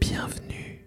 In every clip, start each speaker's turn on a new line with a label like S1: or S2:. S1: bienvenus.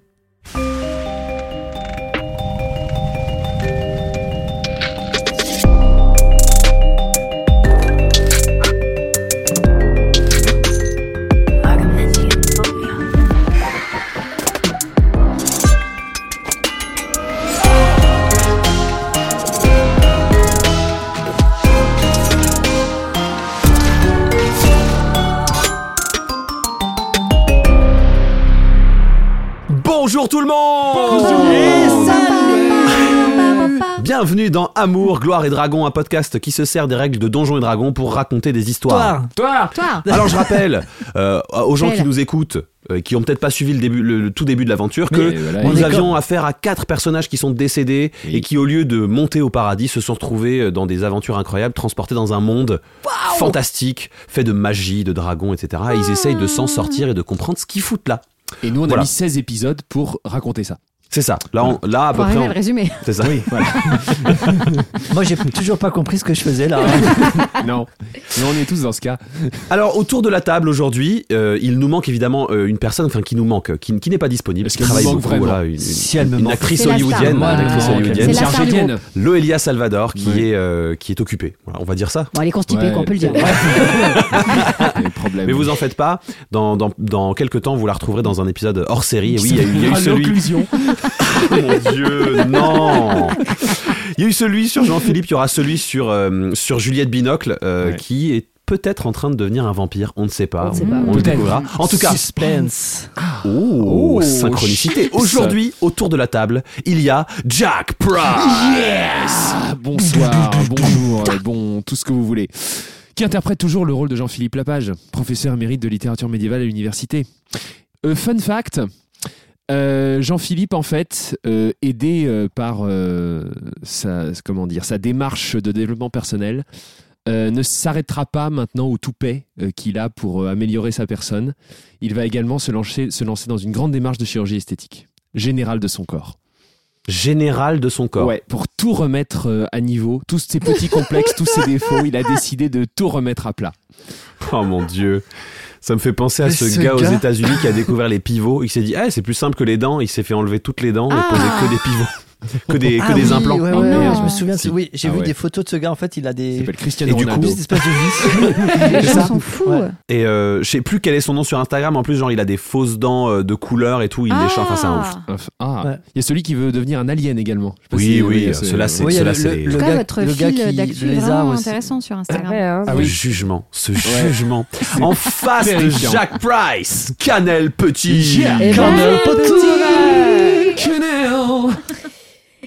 S1: Bonjour tout le monde Bienvenue dans Amour, gloire et dragon, un podcast qui se sert des règles de Donjons et Dragons pour raconter des histoires.
S2: Toi
S3: Toi
S1: Alors je rappelle euh, aux gens qui
S3: Elle.
S1: nous écoutent, euh, qui ont peut-être pas suivi le, début, le, le tout début de l'aventure, que
S2: Mais voilà,
S1: nous
S2: il-
S1: avions affaire à quatre personnages qui sont décédés et qui, au lieu de monter au paradis, se sont retrouvés euh, dans des aventures incroyables, transportés dans un monde
S3: Ah, oh.
S1: fantastique, fait de magie, de dragons, etc. Et ils essayent de s'en sortir et de comprendre ce qu'ils foutent là.
S2: Et nous, on
S1: Voilà.
S2: a mis 16 épisodes pour raconter ça.
S1: C'est ça. Là, on- là à peu
S3: Pour
S1: près,
S3: arriver à
S1: on-
S3: le résumer.
S1: c'est ça.
S4: Moi, j'ai toujours pas compris ce que je faisais là.
S2: non. Mais on est tous dans ce cas.
S1: Alors, autour de la table aujourd'hui, euh, il nous manque évidemment euh, une personne, enfin qui nous manque, qui, qui n'est pas disponible,
S2: Est-ce
S1: qui
S2: qu'elle
S1: travaille
S2: nous
S1: beaucoup,
S2: manque vraiment
S1: voilà, une, une-
S4: Si elle me
S1: une
S4: manque.
S1: actrice
S3: C'est la star.
S1: hollywoodienne,
S3: Ah,
S1: une actrice
S3: ok.
S1: hollywoodienne,
S3: C'est la star du
S2: Argélienne.
S1: Loelia Salvador, qui,
S2: Oui.
S1: est, euh, qui est occupée. Voilà, on va dire ça.
S3: Bon, elle est constipée,
S2: Ouais.
S3: quoi, on peut le dire.
S2: Ah, Les problèmes.
S1: Mais vous en faites pas. Dans, dans, dans quelques temps, vous la retrouverez dans un épisode hors série. Et oui, il y a eu, il y a eu
S2: Ah,
S1: celui.
S2: l'occlusion.
S1: Oh mon dieu, non Il y a eu celui sur Jean-Philippe, il y aura celui sur, euh, sur Juliette Binocle, euh,
S2: Ouais.
S1: qui est peut-être en train de devenir un vampire. On ne sait pas.
S3: On ne sait pas.
S1: le
S2: Peut-être.
S1: découvrira. En tout cas,
S4: Suspense.
S1: oh,
S2: Oh,
S1: synchronicité.
S2: shit.
S1: Aujourd'hui, autour de la table, il y a Jack Price.
S2: Ah, bonsoir, bonjour, euh, bon, tout ce que vous voulez. Qui interprète toujours le rôle de Jean-Philippe Lapage, professeur émérite de littérature médiévale à l'université. Euh, fun fact, euh, Jean-Philippe, en fait, euh, aidé euh, par euh, sa, comment dire, sa démarche de développement personnel, euh, ne s'arrêtera pas maintenant au toupet euh, qu'il a pour euh, améliorer sa personne. Il va également se lancer, se lancer dans une grande démarche de chirurgie esthétique, générale de son corps.
S1: Général de son corps.
S2: Ouais, pour tout remettre euh, à niveau, tous ses petits complexes, tous ses défauts, il a décidé de tout remettre à plat.
S1: Oh mon dieu. Ça me fait penser à
S4: Mais
S1: ce,
S4: ce
S1: gars, aux
S4: gars-
S1: États-Unis qui a découvert les pivots. Il s'est dit, ah, c'est plus simple que les dents. Il s'est fait enlever toutes les dents et poser
S3: Ah.
S1: que des pivots, que des, que
S4: Ah
S1: des
S4: oui,
S1: implants.
S4: ouais,
S3: Oh
S4: ouais,
S3: non.
S4: je me souviens. de ce-
S2: Si.
S4: Oui, j'ai
S2: Ah
S4: vu
S2: ouais.
S4: des photos de ce gars. En fait, il a
S2: Il
S4: des
S2: s'appelle Cristiano
S1: Et du
S2: Ronaldo.
S4: des espèces de vis.
S3: Les
S1: C'est
S3: gens
S1: ça.
S3: s'en foutent.
S4: Ouais.
S1: Et euh, je sais plus quel est son nom sur Instagram. En plus, genre, il a des fausses dents euh, de couleur et tout. Il les chante. Enfin, c'est un ouf.
S2: Ah, il
S4: Ouais.
S2: y a celui qui veut devenir un alien également. Je sais pas
S1: Oui,
S2: si-
S1: oui, euh,
S2: c'est-
S1: cela, c'est-
S4: Oui, il y a
S1: ceux-là,
S4: le,
S1: c'est
S4: le-
S1: les-
S4: le
S3: C'est quoi
S4: gars,
S3: votre
S4: le gars
S3: fil
S4: qui,
S3: d'actu
S4: le lézard
S3: vraiment
S4: aussi.
S3: intéressant sur Instagram
S2: Ah
S1: Le
S2: oui.
S1: jugement, ce jugement. En face de
S2: Terrifiant.
S1: Jack Price, Canel Petit.
S2: Yeah.
S3: Eh
S4: Comme
S3: ben,
S5: euh,
S4: un poteau.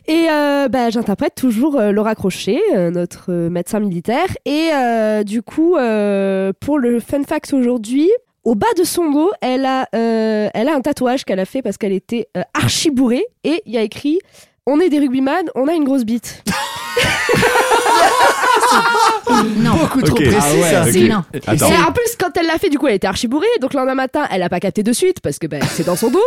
S5: Et euh, bah, j'interprète toujours euh, Laura Crochet, euh, notre euh, médecin militaire. Et euh, du coup, euh, pour le fun fact aujourd'hui, au bas de son dos, elle a, euh, elle a un tatouage qu'elle a fait parce qu'elle était euh, archi bourrée. Et il y a écrit On est des rugbyman, on a une grosse bite.
S3: Non,
S4: Beaucoup trop
S1: Ok.
S4: précis
S2: Ah ouais.
S4: ça.
S2: Ok.
S3: c'est non.
S1: Attends.
S5: Et en plus, quand elle l'a fait, du coup, elle était archi bourrée. Donc le lendemain matin, elle a pas capté de suite parce que bah, c'est dans son dos.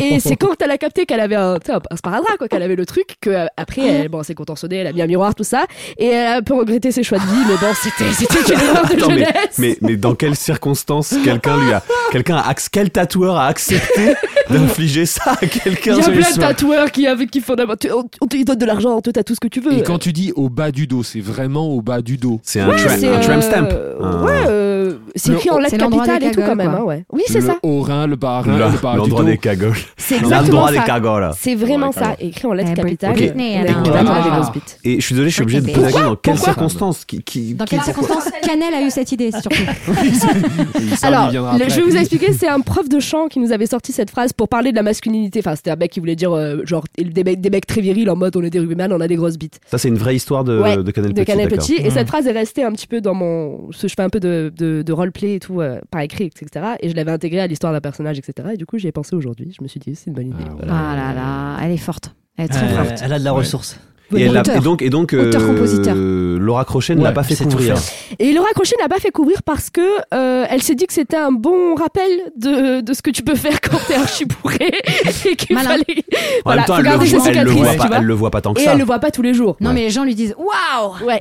S5: Et c'est quand elle a capté qu'elle avait un, tu sais, un- un sparadrap, quoi, qu'elle avait le truc, que euh, après, elle, bon, elle s'est contentionnée, elle a mis un miroir, tout ça. Et elle a un peu regretté ses choix de vie, mais bon, c'était, c'était une erreur de
S1: Attends, mais,
S5: jeunesse.
S1: mais, mais dans quelles circonstances quelqu'un lui a. Quelqu'un a acc- Quel tatoueur a accepté d'infliger ça à quelqu'un
S5: Il y a
S1: sur les
S5: plein de
S1: soins
S5: tatoueurs qui, avec, qui font d'abord. tu- On, on te donne de l'argent, on te tatoue ce que tu veux.
S2: Et quand tu dis au bas du dos, c'est vraiment au bas du dos.
S1: C'est un, tra-
S5: c'est,
S1: un tramp
S5: euh,
S1: stamp. Un-
S5: Ouais, euh, c'est
S2: Le-
S5: écrit en lettres
S3: C'est l'endroit
S5: capitales
S3: des
S5: et tout
S3: cagoles,
S5: quand même.
S3: quoi.
S5: hein, ouais. Oui, c'est
S2: le
S5: ça.
S2: haut rein, le bas rein, le bas du
S1: L'endroit
S2: dos.
S1: des cagoles.
S5: C'est exactement
S1: L'endroit des
S5: ça.
S1: cagoles.
S5: C'est vraiment
S2: Ouais,
S5: ça, écrit en lettres
S3: Eh, Britney,
S5: capitales.
S3: elle
S5: et-
S3: a
S5: avec
S3: un-
S5: des tatouages
S2: Ah.
S5: et grosses bites.
S1: Et je suis désolé, je suis obligé de poser la question dans quelles circonstances qui, qui-
S3: Dans
S1: qui-
S3: quelles
S1: pourquoi-
S3: circonstances Canel a eu cette idée surtout
S2: Oui, ça, on y
S5: Alors,
S2: viendra
S5: le-
S2: après.
S5: je vais vous expliquer, c'est un prof de chant qui nous avait sorti cette phrase pour parler de la masculinité. Enfin, c'était un mec qui voulait dire, euh, genre, des mecs, des mecs très virils en mode on est des rugbyman, on a des grosses bites.
S1: Ça, c'est une vraie histoire de,
S5: Ouais,
S1: de Canel
S5: De
S1: Petit.
S5: Canal
S1: d'accord.
S5: Petit. Et
S4: Mhm.
S2: Mmh.
S5: cette phrase est restée un petit peu dans mon. parce que Je fais un peu de, de, de roleplay et tout, euh, par écrit, etc. Et je l'avais intégré à l'histoire d'un personnage, etc. Et du coup, j'y ai pensé aujourd'hui. Je me suis dit, c'est une bonne idée.
S2: Ah ouais.
S3: Ah là là, elle est forte. Elle
S4: Euh,
S3: est très forte.
S4: elle a de la ressource.
S1: Et, elle l'a-
S3: auteur.
S1: et donc, et donc euh,
S3: Auteur-compositeur.
S1: Laura Crochet ne
S2: Ouais,
S1: l'a pas fait
S6: c'est tout
S1: couvrir.
S5: Et Laura Crochet n'a pas fait courir parce que euh, elle s'est dit que c'était un bon rappel de, de ce que tu peux faire quand t'es archi bourré et qu'il
S3: Malin.
S5: fallait.
S1: En même
S5: Voilà,
S1: temps,
S5: faut
S1: elle le
S5: garder ses
S1: voit- elle le
S5: cicatrices,
S1: voit
S5: tu
S1: pas-
S5: vois.
S1: elle le voit pas tant que
S5: Et
S1: ça.
S5: elle le voit pas tous les jours.
S3: Non,
S1: Ouais.
S3: mais les gens lui disent Waouh
S5: Ouais.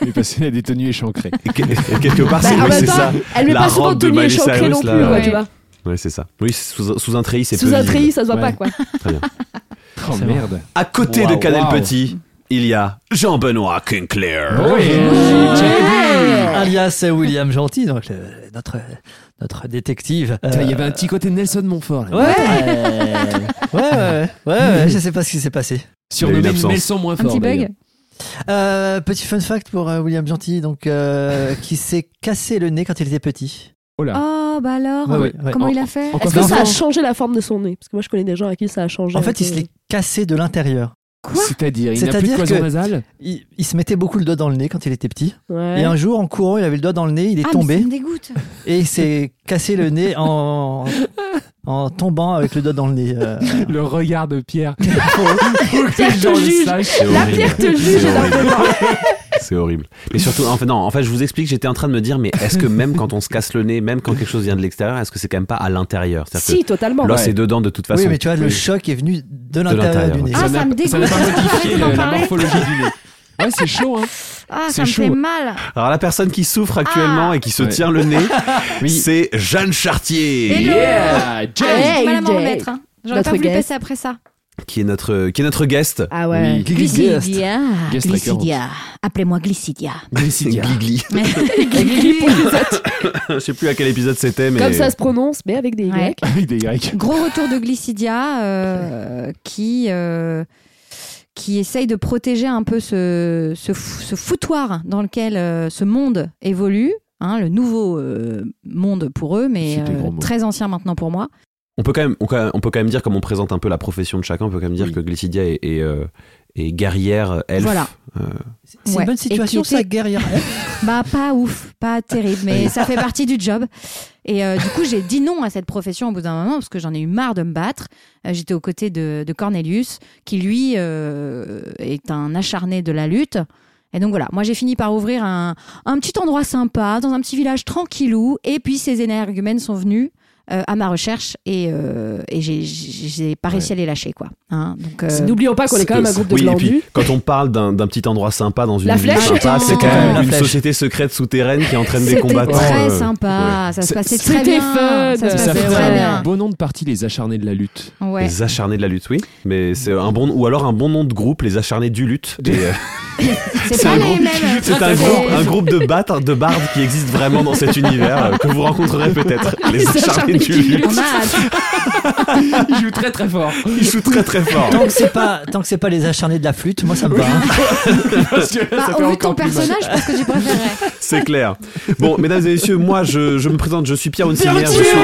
S2: Il est passé à des tenues échancrées.
S1: Et que- et quelque part,
S5: Bah,
S1: c'est
S5: en
S1: oui,
S5: même
S1: c'est
S5: temps,
S1: ça.
S5: Elle met
S1: La
S5: pas souvent
S1: robe de
S5: de
S1: Miley
S5: échancrée
S1: Cyrus,
S5: non plus,
S1: là.
S5: quoi,
S3: Ouais.
S5: tu vois.
S1: Ouais, c'est ça. Oui, sous, sous un treillis, c'est peu
S5: Sous un
S1: visible.
S5: treillis, ça se voit
S2: Ouais.
S5: pas, quoi.
S2: Oh
S6: C'est
S2: merde.
S1: À côté de
S2: Waouh,
S1: Canel
S2: waouh.
S1: Petit, il y a Jean-Benoît Kinkler.
S6: Alias William Gentil, donc le- notre, notre détective. Euh,
S2: Putain, Il y avait un petit côté Nelson Montfort.
S6: Ouais,
S2: là.
S6: ouais, ouais, ouais, ouais, je sais pas ce qui s'est passé.
S1: Il y a
S2: Surnommé
S1: une absence.
S2: Nelson moins
S3: Un
S2: fort.
S3: petit
S2: d'ailleurs.
S3: bug.
S6: Euh, petit fun fact pour euh, William Gentil, donc euh, qui s'est cassé le nez quand il était petit.
S2: Oh là.
S3: Oh, bah alors,
S6: Ouais, ouais, ouais.
S3: comment
S2: En-
S3: il a fait
S2: en-
S5: Est-ce
S2: Quoi,
S5: que ça a
S2: Vincent
S5: changé la forme de son nez Parce que moi, je connais des gens à qui ça a changé.
S6: En
S5: un
S6: fait, il
S5: peu.
S6: se l'est cassé de l'intérieur.
S2: C'est-à-dire, il n'a plus de
S6: C'est-à-dire
S2: cloison
S6: que-
S2: nasale.
S6: Il, il se mettait beaucoup le doigt dans le nez quand il était petit.
S5: Ouais.
S6: Et un jour, en courant, il avait le doigt dans le nez, il est
S3: Ah, mais
S6: tombé
S3: ça me dégoûte.
S6: et il s'est cassé le nez en, en tombant avec le doigt dans le nez. euh.
S2: Le regard de Pierre.
S5: Pierre te juge. La
S1: horrible.
S5: pierre te juge
S1: C'est
S5: énormément.
S1: C'est horrible. Mais surtout, en fait, non, en fait, je vous explique, j'étais en train de me dire, mais est-ce que même quand on se casse le nez, même quand quelque chose vient de l'extérieur, est-ce que c'est quand même pas à l'intérieur C'est-à-dire
S5: Si, totalement.
S1: que l'os
S2: Ouais.
S1: est dedans de toute façon.
S6: Oui, mais tu vois, le
S1: Oui.
S6: choc est venu de l'intérieur
S1: l'intérieur,
S6: du nez.
S1: ouais.
S3: Ah, ça me
S2: n'a- Ça n'a
S3: dégoûte.
S2: pas modifié
S3: Arrête d'en
S2: euh, la
S3: parler.
S2: morphologie du nez. Ouais, c'est chaud, hein.
S3: Ah,
S2: C'est
S3: ça me
S2: chaud.
S3: fait mal.
S1: Alors, la personne qui souffre actuellement
S5: Ah.
S1: et qui se
S2: Ouais.
S1: tient le nez,
S2: Oui.
S1: c'est Jeanne Chartier,
S3: Hello.
S2: Yeah,
S3: Ah,
S2: Jay.
S3: J'ai du mal à m'en
S5: Jake.
S3: remettre. hein. J'aurais
S5: Notre
S3: pas voulu
S5: guest.
S3: passer après ça.
S1: qui est notre, qui est notre guest.
S5: Ah ouais.
S2: Oui.
S3: Glycidia.
S2: Guest record.
S3: Glycidia. Appelez-moi Glycidia.
S2: Glycidia.
S1: Gligli. je sais plus à quel épisode c'était, mais
S5: Comme ça se prononce, mais avec des Y.
S3: Ouais.
S2: Avec des Y.
S3: Gros retour de Glycidia euh, qui, euh, qui essaye de protéger un peu ce, ce, fou- ce foutoir dans lequel euh, ce monde évolue. hein, le nouveau euh, monde pour eux, mais
S2: C'est des
S3: euh,
S2: gros mots.
S3: très ancien maintenant pour moi.
S1: on peut quand même, on, peut- on peut quand même dire, comme on présente un peu la profession de chacun, on peut quand même dire
S2: Oui.
S1: que Glycidia est, est, euh, est guerrière, elfe. euh,
S3: Voilà.
S6: C'est une
S3: Ouais.
S6: bonne
S3: Et qui
S6: situation,
S3: était-
S6: ça, guerrière.
S3: Bah pas ouf, pas terrible, mais ça fait partie du job. Et euh, du coup, j'ai dit non à cette profession au bout d'un moment parce que j'en ai eu marre de me battre. Euh, J'étais aux côtés de, de Cornelius, qui lui euh, est un acharné de la lutte. Et donc voilà, moi j'ai fini par ouvrir un, un petit endroit sympa dans un petit village tranquillou. Et puis ces énergumènes sont venus. euh, à ma recherche et, euh, et j'ai- j'ai j'ai pas réussi à les lâcher quoi. Hein, donc, euh,
S5: N'oublions pas Ah, qu'on est quand même un groupe de
S1: oui, et
S5: glandus.
S1: puis, quand on parle d'un d'un petit endroit sympa dans une
S5: La
S1: ville
S5: Flèche
S1: sympa,
S3: était-
S1: c'est quand même
S6: La
S1: une
S6: Flèche.
S1: société secrète souterraine qui entraîne des
S3: C'était
S1: combattants.
S3: très
S1: euh,
S3: sympa, ça se
S2: C'est-
S3: passait très
S5: c'était
S3: bien.
S5: fun.
S3: Ça se
S5: Ça
S2: Ça
S3: passait
S2: fait
S5: c'est
S3: très
S5: vrai.
S2: un
S3: bien.
S2: beau nom de partie, les acharnés de la lutte.
S3: Ouais.
S1: Les acharnés de la lutte, oui. Mais c'est un bon, ou alors un bon nom de groupe, les acharnés du lutte. Et, euh,
S3: C'est
S1: C'est
S3: pas
S1: un
S3: les
S1: groupe-
S3: mêmes. Ah,
S1: c'est un groupe, un groupe de battre, de bardes qui existe vraiment dans cet univers euh, que vous rencontrerez peut-être. Les, acharnés, du lutte.
S3: On a hâte.
S2: Il joue très très fort.
S1: Ils jouent très très fort.
S6: Tant que c'est pas, tant que c'est pas les acharnés de la flûte, moi ça me va. hein.
S2: Parce que
S3: Bah,
S2: ça fait
S3: au vu de
S2: encore
S3: ton
S2: plus mal.
S3: personnage, je pense que tu préférerais.
S1: C'est clair. Bon, mesdames et messieurs, moi, je, je me présente, je suis Pierre Oncinière. Je suis,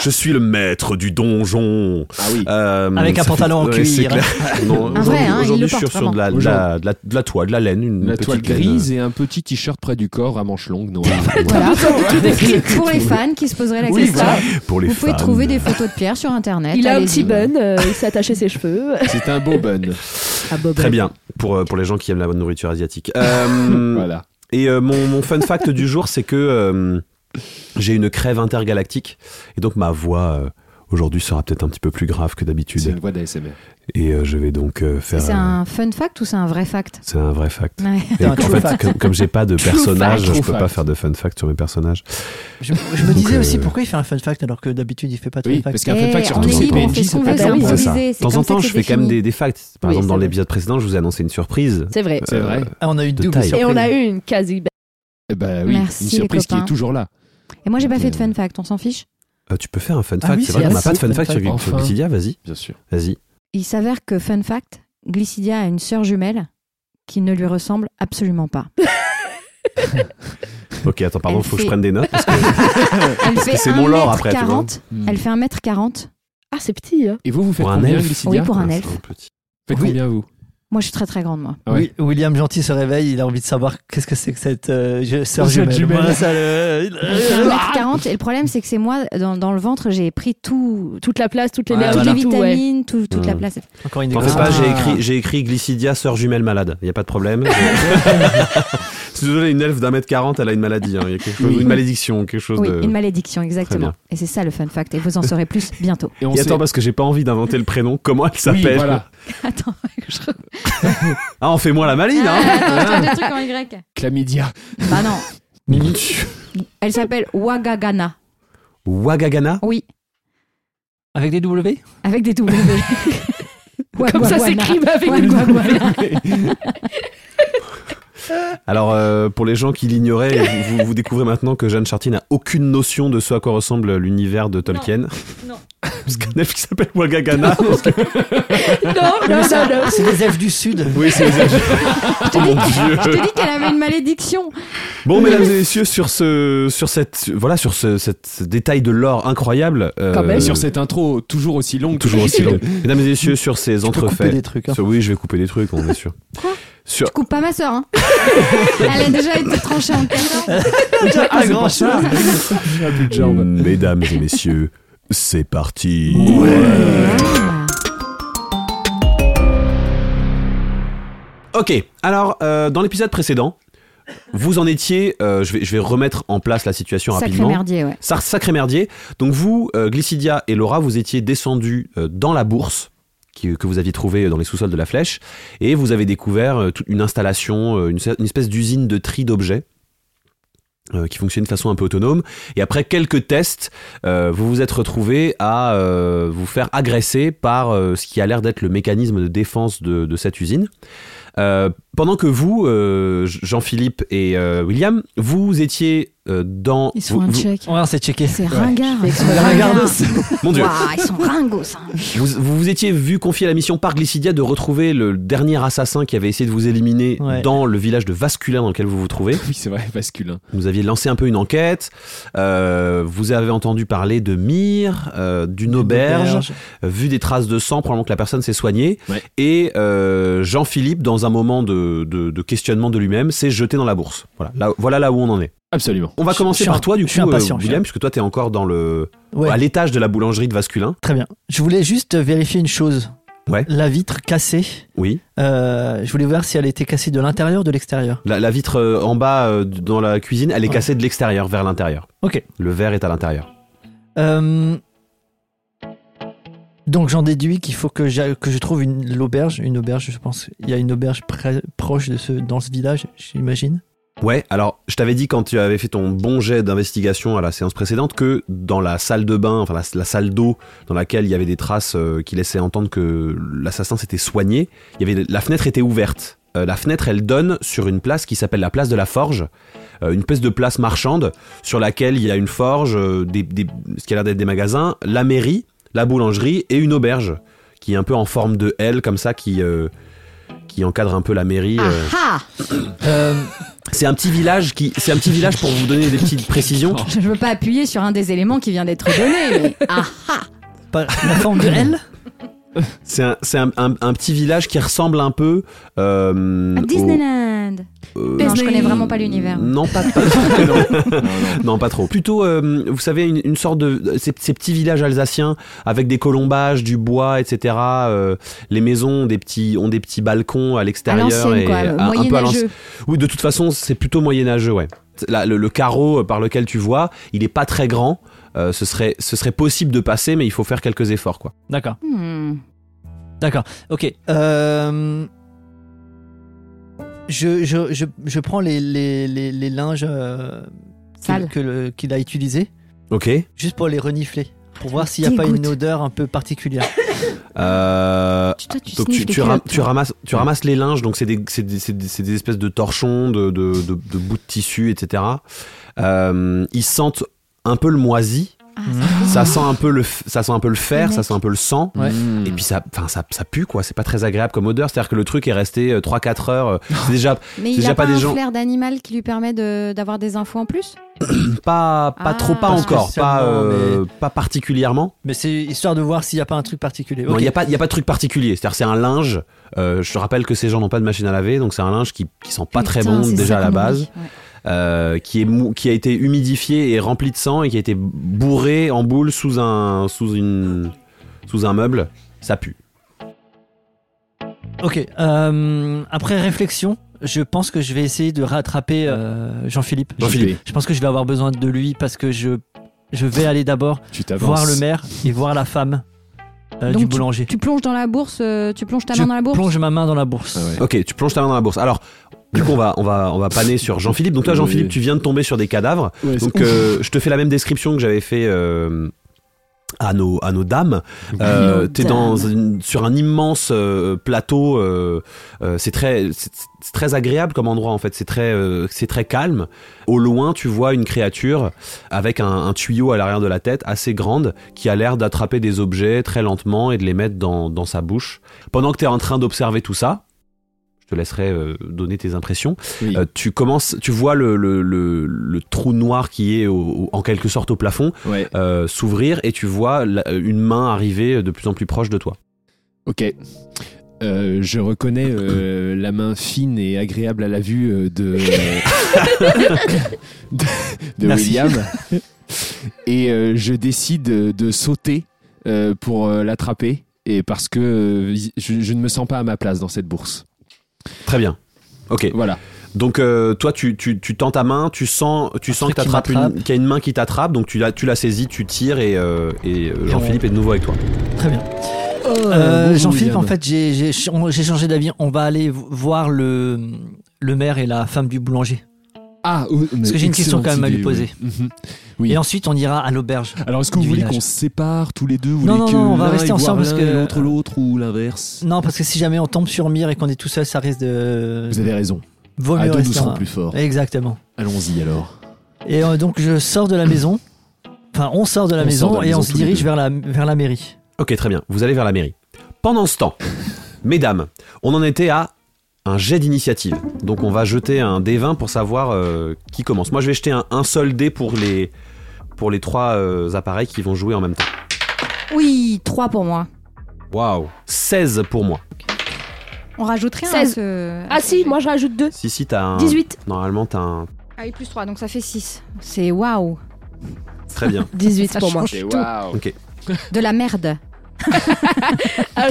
S1: je suis le maître du donjon.
S2: Ah oui.
S1: Euh,
S6: Avec un
S1: ça
S6: pantalon en
S1: ouais, c'est
S6: cuir.
S1: clair. Non,
S3: vrai,
S1: aujourd'hui,
S3: hein, il
S1: aujourd'hui,
S3: le
S1: je suis
S3: porte
S1: sur de la, de la, de la- de la toile, de la laine, une
S2: La
S1: petite
S2: toile
S1: laine.
S2: grise et un petit t-shirt près du corps à manches longues noires.
S3: Voilà. Pour les fans qui se poseraient la
S2: Oui,
S3: question,
S2: voilà.
S1: euh, Pour les
S3: vous pouvez
S1: fans.
S3: trouver des photos de Pierre sur Internet.
S5: Il a un
S3: allez-y.
S5: petit bun, euh, il s'est attaché ses cheveux.
S2: C'est un beau bun.
S1: Très bien. Pour, euh, pour les gens qui aiment la bonne nourriture asiatique. Euh,
S2: Voilà.
S1: Et euh, mon, mon fun fact du jour, c'est que euh, j'ai une crève intergalactique. Et donc, ma voix. euh, Aujourd'hui sera peut-être un petit peu plus grave que
S2: C'est
S1: d'habitude.
S2: une voix d'ASMR.
S1: Et euh, je vais donc euh, faire...
S3: C'est
S1: euh,
S3: un fun fact ou c'est un vrai fact
S1: C'est un vrai fact.
S3: Ouais.
S1: Et
S6: un
S1: en
S6: true
S1: fait,
S6: fact.
S1: comme, comme j'ai pas de
S2: True
S1: personnage,
S2: fact.
S1: je
S2: True
S1: peux pas
S2: fact.
S1: faire de fun fact sur mes personnages.
S6: Je, je me
S1: Donc,
S6: disais aussi
S1: euh,
S6: pourquoi il fait un fun fact alors que d'habitude il fait pas de
S2: Oui,
S6: fun
S2: parce
S6: fact.
S2: qu'un fun
S3: Eh,
S2: fact sur
S3: on
S2: tous
S3: est
S2: ces
S3: libre, on fait
S2: PNJ,
S3: ce qu'on
S2: c'est
S3: veut,
S2: pas
S5: c'est
S1: C'est
S2: terrible.
S1: ça.
S3: improvisé.
S1: De
S3: c'est
S1: temps en
S3: comme ça
S1: temps,
S3: que
S1: je fais
S3: c'est
S1: quand même
S3: défini.
S1: des, des facts. Par
S5: Oui,
S1: exemple,
S5: c'est
S1: dans
S5: vrai.
S1: l'épisode précédent, je vous ai annoncé une surprise.
S5: C'est vrai.
S2: C'est vrai.
S6: Ah, on a eu une
S1: De
S6: double
S1: taille.
S5: Et
S6: surprise.
S5: on a eu une quasi belle.
S2: Eh ben oui,
S3: Merci,
S2: une
S3: les
S2: surprise qui
S3: copains.
S2: est toujours là.
S3: Et moi, j'ai pas fait de
S1: Euh,
S3: fun fact, on s'en fiche.
S1: Euh, tu peux faire un fun
S6: Ah
S1: fact.
S6: oui,
S1: c'est vrai
S6: c'est
S1: qu'on n'a
S6: vrai,
S1: pas de
S6: c'est
S1: fun fact sur
S6: vrai.
S1: Glycidia.
S2: Enfin.
S1: Vas-y,
S2: Bien sûr.
S1: vas-y.
S3: Il s'avère que, fun fact, Glycidia a une sœur jumelle qui ne lui ressemble absolument pas.
S1: Ok, attends, pardon,
S3: Elle
S1: faut que je
S3: fait-
S1: prenne des notes. parce que-
S3: Elle fait
S1: c'est mon lore après, tu vois.
S3: 1m40. Elle fait 1m40.
S5: Ah, c'est petit, hein.
S2: Et vous, vous faites
S1: Pour un
S2: combien,
S1: elfe
S2: Glycidia
S3: Oui, pour un elfe.
S1: c'est un petit.
S2: Faites
S6: Oui.
S2: combien, vous
S3: Moi, je suis très très grande, moi.
S2: Ouais.
S6: Oui, William Gentil se réveille, il a envie de savoir qu'est-ce que c'est que cette euh, je- sœur
S2: Cette
S6: jumelle.
S2: jumelle.
S6: Voilà, ça, le-
S1: Euh,
S3: Je fais
S1: ah.
S3: 1m40 et le problème, c'est que c'est moi, dans, dans le ventre, j'ai pris tout,
S5: Toute la place, toute
S3: toutes
S1: Ah,
S5: l'énergie,
S3: les
S5: tout, ouais.
S3: vitamines, tout- toute la
S1: Mm.
S3: place.
S6: Encore une
S1: T'en fais
S6: découverte.
S1: pas,
S3: Ah.
S1: j'ai écrit, j'ai écrit Glycidia, sœur jumelle malade. Il n'y a pas de problème. Je suis désolé, une elfe d'un mètre quarante, elle a une maladie. hein. Il y a quelque chose,
S2: Oui.
S1: une malédiction, quelque chose
S3: Oui,
S1: de.
S3: une malédiction, exactement.
S1: bien.
S3: Et c'est ça le fun fact. Et vous en saurez plus bientôt.
S2: Et on
S1: Et
S2: sait-
S1: attends, parce que j'ai pas envie d'inventer le prénom. Comment elle
S2: Oui,
S1: s'appelle
S2: voilà.
S3: Attends, je trouve.
S1: Ah, on fait moins la maline, hein
S3: Attends, des trucs en Y.
S2: Chlamydia.
S3: Bah non. Elle s'appelle Wagagana.
S1: Wagagana
S3: Oui,
S6: Avec des W
S3: avec des W.
S5: Comme ça, c'est
S3: Wagwana.
S5: crime avec
S3: Ouais,
S5: des
S3: ouais, ouais.
S1: Alors, euh, pour les gens qui l'ignoraient, vous, vous découvrez maintenant que Jeanne Chartier n'a aucune notion de ce à quoi ressemble l'univers de Tolkien.
S3: non.
S1: Parce qu'un elfe qui s'appelle Wagagana.
S5: Non, non, non, non. Ah,
S6: C'est des elfes du Sud.
S1: oui, c'est les elfes. Oh mon
S3: Je
S1: dieu.
S3: te dis qu'elle avait une malédiction.
S1: Bon, mesdames et messieurs, sur ce, sur cette, voilà, sur ce, cette- ce détail de l'or incroyable. euh,
S5: Quand même.
S2: Et sur cette intro toujours aussi longue. que
S1: Toujours aussi long.
S2: d'habitude.
S1: Mesdames et messieurs, sur ces
S6: On peut couper
S1: entrefaits.
S6: des trucs. hein.
S1: Sur- oui, je vais couper des trucs, on est sûr.
S3: Quoi
S1: Sur...
S3: Je coupe pas ma soeur. Hein. Elle a déjà été tranchée en quatre.
S6: Ah, grand chat
S2: Ah, plus de jambes.
S1: Mesdames et messieurs, c'est parti. Ok, alors euh, dans l'épisode précédent, vous en étiez, euh, je, vais, je vais remettre en place la situation
S3: Sacré
S1: rapidement.
S3: merdier, ouais.
S1: Sar- Sacré merdier. Donc vous, euh, Glycidia et Laura, vous étiez descendus euh, dans la bourse qui- que vous aviez trouvée euh, dans les sous-sols de la flèche et vous avez découvert euh, toute une installation, euh, une, une espèce d'usine de tri d'objets. euh, qui fonctionne de façon un peu autonome. Et après quelques tests, euh, vous vous êtes retrouvé à euh, vous faire agresser par euh, ce qui a l'air d'être le mécanisme de défense de, de cette usine. Euh, pendant que vous, euh, Jean-Philippe et euh, William, vous étiez euh, dans...
S3: Ils sont
S1: vous-
S3: un
S1: vous-
S3: check.
S6: On va s'est checker.
S3: C'est ringard. Ils sont
S6: Regarde
S1: mon Dieu.
S3: Waouh, ils sont ringos. hein.
S1: Vous, vous vous étiez vu confier la mission par Glycidia de retrouver le dernier assassin qui avait essayé de vous éliminer
S6: Ouais.
S1: dans le village de Vasculin dans lequel vous vous trouvez.
S2: Oui, c'est vrai, basculin.
S1: Vous aviez lancé un peu une enquête. euh, vous avez entendu parler de Mire, euh, d'une auberge, euh, vu des traces de sang, probablement que la personne s'est soignée.
S2: Ouais.
S1: Et euh, Jean-Philippe, dans un moment de, de- de questionnement de lui-même, s'est jeté dans la bourse. Voilà là, voilà là où on en est.
S2: Absolument.
S1: On va
S6: Je-
S1: commencer
S6: je suis
S1: par
S6: un-
S1: toi, du
S6: je suis
S1: coup, euh,
S6: impatient, je suis
S1: William, puisque toi, t'es encore dans le,
S6: Ouais,
S1: à l'étage de la boulangerie de Vasculin.
S6: très bien. Je voulais juste vérifier une chose.
S1: Ouais.
S6: La vitre cassée.
S1: Oui.
S6: Euh, je voulais voir si elle était cassée de l'intérieur ou de l'extérieur.
S1: La, la vitre euh, en bas euh, d- dans la cuisine, elle est
S6: Ouais.
S1: cassée de l'extérieur vers l'intérieur.
S6: Ok.
S1: Le verre est à l'intérieur.
S6: Euh, donc j'en déduis qu'il faut que, j'aille- que je trouve une l'auberge, une auberge, je pense. Il y a une auberge près- proche de ce dans ce village, j'imagine.
S1: Ouais, alors je t'avais dit quand tu avais fait ton bon jet d'investigation à la séance précédente que dans la salle de bain, enfin la, la salle d'eau dans laquelle il y avait des traces euh, qui laissaient entendre que l'assassin s'était soigné, il y avait la fenêtre était ouverte. Euh, la fenêtre, elle donne sur une place qui s'appelle la place de la Forge, euh, une espèce de place marchande sur laquelle il y a une forge, euh, des, des- ce qui a l'air d'être des magasins, la mairie, la boulangerie et une auberge qui est un peu en forme de L comme ça qui euh, qui encadre un peu la mairie.
S3: Ah
S1: euh.
S3: ah
S6: Euh,
S1: C'est un petit village qui, c'est un petit village pour vous donner des petites précisions.
S3: Je ne veux pas appuyer sur un des éléments qui vient d'être donné, mais ah ah
S6: par- la forme de L
S1: C'est un, c'est un, un- un petit village qui ressemble un peu. euh,
S3: À Disneyland
S1: au- euh,
S3: Non, je connais vraiment pas l'univers.
S1: Mm, Non, pas, pas- non, pas trop. Plutôt, euh, vous savez, une, une sorte de ces, ces petits villages alsaciens avec des colombages, du bois, etc. euh, les maisons ont des petits ont des petits balcons à
S3: À
S1: l'extérieur
S3: l'ancienne,
S1: et
S3: quoi.
S1: un- un peu à l'ancienne.
S3: Moyen-âgeux.
S1: Oui, de toute façon, c'est plutôt moyenâgeux, ouais. Là, le, le carreau euh, par lequel tu vois, il est pas très grand. Euh, ce, serait, ce serait possible de passer, mais il faut faire quelques efforts, quoi.
S6: D'accord,
S3: Hmm.
S6: d'accord. Ok. Euh, je, je, je, je prends les, les, les, les linges euh, que-
S3: Sale.
S6: que le- qu'il a utilisés,
S1: Ok.
S6: juste pour les renifler, pour voir s'il n'y a pas
S3: Dégoûte.
S6: une odeur un peu particulière.
S1: Euh,
S3: Tu, toi, tu
S1: donc
S3: sniffes
S1: tu,
S3: les
S1: tu, ram-
S3: culottes,
S1: tu
S3: toi.
S1: ramasses, tu ramasses les linges, donc c'est des, c'est des, c'est des- c'est des espèces de torchons, de, de, de- de bouts de tissu, etc. Euh, ils sentent un peu le moisi.
S3: Ah, Hmm.
S1: Ça sent un peu le, f- ça sent un peu le fer,
S3: Le
S1: ça
S3: mec.
S1: sent un peu le sang.
S6: Ouais.
S2: Mmh.
S1: Et puis ça, enfin ça, ça pue quoi, c'est pas très agréable comme odeur, c'est-à-dire que le truc est resté 3-4 heures, euh, c'est déjà
S3: Mais
S1: C'est
S3: il
S1: déjà
S3: a
S1: pas
S3: pas,
S1: des
S3: un
S1: gens-
S3: flair d'animal qui lui permet de- d'avoir des infos en plus
S1: pas, pas
S3: Ah.
S1: trop, pas
S3: Pas
S1: encore, pas,
S6: spécialement,
S1: euh, pas particulièrement.
S6: Mais c'est histoire de voir s'il n'y a pas un truc particulier.
S1: Non,
S6: Ok.
S1: il n'y a, pas- il y a pas de truc particulier, c'est-à-dire c'est un linge, euh, je te rappelle que ces gens n'ont pas de machine à laver, donc c'est un linge qui, qui sent pas très
S3: Putain,
S1: bon
S3: c'est
S1: déjà
S3: ça
S1: à la
S3: qu'on
S1: base.
S3: oublie, ouais.
S1: euh, qui, est mou- qui a été humidifié et rempli de sang et qui a été bourré en boule sous un, sous une, sous un meuble, ça pue.
S6: Ok. euh, après réflexion, je pense que je vais essayer de rattraper euh, Jean-Philippe.
S1: Jean-Philippe.
S6: Je pense que je vais avoir besoin de lui parce que je, je vais aller d'abord
S2: Tu t'avances.
S6: voir le maire et voir la femme euh,
S3: Donc
S6: du boulanger.
S3: Tu plonges dans la bourse, euh, tu plonges ta
S6: Je
S3: main dans la bourse.
S6: plonge ma main dans la bourse.
S2: Ah ouais.
S1: Ok, tu plonges ta main dans la bourse. Alors, du coup, on va, on va, on va paner sur Jean-Philippe. Donc toi,
S2: Oui.
S1: Jean-Philippe, tu viens de tomber sur des cadavres.
S2: Ouais, c'est-
S1: Donc euh, je te fais la même description que j'avais fait euh, à nos, à nos dames. Euh,
S3: nos
S1: T'es
S3: dames.
S1: dans une- sur un immense euh, plateau. euh, euh, c'est très, c'est c'est très agréable comme endroit en fait. C'est très, euh, c'est très calme. Au loin, tu vois une créature avec un, un tuyau à l'arrière de la tête assez grande qui a l'air d'attraper des objets très lentement et de les mettre dans, dans sa bouche. Pendant que t'es en train d'observer tout ça, je te laisserai euh, donner tes impressions.
S2: Oui.
S1: Euh, tu commences, tu vois le, le- le- le trou noir qui est au- au- en quelque sorte au plafond
S2: Ouais.
S1: euh, s'ouvrir et tu vois la- une main arriver de plus en plus proche de toi.
S2: Ok. Euh, je reconnais euh, la main fine et agréable à la vue euh, de, de, de
S6: Merci.
S2: William. Et euh, je décide euh, de sauter euh, pour euh, l'attraper. Et parce que euh, vis- je, je ne me sens pas à ma place dans cette bourse.
S1: Très bien. Ok.
S2: Voilà.
S1: Donc euh, toi, tu, tu, tu tends ta main, tu sens, tu sens que
S6: truc qui
S1: t'attrapes une-
S6: m'attrape.
S1: qu'il y a une main qui t'attrape, donc tu la, tu la saisis, tu tires et, euh, et euh, Jean-Philippe est de nouveau avec toi.
S6: Très bien.
S3: Oh,
S2: Euh,
S6: Euh,
S2: bonjour,
S6: Jean-Philippe,
S2: William.
S6: en fait, j'ai j'ai ch- on- j'ai changé d'avis. On va aller v- voir le, le maire et la femme du boulanger.
S2: Ah, oh, mais
S6: que j'ai une question
S2: excellente
S6: quand même à lui
S2: idée,
S6: poser.
S2: oui. Mhm. Oui.
S6: Et ensuite, on ira à l'auberge.
S2: Alors, est-ce que vous
S6: Du
S2: voulez
S6: village.
S2: qu'on se sépare tous les deux Vous
S6: Non,
S2: voulez
S6: non,
S2: que
S6: non, on va
S2: l'un
S6: rester
S2: aille voir
S6: ensemble parce
S2: l'un
S6: que-
S2: et l'autre l'autre ou l'inverse
S6: Non, parce que si jamais on tombe sur Mire et qu'on est tout seul, ça risque de.
S2: Vous avez raison.
S6: Vaut
S2: à
S6: mieux
S2: deux, nous
S6: rester
S2: serons
S6: en-
S2: plus forts.
S6: Exactement.
S2: Allons-y alors.
S6: Et euh, donc je sors de la maison. Enfin, on sort de la
S2: On
S6: maison
S2: sort de la
S6: et
S2: maison
S6: on se
S2: tous les
S6: dirige
S2: deux.
S6: vers la, vers la mairie.
S1: Ok, très bien. Vous allez vers la mairie. Pendant ce temps, mesdames, on en était à un jet d'initiative. Donc on va jeter un D20 pour savoir euh, qui commence. Moi, je vais jeter un, un seul dé pour les, pour les trois euh, appareils qui vont jouer en même temps.
S3: Oui, 3 pour moi.
S1: Waouh 16 pour moi.
S3: On rajoute rien à
S5: 16.
S3: ce.
S5: Ah si, moi je rajoute 2.
S1: Si, si, t'as un...
S5: 18.
S1: Normalement, t'as un...
S3: Ah oui, plus 3, donc ça fait 6. C'est waouh.
S1: Très bien.
S5: 18
S3: Ça
S5: pour moi.
S3: change tout.
S2: waouh.
S3: De la merde.
S5: Un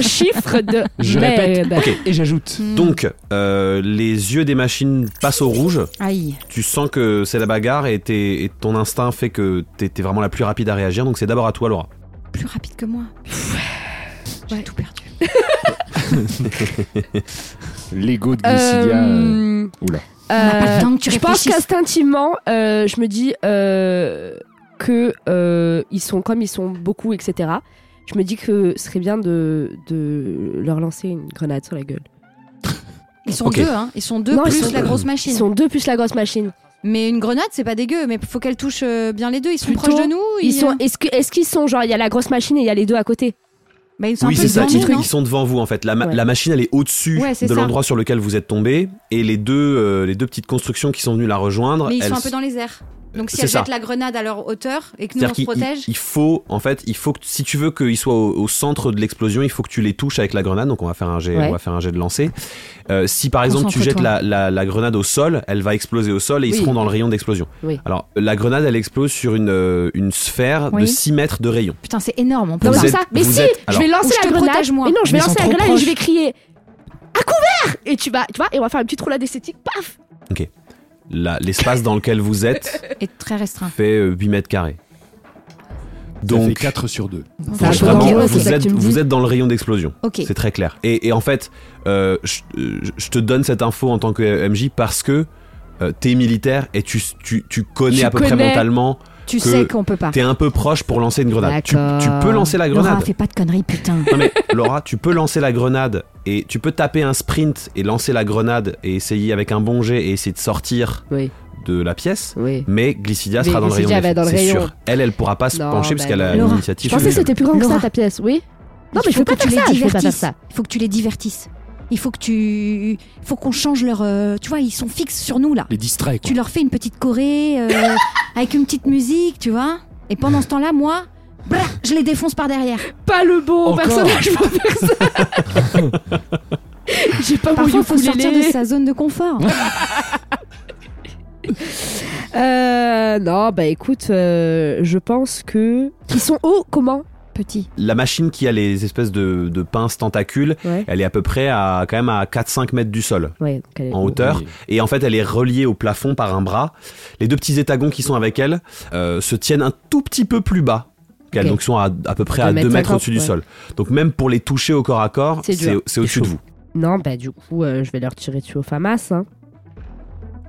S5: chiffre de
S2: Je
S5: merde.
S1: Ok.
S2: Et j'ajoute.
S3: Hmm.
S1: Donc, euh, les yeux des machines passent au rouge.
S3: Hmm. Aïe.
S1: Tu sens que c'est la bagarre et, t'es- et ton instinct fait que t'es t'es vraiment la plus rapide à réagir. Donc, c'est d'abord à toi, Laura.
S3: Plus rapide que moi. J'ai tout perdu.
S2: L'ego de Glycidia. euh,
S5: Euh,
S2: Oula.
S5: euh,
S3: On n'a pas le temps que tu
S5: je pense
S3: réfléchisses.
S5: qu'instinctivement, euh, je me dis euh, que euh, ils sont comme ils sont beaucoup, etc. Je me dis que ce serait bien de, de leur lancer une grenade sur la gueule.
S3: Ils sont
S1: Ok.
S3: deux, hein. Ils sont deux
S5: Non, ils
S3: plus
S5: sont
S3: la
S5: deux.
S3: grosse
S5: Ils
S3: machine.
S5: sont deux plus la grosse machine.
S3: Mais une grenade, c'est pas dégueu. Mais faut qu'elle touche euh, bien les deux. Ils sont
S5: Plutôt,
S3: proches de nous.
S5: Ils sont. Est-ce que- est-ce qu'ils sont genre il y a la grosse machine et il y a les deux à côté
S3: Bah, ils sont
S1: oui,
S3: un
S1: c'est
S3: peu
S1: ça.
S3: devant
S1: Ils,
S3: nous, non
S1: ils sont devant vous, en fait. La, ma-
S5: Ouais.
S1: la machine, elle est au-dessus
S3: Ouais, c'est
S1: de
S3: ça.
S1: l'endroit sur lequel vous êtes tombé. Et les deux, euh, les deux petites constructions qui sont venues la rejoindre,
S3: Mais ils
S1: elles
S3: sont un peu dans les airs. Donc si
S1: C'est
S3: elles
S1: ça.
S3: jettent la grenade à leur hauteur et que nous
S1: C'est-à-dire
S3: on se
S1: qu'il il-
S3: protège,
S1: il faut, en fait, il faut que si tu veux qu'ils soient au, au centre de l'explosion, il faut que tu les touches avec la grenade. Donc on va faire un jet,
S5: Ouais.
S1: on va faire un jet de lancer. Euh, si par exemple tu
S3: Concentre-toi.
S1: jettes la, la- la grenade au sol, elle va exploser au sol et ils
S5: Oui.
S1: seront dans le rayon d'explosion.
S5: Oui.
S1: Alors la grenade, elle explose sur une, euh, une sphère de
S3: Oui.
S1: 6 mètres de rayon.
S3: putain c'est énorme. On peut
S5: Non,
S3: pas.
S5: comme
S1: êtes-
S5: ça. Mais
S1: vous
S5: si,
S1: êtes-
S5: je
S1: alors-
S5: vais lancer
S3: Ou je
S5: la
S3: te
S5: grenade.
S3: protège, moi.
S5: Mais non, je vais
S6: Mais ils sont
S5: lancer la
S6: trop
S5: grenade et je
S6: proches.
S5: vais crier à couvert et tu vas, tu vois, et on va faire une petite roulade esthétique. Paf.
S1: La- L'espace dans lequel vous êtes
S3: Est très restreint.
S1: fait euh, 8 mètres carrés.
S2: Donc.
S1: Donc
S2: 4 sur 2.
S1: faut
S5: Ah,
S1: vraiment,
S5: ok, ok, c'est
S1: vous,
S5: ça que
S1: êtes,
S5: tu me dis.
S1: vous êtes dans le rayon d'explosion.
S3: Ok.
S1: C'est très clair. Et, et en fait, euh, je, euh, je te donne cette info en tant que MJ parce que euh, t'es militaire et tu, tu, tu connais
S5: Tu
S1: à peu près
S5: connais.
S1: mentalement,
S3: Tu
S1: que
S3: sais qu'on peut pas.
S1: t'es un peu proche pour lancer une grenade. Tu,
S3: D'accord.
S1: tu peux lancer la
S3: Laura,
S1: grenade.
S3: fais pas de conneries putain.
S1: Non mais Laura, tu peux lancer la grenade et tu peux taper un sprint et lancer la grenade et essayer avec un bon jet et essayer de sortir
S5: Oui.
S1: de la pièce,
S5: Oui.
S1: mais Glycidia
S5: Mais
S1: sera dans
S5: Glycidia
S1: le rayon.
S5: va
S1: des-
S5: dans le
S1: c'est
S5: rayon.
S1: sûr. Elle, elle pourra pas se
S5: Non,
S1: pencher
S5: bah
S1: parce qu'elle a
S5: non.
S3: Laura,
S5: Je
S1: l'initiative.
S5: pensais que c'était plus grand que ça
S3: Laura.
S5: ta pièce, oui. Non,
S3: il
S5: mais je peux
S3: faut pas
S5: pas faire
S3: que tu les
S5: ça, je peux pas faire
S3: divertisses.
S5: ça.
S3: Il faut que tu les divertisses. Il faut que tu. faut qu'on change leur. euh, tu vois, ils sont fixes sur nous là.
S2: Les distraits, quoi.
S3: Tu leur fais une petite choré euh, avec une petite musique, tu vois. Et pendant ce temps-là, moi, brah, je les défonce par derrière.
S5: Pas le bon
S2: Encore.
S5: personnage pour faire ça. J'ai pas mon
S3: Parfois, il faut
S5: ukulélé.
S3: sortir de sa zone de confort.
S5: Euh, non, bah écoute, euh, je pense que. Ils sont hauts comment
S3: Petit.
S1: La machine qui a les espèces de, de pinces tentacules,
S5: Ouais.
S1: elle est à peu près à quand même à 4-5 mètres du sol
S5: Ouais, donc elle est
S1: en hauteur. Et en fait, elle est reliée au plafond par un bras. Les deux petits étagons qui sont avec elle euh, se tiennent un tout petit peu plus bas qu'elle,
S5: Ok.
S1: donc sont à, à peu près à 2
S5: Deux mètres
S1: mètres au-dessus du
S5: ouais.
S1: sol. Donc même pour les toucher au corps à corps,
S5: C'est
S1: c'est
S5: dur.
S1: c'est au-dessus de vous.
S5: Non, bah du coup, euh, je vais leur tirer dessus au FAMAS. Hein.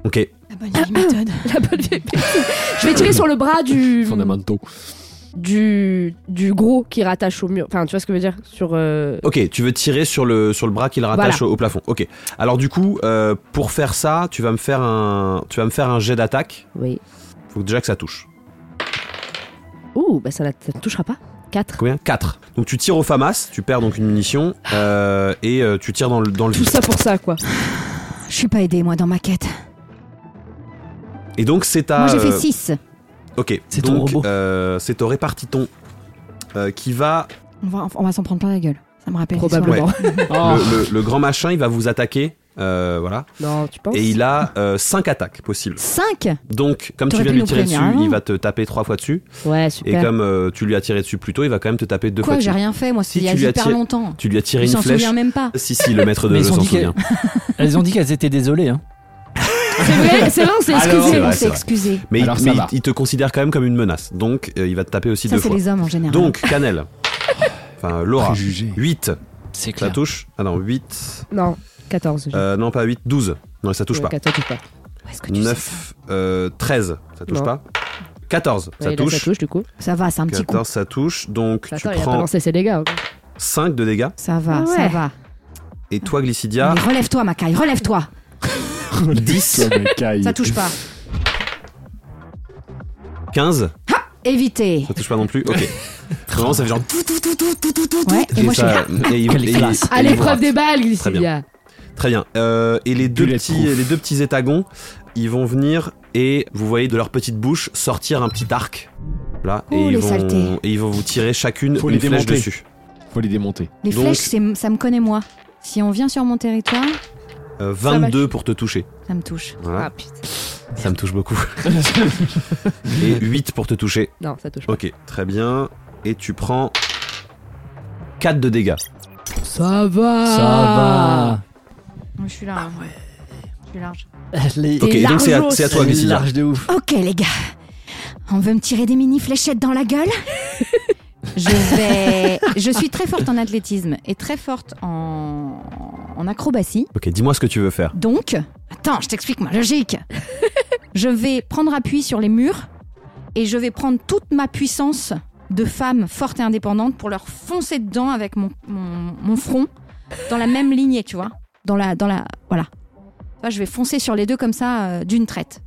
S1: Ok,
S3: La bonne vieille méthode.
S5: La bonne vieille personne. Je vais tirer sur le bras du.
S2: Fondamentaux.
S5: du, du gros qui rattache au mur. Enfin, tu vois ce que je veux dire Sur. euh,
S1: ok, tu veux tirer sur le, sur le bras qui le rattache
S5: Voilà.
S1: au, au plafond. Ok. Alors du coup, euh, pour faire ça, tu vas me faire un, tu vas me faire un jet d'attaque.
S5: Oui.
S1: Faut déjà que ça touche.
S5: Ouh, bah ça ne touchera pas. 4.
S1: Combien 4. Donc tu tires au FAMAS, tu perds donc une munition, euh, et euh, tu tires dans le, dans le
S5: Tout
S1: vide.
S5: ça pour ça, quoi.
S3: Je suis pas aidée, moi, dans ma quête.
S1: Et donc c'est à...
S3: Moi, j'ai fait
S1: euh,
S3: 6.
S1: Ok,
S6: C'est ton
S1: donc
S6: robot.
S1: euh, c'est ton répartiton euh, qui va...
S3: On va, on va s'en prendre plein la gueule. Ça me rappelle
S5: Probablement.
S6: Oh.
S3: Oh.
S2: Ah.
S1: Le, le- le grand machin, il va vous attaquer. euh, voilà.
S5: Non, tu
S3: Oh.
S5: penses
S1: Et il a 5 attaques possibles.
S3: 5
S1: Donc, comme tu viens
S3: T'aurais pu
S1: de lui
S3: nous
S1: tirer dessus,
S3: prévenir hein. avant.
S1: il va te taper 3 fois dessus.
S5: Ouais,
S1: Et
S5: super.
S1: comme euh, tu lui as tiré dessus plus tôt, il va quand même te taper 2 fois
S3: Quoi, j'ai
S1: dessus.
S3: rien fait, moi,
S1: Si
S3: c'était il y a
S1: tu lui as
S3: hyper
S1: tiré-
S3: longtemps.
S1: Tu lui as tiré
S3: Je
S1: une
S3: s'en
S1: flèche.
S3: souviens même pas.
S1: Si, si, le maître de
S6: Mais
S1: jeu
S6: ils ont
S1: s'en
S6: dit que-
S1: souvient.
S6: Elles ont dit qu'elles étaient désolées. Hein.
S5: C'est vrai, c'est vrai,
S3: Ah
S5: on s'est
S2: Alors-
S5: excusé.
S1: Ah C'est
S3: on
S1: vrai, c'est
S3: s'est
S1: vrai.
S3: excusé.
S1: Mais, il,
S2: Alors, ça
S1: mais il-
S2: va.
S1: il te considère quand même comme une menace. Donc, euh, il va te taper aussi
S3: Ça,
S1: deux
S3: c'est
S1: fois.
S3: les hommes en général.
S1: Donc, Canel. Enfin, Laura.
S2: Préjugé.
S1: 8,
S6: C'est
S1: ça touche Ah non, 8.
S5: Non, 14. je-
S1: euh, non, pas 8, 12. Non, ça touche
S5: Ouais,
S1: pas.
S5: 14, touche pas.
S3: Où est-ce que tu sais
S1: 9, euh, 13, ça touche
S5: Non.
S1: pas. 14, ça
S5: Ouais, là,
S1: touche.
S5: ça touche, du coup. Bah,
S3: ça Ça va, c'est un petit coup.
S1: 14, ça touche. Donc
S5: Attends,
S1: tu
S5: il a pas
S1: prends
S5: lancé ses dégâts. hein.
S1: 5 de dégâts.
S3: Ça va,
S5: Ah ouais.
S3: ça va.
S1: Et toi, Glycidia,
S3: Mais relève-toi, Macaille, relève-toi.
S1: 10,
S3: Ça touche pas.
S1: 15,
S3: Évitez.
S1: ça touche pas non plus. Ok. Vraiment, ça fait genre.
S3: Ouais, et,
S1: et
S3: moi, je
S1: ça- et il-
S6: Quelle
S1: et il-
S6: classe.
S1: et
S5: À
S1: il
S5: l'épreuve
S1: vous
S5: des balles,
S1: Très bien.
S5: Glycidia.
S1: rate. Très bien. Euh, et les deux,
S2: Bullet
S1: petits,
S2: proof.
S1: les deux petits étagons, ils vont venir et vous voyez de leur petite bouche sortir un petit arc. Là,
S3: Oh,
S1: et, ils
S3: les
S1: vont,
S3: saletés.
S1: et ils vont vous tirer chacune
S2: Faut
S1: une
S2: les
S1: flèche
S2: démonter.
S1: dessus.
S2: Faut les démonter.
S3: les
S1: donc-
S3: flèches, c'est- ça me connaît moi. Si on vient sur mon territoire,
S1: Euh,
S5: va.
S1: 22 pour te toucher.
S3: ça me touche.
S1: Voilà.
S5: Ah putain.
S1: Ça me touche beaucoup. Et 8 pour te toucher.
S5: Non, ça touche pas.
S1: Ok, très bien. Et tu prends 4 de dégâts.
S5: Ça va.
S6: Ça va.
S3: Je suis là. hein. Je suis large.
S6: Elle est,
S1: Ok,
S5: Et
S1: donc c'est à,
S5: largos.
S1: c'est à toi,
S6: elle est
S1: Glycidia.
S6: large de ouf.
S3: Ok, les gars. On veut me tirer des mini fléchettes dans la gueule Je vais. Je suis très forte en athlétisme et très forte en, en acrobatie.
S1: Ok, dis-moi ce que tu veux faire.
S3: Donc, attends, je t'explique ma logique. je vais prendre appui sur les murs et je vais prendre toute ma puissance de femme forte et indépendante pour leur foncer dedans avec mon, mon- mon front dans la même lignée, tu vois. Dans la, dans la, voilà. Tu vois, je vais foncer sur les deux comme ça euh, d'une traite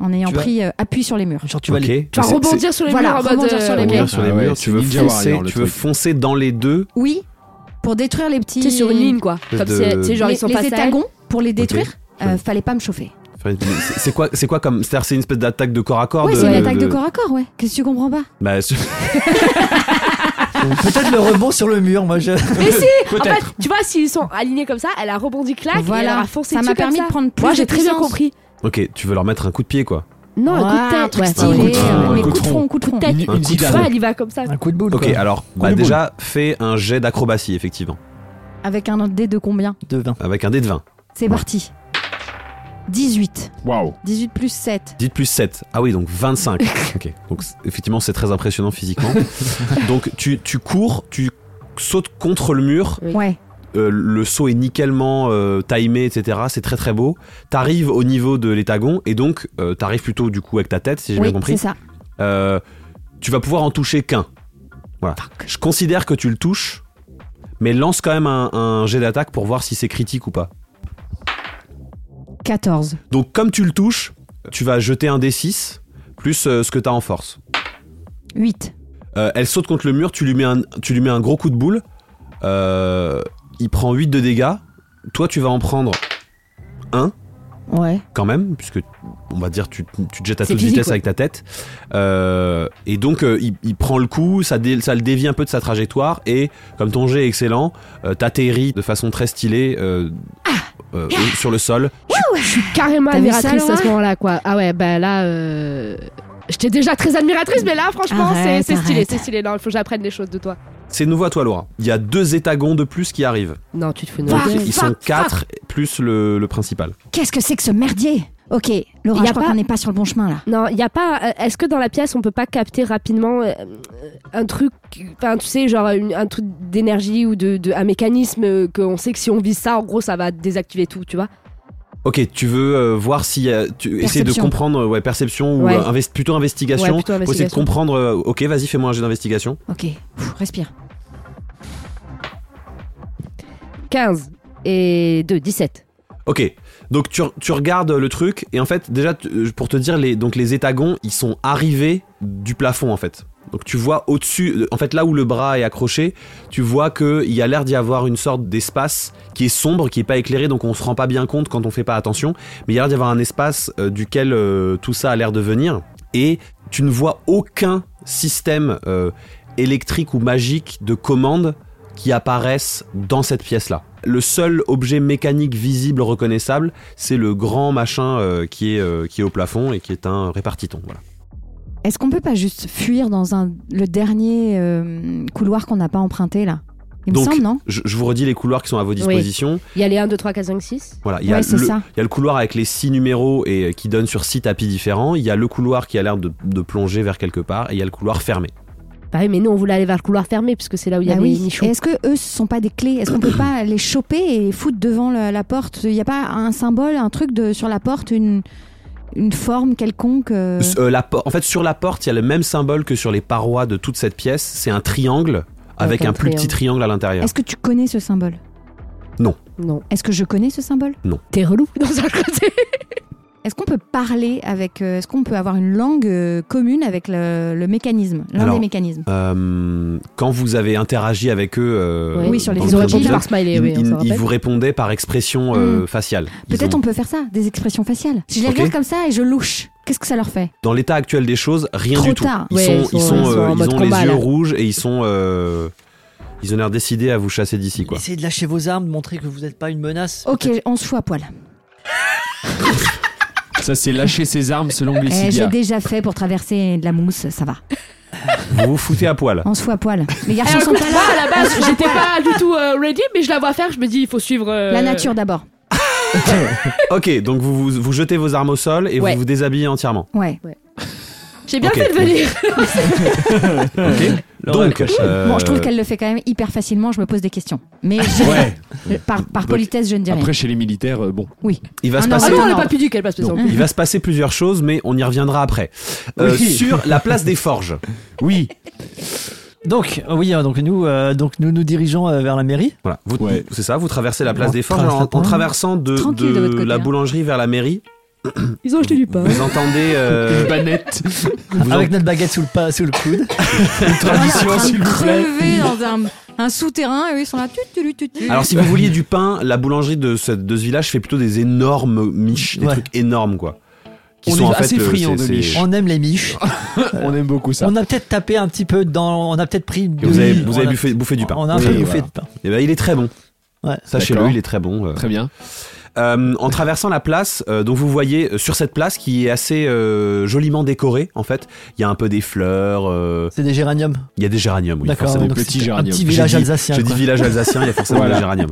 S3: en ayant
S6: Tu vas-
S1: pris
S3: pris euh, appui sur les murs.
S6: Genre, tu
S1: Tu
S6: vas
S1: vas
S6: les-
S5: Tu vas rebondir sur les
S3: Voilà,
S5: murs en mode.
S3: rebondir
S5: euh,
S3: sur les
S1: rebondir
S3: murs.
S1: sur les
S2: Ah ouais,
S1: murs,
S2: c'est
S1: tu veux
S2: Ninja Warrior,
S1: foncer,
S2: le
S1: tu veux
S2: truc.
S1: foncer dans les deux.
S3: Oui, pour détruire les petits.
S5: Tu sais, sur une ligne, quoi. Comme si,
S1: de-
S5: tu sais, genre,
S3: les,
S5: ils sont
S3: les
S5: passés. à elle.
S3: étagons pour les détruire. euh, fallait pas me chauffer.
S1: Enfin, c'est- C'est quoi, c'est quoi comme, c'est-à-dire c'est une espèce d'attaque de corps à corps.
S3: Ouais,
S1: de-
S3: c'est une attaque de corps à corps, ouais. Qu'est-ce que tu comprends pas
S1: Bah, c'est-
S6: Peut-être le rebond sur le mur, moi je.
S5: Mais si En fait, tu vois, s'ils sont alignés comme ça, elle a rebondi clac et elle
S3: Voilà,
S5: a foncé
S3: ça
S5: dessus
S3: m'a
S5: comme
S3: permis de prendre plus
S5: Moi, j'ai
S3: de
S5: très bien
S3: puissance.
S5: compris.
S1: ok, tu veux leur mettre un coup de pied, quoi.
S5: Non,
S3: Ouais,
S5: un coup de
S3: un
S5: tête.
S3: truc
S5: ouais.
S3: stylé,
S1: un coup de front,
S3: euh,
S1: un
S3: mais
S2: coup
S3: coup
S2: de
S3: de
S2: front.
S3: front, coup de front.
S5: Tête.
S2: Une,
S1: Un
S2: une
S1: coup de
S5: Tu
S2: zidane.
S5: vois, elle y va comme ça.
S6: Un coup de boule.
S1: Ok,
S6: quoi.
S1: alors,
S2: Coup
S1: bah
S2: de boule.
S1: déjà, fais un jet d'acrobatie, effectivement,
S3: Avec un dé de combien
S2: ah.
S6: De 20.
S1: avec un dé de 20.
S3: C'est parti. 18.
S2: Waouh.
S3: 18 plus 7.
S1: Dites plus 7. Ah oui, donc 25. ok. Donc c- effectivement, c'est très impressionnant physiquement. donc tu, tu cours, tu sautes contre le mur.
S5: Oui.
S3: Ouais.
S1: euh, le saut est nickelement euh, timé, etc. C'est très très beau. T'arrives au niveau de l'étagon et donc euh, t'arrives plutôt du coup avec ta tête, si j'ai
S3: Oui,
S1: bien
S3: c'est
S1: compris.
S3: ça.
S1: Euh, tu vas pouvoir en toucher qu'un. Voilà. Je considère que tu le touches, mais lance quand même un, un jet d'attaque pour voir si c'est critique ou pas.
S3: 14.
S1: Donc comme tu le touches, Tu vas jeter un D6 plus euh, ce que t'as en force.
S3: 8.
S1: Euh, elle saute contre le mur, tu lui mets un, tu lui mets un gros coup de boule. Euh, il prend 8 de dégâts. Toi, tu vas en prendre 1
S3: Ouais.
S1: quand même, puisque on va dire tu, tu te jettes à
S3: C'est
S1: toute
S3: physique,
S1: vitesse
S3: ouais.
S1: avec ta tête. Euh, et donc, euh, il, il prend le coup, ça, dé- ça le dévie un peu de sa trajectoire. Et comme ton jet est excellent, euh, t'atterris de façon très stylée euh, euh, au- sur le sol.
S5: Je suis carrément
S3: T'as vu ça,
S5: admiratrice à
S3: Laura
S5: ce moment-là, quoi. Ah ouais, bah là, euh... j'étais déjà très admiratrice, mais là, franchement, c'est
S3: Arrête,
S5: c'est stylé,
S3: arrête.
S5: c'est stylé. Non, il faut que j'apprenne des choses de toi.
S1: C'est nouveau à toi, Laura. Il y a deux étagons de plus qui arrivent.
S5: Non, tu te fous de
S1: Donc,
S5: moi.
S3: Fuck,
S1: ils sont
S3: fuck, fuck.
S1: 4 plus le, le principal.
S3: Qu'est-ce que c'est que ce merdier Ok, Laura,
S5: Y a
S3: je crois
S5: pas-
S3: qu'on n'est pas sur le bon chemin là.
S5: Non, il y a pas. euh, Est-ce que dans la pièce, on peut pas capter rapidement euh, un truc, enfin, tu sais, genre une- un truc d'énergie ou de, de- un mécanisme euh, qu'on sait que si on vise ça, en gros, ça va désactiver tout, tu vois
S1: Ok, tu veux euh, voir si euh, tu essaies de
S3: Perception.
S1: comprendre, euh, ouais, perception ou
S5: Ouais.
S1: euh, invest- plutôt investigation.
S5: Ouais, plutôt
S1: Faut essayer de
S5: investigation.
S1: comprendre. euh, ok, vas-y, fais-moi un jet d'investigation.
S3: Ok, Pff, respire.
S5: 15 et 2, 17.
S1: Ok, donc tu, tu regardes le truc et en fait déjà tu- euh, pour te dire les donc les étagons ils sont arrivés du plafond en fait. Donc tu vois au-dessus, euh, en fait là où le bras est accroché, tu vois que il y a l'air d'y avoir une sorte d'espace qui est sombre, qui est pas éclairé, donc on se rend pas bien compte quand on fait pas attention. Mais il y a l'air d'y avoir un espace euh, duquel euh, tout ça a l'air de venir et tu ne vois aucun système euh, électrique ou magique de commande qui apparaissent dans cette pièce-là. Le seul objet mécanique visible reconnaissable, c'est le grand machin euh, qui, est, euh, qui est au plafond et qui est un répartiton. Voilà.
S3: Est-ce qu'on peut pas juste fuir dans un, le dernier euh, couloir qu'on n'a pas emprunté là Il
S1: Donc,
S3: me semble, non
S1: Je, je vous redis les couloirs qui sont à vos dispositions.
S5: Il y a les 1, 2, 3, 4, 5, 6.
S1: Voilà, il y a
S3: Ouais, c'est
S1: le-
S3: ça.
S1: Il y a le couloir avec les six numéros et euh, qui donne sur six tapis différents. Il y a le couloir qui a l'air de, de plonger vers quelque part et il y a le couloir fermé.
S5: Bah oui, mais nous, on voulait aller vers le couloir fermé, puisque c'est là où il y a
S3: Bah
S5: les
S3: oui.
S5: nichons.
S3: Et est-ce que eux, ce sont pas des clés Est-ce qu'on peut pas les choper et les foutre devant la, la porte Il n'y a pas un symbole, un truc de, sur la porte, une, une forme quelconque euh,
S1: S- euh, la por- en fait, sur la porte, il y a le même symbole que sur les parois de toute cette pièce. C'est un triangle avec
S5: Avec
S1: un,
S5: un
S1: plus petit triangle à l'intérieur.
S3: Est-ce que tu connais ce symbole
S5: Non.
S3: Est-ce que je connais ce symbole
S5: T'es relou dans un côté.
S3: Est-ce qu'on peut parler avec euh, Est-ce qu'on peut avoir une langue euh, commune avec le, le mécanisme, l'un
S1: Alors,
S3: des mécanismes
S1: Euh, quand vous avez interagi avec eux, euh,
S3: Oui, sur les
S1: dans
S5: Ils
S1: le
S3: vidéos. hein.
S5: ont répondu
S1: précédent
S5: par smiley,
S1: épisode,
S5: oui, on
S1: ils,
S5: s'en
S1: ils
S5: rappelle. Mm.
S1: vous répondaient par expression euh, faciale. Ils
S3: Peut-être
S1: ont-
S3: on peut faire ça, des expressions faciales. Si je les
S1: Ok.
S3: regarde comme ça et je louche, qu'est-ce que ça leur fait
S1: Dans l'état actuel des choses, rien
S3: Trop
S1: du tout.
S3: tard.
S1: Ils
S5: Ouais,
S1: sont,
S5: ils sont-
S1: ils sont,
S5: ils sont
S1: euh,
S5: en
S1: ils
S5: mode
S1: ont les
S5: combat,
S1: yeux
S5: là.
S1: rouges et ils sont, euh, ils ont l'air décidés à vous chasser d'ici quoi.
S6: Essayez de lâcher vos armes, de montrer que vous n'êtes pas une menace.
S3: Ok, on se fout à poil.
S2: Ça, c'est lâcher ses armes selon
S3: Eh,
S2: Glycidia.
S3: J'ai déjà fait pour traverser de la mousse, ça va.
S1: Vous vous foutez à poil.
S3: On se fout à poil. Les garçons
S5: Alors,
S3: sont pas
S5: moi,
S3: là.
S5: Ah,
S3: Ah,
S5: à la base, j'étais pas du tout euh, ready, mais je la vois faire, je me dis, il faut suivre. euh,
S3: La nature d'abord.
S1: ok, donc vous, vous vous jetez vos armes au sol et
S5: Ouais.
S1: vous vous déshabillez entièrement.
S3: Ouais.
S5: J'ai bien
S1: Ok.
S5: fait de venir. Ah
S1: Ok.
S6: Laura, elle
S1: donc,
S6: cache.
S1: euh,
S3: Bon, je trouve qu'elle le fait quand même hyper facilement, je me pose des questions. Mais je-
S2: Ouais.
S3: je- par, par
S2: Donc,
S3: politesse, je ne dis rien.
S2: Après, chez les militaires, euh, bon.
S1: il va se
S3: un
S5: Ah
S1: passer.
S3: C'est
S5: non,
S3: en
S5: on n'a
S3: ordre.
S5: pas pu dire qu'elle passe
S1: Non,
S5: faisant.
S1: il va se passer plusieurs choses, mais on y reviendra après. Euh,
S6: Oui.
S1: Sur la place des forges.
S2: Oui.
S6: Donc, euh, oui, euh, donc nous, euh, donc nous nous dirigeons euh, vers la mairie.
S1: Voilà, vous-
S2: Ouais.
S1: c'est ça, vous traversez la place
S6: On
S1: des Forges
S6: traverse
S1: en,
S6: la
S1: en
S6: plaine.
S1: traversant de,
S3: Tranquille
S1: de
S3: de votre côté,
S1: la
S3: hein.
S1: boulangerie vers la mairie.
S5: Ils ont acheté du pain.
S1: Vous entendez euh,
S2: Une banette.
S1: vous en-
S6: Avec notre baguette sous le, pas, sous le coude.
S2: Une tradition,
S3: Voilà, en train de
S2: s'il vous plaît.
S3: crever dans un, un souterrain et eux ils sont là. tut, tut, tut, tut.
S1: Alors si vous vouliez du pain, la boulangerie de ce, de ce village fait plutôt des énormes miches, des
S6: Ouais.
S1: trucs énormes quoi.
S2: On est assez
S1: le-
S2: friands
S1: euh, c'est-
S2: de
S1: c'est-
S2: miches.
S6: On aime les miches.
S2: On aime beaucoup ça.
S6: On a peut-être tapé un petit peu dans. On a peut-être pris.
S1: Et Vous avez,
S6: du-
S1: vous
S6: on
S1: avez
S6: a-
S1: buffé, bouffé du pain.
S6: On a un
S2: Oui,
S6: peu
S2: voilà.
S6: bouffé de pain.
S1: Et ben, il est très bon.
S6: Ouais.
S1: Sachez-le,
S2: D'accord.
S1: il est très bon. euh.
S2: Très bien.
S1: Euh, en traversant la place, euh, donc vous voyez euh, sur cette place qui est assez euh, joliment décorée en fait, il y a un peu des fleurs, euh,
S6: C'est des géraniums.
S1: il y a des géraniums, oui,
S6: D'accord.
S1: forcément.
S2: des
S6: donc
S2: petits
S6: c'est Un
S2: géraniums.
S6: petit village
S1: J'ai dit-
S6: alsacien.
S1: J'ai dit
S6: quoi.
S1: village alsacien, il y a forcément
S2: Voilà.
S1: des géraniums.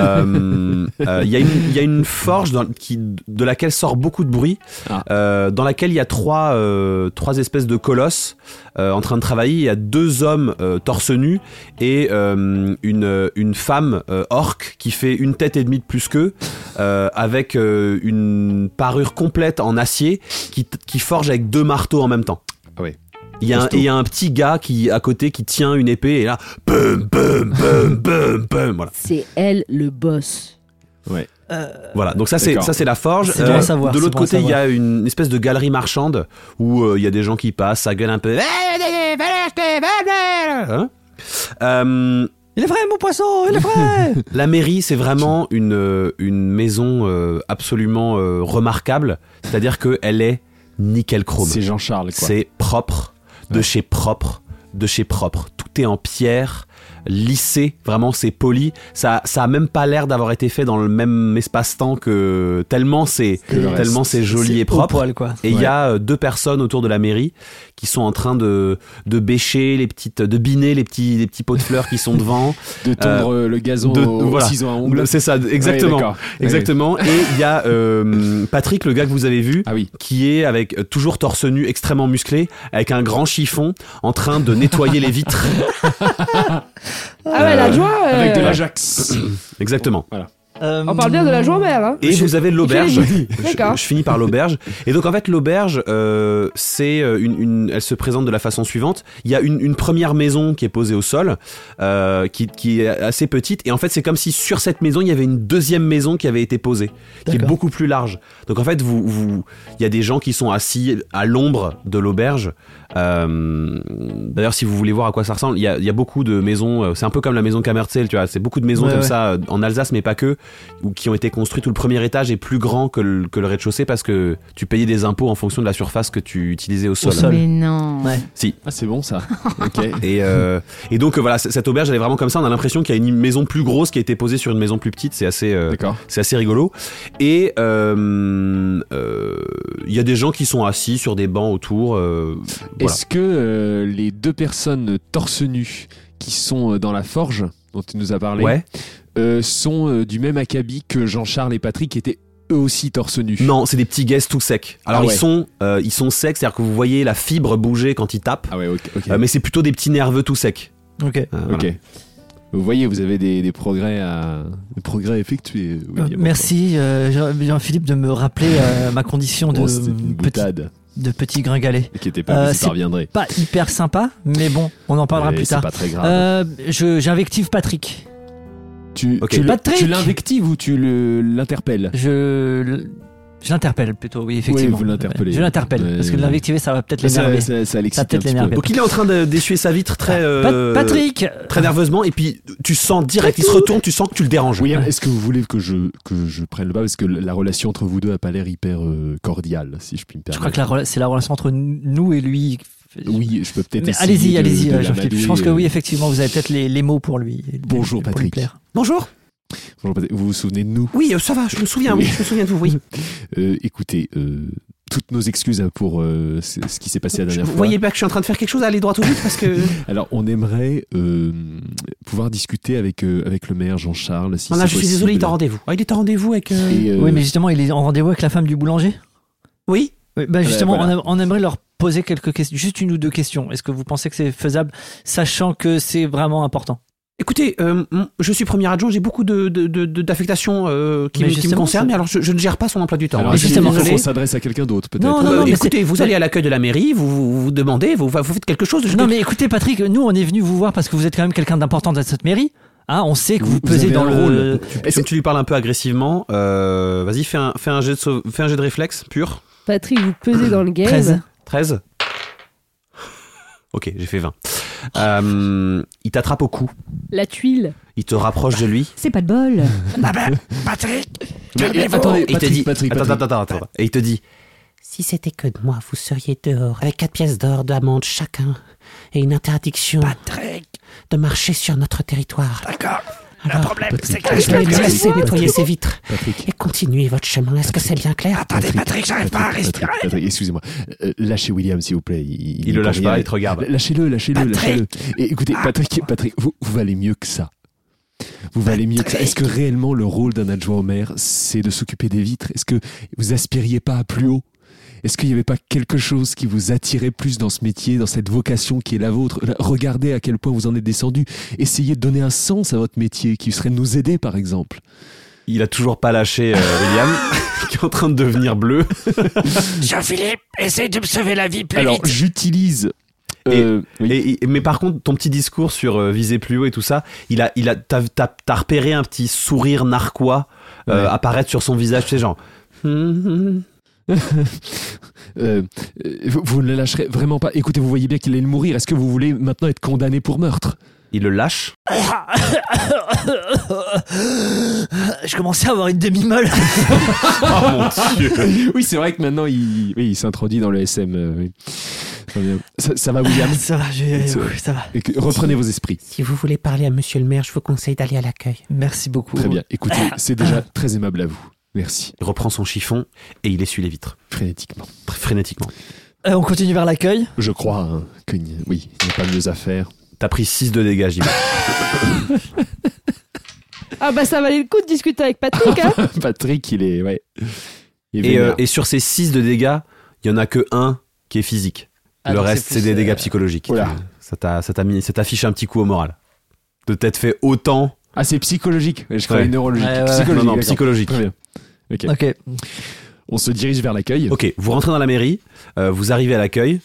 S1: Euh, euh, Il y, a une- il y a une forge dans- qui, de laquelle sort beaucoup de bruit,
S2: Ah.
S1: euh, dans laquelle il y a trois, euh, trois espèces de colosses euh, en train de travailler. Il y a deux hommes euh, torse nus et euh, une, une femme euh, orque qui fait une tête et demie de plus qu'eux, euh, avec euh, une parure complète en acier qui, t- qui forge avec deux marteaux en même temps.
S2: Ah ouais.
S1: Il y, a un,
S2: Costaud.
S1: et il y a un petit gars qui à côté qui tient une épée et là, Bum, bum, bum, bum, bum. Voilà.
S5: C'est elle le boss.
S2: Ouais.
S1: Voilà, donc ça c'est
S2: D'accord.
S1: ça c'est la forge. Euh,
S6: C'est bon à savoir,
S1: de
S6: c'est
S1: l'autre
S6: bon à
S1: côté, il y a une espèce de galerie marchande où euh, il y a des gens qui passent, ça gueule un peu. Eh, Hein Euh,
S6: Il est vrai, mon poisson, il est vrai
S1: la mairie, c'est vraiment une, euh, une maison euh, absolument euh, remarquable. C'est-à-dire qu'elle est nickel chrome.
S2: C'est Jean-Charles, quoi.
S1: C'est propre, de
S2: Ouais.
S1: chez propre, de chez propre. Tout est en pierre, lissé, vraiment c'est poli. Ça, ça a même pas l'air d'avoir été fait dans le même espace-temps que tellement c'est,
S2: Que le reste.
S1: tellement c'est joli
S6: C'est
S1: et
S6: au
S1: propre.
S6: poil, quoi.
S1: Et il y a euh, deux personnes autour de la mairie qui sont en train de, de bêcher les petites, de biner les petits, les petits pots de fleurs qui sont devant.
S2: De tendre le gazon
S1: Euh, de-
S2: au, au
S1: voilà.
S2: ciseau à ongles.
S1: Le- C'est ça,
S2: Ouais,
S1: exactement.
S2: Ah d'accord.
S1: exactement. Et il y a euh, Patrick, le gars que vous avez vu,
S2: Ah oui.
S1: qui est avec euh, toujours torse nu, extrêmement musclé, avec un grand chiffon, en train de nettoyer les vitres.
S5: Ah ouais, la joie. euh,
S2: Avec de l'Ajax.
S1: Exactement.
S6: Euh,
S5: On parle bien de la joie mère. Hein.
S1: Et vous avez l'auberge.
S5: Quelle
S1: Je-
S5: D'accord.
S1: Je, finis par l'auberge. Et donc en fait l'auberge, euh, c'est euh, une, une- elle se présente de la façon suivante. Il y a une, une première maison qui est posée au sol, euh, qui, qui est assez petite. Et en fait c'est comme si sur cette maison il y avait une deuxième maison qui avait été posée, qui est
S6: D'accord.
S1: beaucoup plus large. Donc en fait vous, vous, il y a des gens qui sont assis à l'ombre de l'auberge. Euh, D'ailleurs si vous voulez voir à quoi ça ressemble, il y a, il y a beaucoup de maisons. euh, C'est un peu comme la maison Kammerzell, tu vois. C'est beaucoup de maisons
S6: Ouais,
S1: comme
S6: ouais.
S1: ça euh, en Alsace, mais pas que ou qui ont été construits tout le premier étage est plus grand que le, que le rez-de-chaussée parce que tu payais des impôts en fonction de la surface que tu utilisais au sol.
S6: sol.
S3: Mais non.
S6: Ouais.
S2: Ah, c'est bon ça. Ok.
S1: Et, euh, et donc euh, voilà, c- cette auberge elle est vraiment comme ça. On a l'impression qu'il y a une maison plus grosse qui a été posée sur une maison plus petite. C'est assez, euh,
S2: D'accord.
S1: c'est assez rigolo. Et euh, euh, il y a des gens qui sont assis sur des bancs autour. euh, voilà.
S2: Est-ce que euh, les deux personnes torse nu qui sont euh, dans la forge dont tu nous as parlé
S1: Ouais.
S2: euh, sont euh, du même acabit que Jean-Charles et Patrick qui étaient eux aussi torse nu
S1: Non, c'est des petits guests tout secs. Alors
S2: Ah
S1: ils
S2: ouais.
S1: sont, euh, ils sont secs, c'est-à-dire que vous voyez la fibre bouger quand ils tapent.
S2: Ah ouais, ok. ok.
S1: Euh, mais c'est plutôt des petits nerveux tout secs.
S6: Ok.
S1: Euh, voilà.
S2: Ok. Vous voyez, vous avez des, des progrès à des progrès à effectuer.
S6: Euh,
S2: William.
S6: Merci euh, Jean- Jean-Philippe de me rappeler euh, ma condition
S1: Oh,
S6: de,
S2: Bon, Oh, c'était une
S6: petit,
S2: boutade
S6: de petit gringalet.
S2: qui était pas,
S6: Euh,
S2: ça
S6: c'est-
S2: reviendrait.
S6: Pas hyper sympa, mais bon, on en parlera
S2: Mais
S6: plus
S2: c'est
S6: tard.
S2: pas très grave.
S6: Euh, je- J'invective Patrick.
S2: tu,
S1: ok.
S2: tu le-
S6: Patrick
S2: tu l'invectives ou tu le- l'interpelles
S6: Je l- je l'interpelle plutôt, oui, effectivement.
S2: vous l'interpellez. Bah,
S6: Je l'interpelle,
S2: Ouais,
S6: parce que
S2: ouais.
S6: l'invectiver, ça va peut-être
S2: Ça,
S6: l'énerver.
S2: ça, ça l'excite un
S6: Ça peut-être
S2: petit peu.
S6: l'énerver.
S1: Donc il est en train de- d'essuyer sa vitre très. euh,
S6: Pa- Ah, Patrick
S1: très nerveusement et puis tu sens direct, il se retourne, tu sens que tu le déranges.
S2: William, est-ce que vous voulez que je, que je prenne le bas Parce que la relation entre vous deux a pas l'air hyper euh, cordiale, si je puis me
S6: Je
S2: permettre.
S6: crois que la rela- c'est la relation entre nous et lui.
S2: Oui, je peux peut-être
S6: Mais
S2: essayer
S6: allez-y,
S2: de-
S6: allez-y,
S2: de
S6: euh,
S2: la
S6: Jean-Philippe. Je
S2: madouer,
S6: pense que
S2: euh,
S6: oui, effectivement, vous avez peut-être les, les mots pour lui.
S2: Bonjour,
S6: pour lui
S2: Patrick.
S6: plaire.
S1: Bonjour.
S2: Bonjour, Patrick. Vous vous souvenez de nous
S1: Oui, euh, ça va, je me souviens, oui, je me souviens de vous, oui.
S2: Euh, Écoutez, euh, toutes nos excuses pour euh, ce ce qui s'est passé la
S1: Je-
S2: dernière
S1: vous
S2: fois.
S1: voyez pas que je suis en train de faire quelque chose, allez droit au but parce que
S2: Alors, on aimerait euh, pouvoir discuter avec, euh, avec le maire Jean-Charles. Si
S1: Ah, là, je
S2: c'est
S1: suis
S2: possible.
S1: désolé, il est en rendez-vous. Ah, il est en rendez-vous avec euh,
S2: Et, euh,
S6: Oui, mais justement, il est en rendez-vous avec la femme du boulanger
S1: Oui.
S6: Oui, bah
S2: Ouais,
S6: justement,
S2: voilà.
S6: on, a- on aimerait leur poser quelques questions, juste une ou deux questions. Est-ce que vous pensez que c'est faisable, sachant que c'est vraiment important
S1: Écoutez, euh, m- je suis premier adjoint, j'ai beaucoup de, de- de- de- d'affectations euh, qui,
S6: Mais
S1: me- qui me
S6: justement,
S1: concernent,
S6: c'est-
S1: mais alors je, je ne gère pas son emploi du temps.
S2: alors,
S1: hein,
S6: mais
S1: je suis
S6: justement,
S1: désolé.
S2: on s'adresse à quelqu'un d'autre, peut-être.
S6: Non, non,
S1: Euh,
S6: non, mais
S1: écoutez, vous allez à l'accueil de la mairie, vous, vous, vous demandez, vous, vous faites quelque chose. je-
S6: Non, mais écoutez, Patrick, nous, on est venu vous voir parce que vous êtes quand même quelqu'un d'important dans cette mairie. Hein, on sait que vous,
S2: Vous- vous
S6: pesez
S2: avez
S6: dans
S2: un
S6: le
S2: rôle.
S6: rôle.
S1: Comme tu lui parles un peu agressivement, euh, vas-y, fais un, fais, un jet de sau- fais un jet de réflexe pur.
S5: Patrick, vous pesez dans le game.
S6: 13.
S1: 13 Ok, j'ai fait 20. Euh, il t'attrape au cou,
S5: La tuile.
S1: il te rapproche de lui.
S3: C'est pas de bol.
S2: Ah, Mais- mais
S1: Et
S2: attendez,
S1: il te
S2: Patrick,
S1: dit,
S2: Patrick,
S1: attends,
S2: Patrick.
S1: attends, attends, attends. Et il te dit,
S7: Si c'était que de moi, vous seriez dehors, avec quatre pièces d'or d'amende chacun, et une interdiction de marcher sur notre territoire. D'accord. Le problème, c'est que je vais vous laisser nettoyer ces vitres
S2: Patrick,
S7: et continuer votre chemin. Est-ce que c'est bien clair
S2: Patrick, j'arrive pas à respirer. Patrick, excusez-moi. Euh, lâchez William, s'il vous plaît. Il,
S1: il le
S2: est Ah.
S1: lâche
S2: rien.
S1: pas, il te regarde.
S2: Lâchez-le, lâchez-le, lâchez-le. Et écoutez, Patrick, Patrick, vous, vous valez mieux que ça. Vous valez mieux que ça. Est-ce que réellement le rôle d'un adjoint au maire, c'est de s'occuper des vitres Est-ce que vous aspiriez pas à plus haut Est-ce qu'il n'y avait pas quelque chose qui vous attirait plus dans ce métier, dans cette vocation qui est la vôtre Là, Regardez à quel point vous en êtes descendu. Essayez de donner un sens à votre métier qui serait de nous aider, par exemple.
S1: Il a toujours pas lâché euh, William, qui est en train de devenir bleu.
S7: Jean-Philippe, essaye de me sauver la vie plus
S2: Alors, j'utilise euh, oui.
S1: Et- et- mais par contre, ton petit discours sur euh, viser plus haut et tout ça, il a, il a, t'as, t'as- t'as repéré un petit sourire narquois euh,
S2: Ouais.
S1: apparaître sur son visage, tu sais, genre.
S2: Euh, euh, vous, vous ne le lâcherez vraiment pas. Écoutez, vous voyez bien qu'il allait mourir. Est-ce que vous voulez maintenant être condamné pour meurtre
S1: Il le lâche.
S6: Je commençais à avoir une demi-molle.
S2: Oui, c'est vrai que maintenant il, oui, il s'introduit dans le SM. euh, oui. Très bien. Ça, ça va,
S1: Ah,
S2: William
S6: ça va, je- oui, ça va.
S2: Et que- Reprenez vos esprits.
S7: Si vous voulez parler à monsieur le maire, je vous conseille d'aller à l'accueil.
S6: Merci beaucoup.
S2: Très bien. Écoutez,
S6: Ah.
S2: c'est déjà très aimable à vous. Merci.
S1: Il reprend son chiffon et il essuie les vitres,
S2: Frénétiquement.
S1: Très frénétiquement.
S6: Euh, on continue vers l'accueil.
S2: Je crois hein, qu'il n'y a- oui, il n'y a pas mieux à faire.
S1: T'as pris 6 de dégâts, j'imagine.
S5: Ah bah ça valait le coup de discuter avec Patrick. Hein.
S2: Patrick, il est. Ouais. Il est
S1: Et, euh,
S2: vénère.
S1: et sur ces 6 de dégâts, il y en a que un qui est physique.
S6: Ah,
S1: le
S6: donc
S1: reste,
S6: c'est
S1: c'est
S6: plus,
S1: des dégâts
S6: euh,
S1: psychologiques.
S2: Oula.
S1: Ça, t'a, ça, t'a mis, ça t'affiche un petit coup au moral. De t'être fait autant.
S2: Ah, c'est psychologique. Ouais, Je croyais
S1: Ouais.
S2: neurologique.
S6: Ouais, ouais, ouais.
S2: Psychologique.
S1: non, non,
S2: d'accord.
S1: psychologique.
S2: Très bien. Ok.
S6: Ok.
S2: On se dirige vers l'accueil.
S1: Ok, vous rentrez dans la mairie, euh, vous arrivez à l'accueil,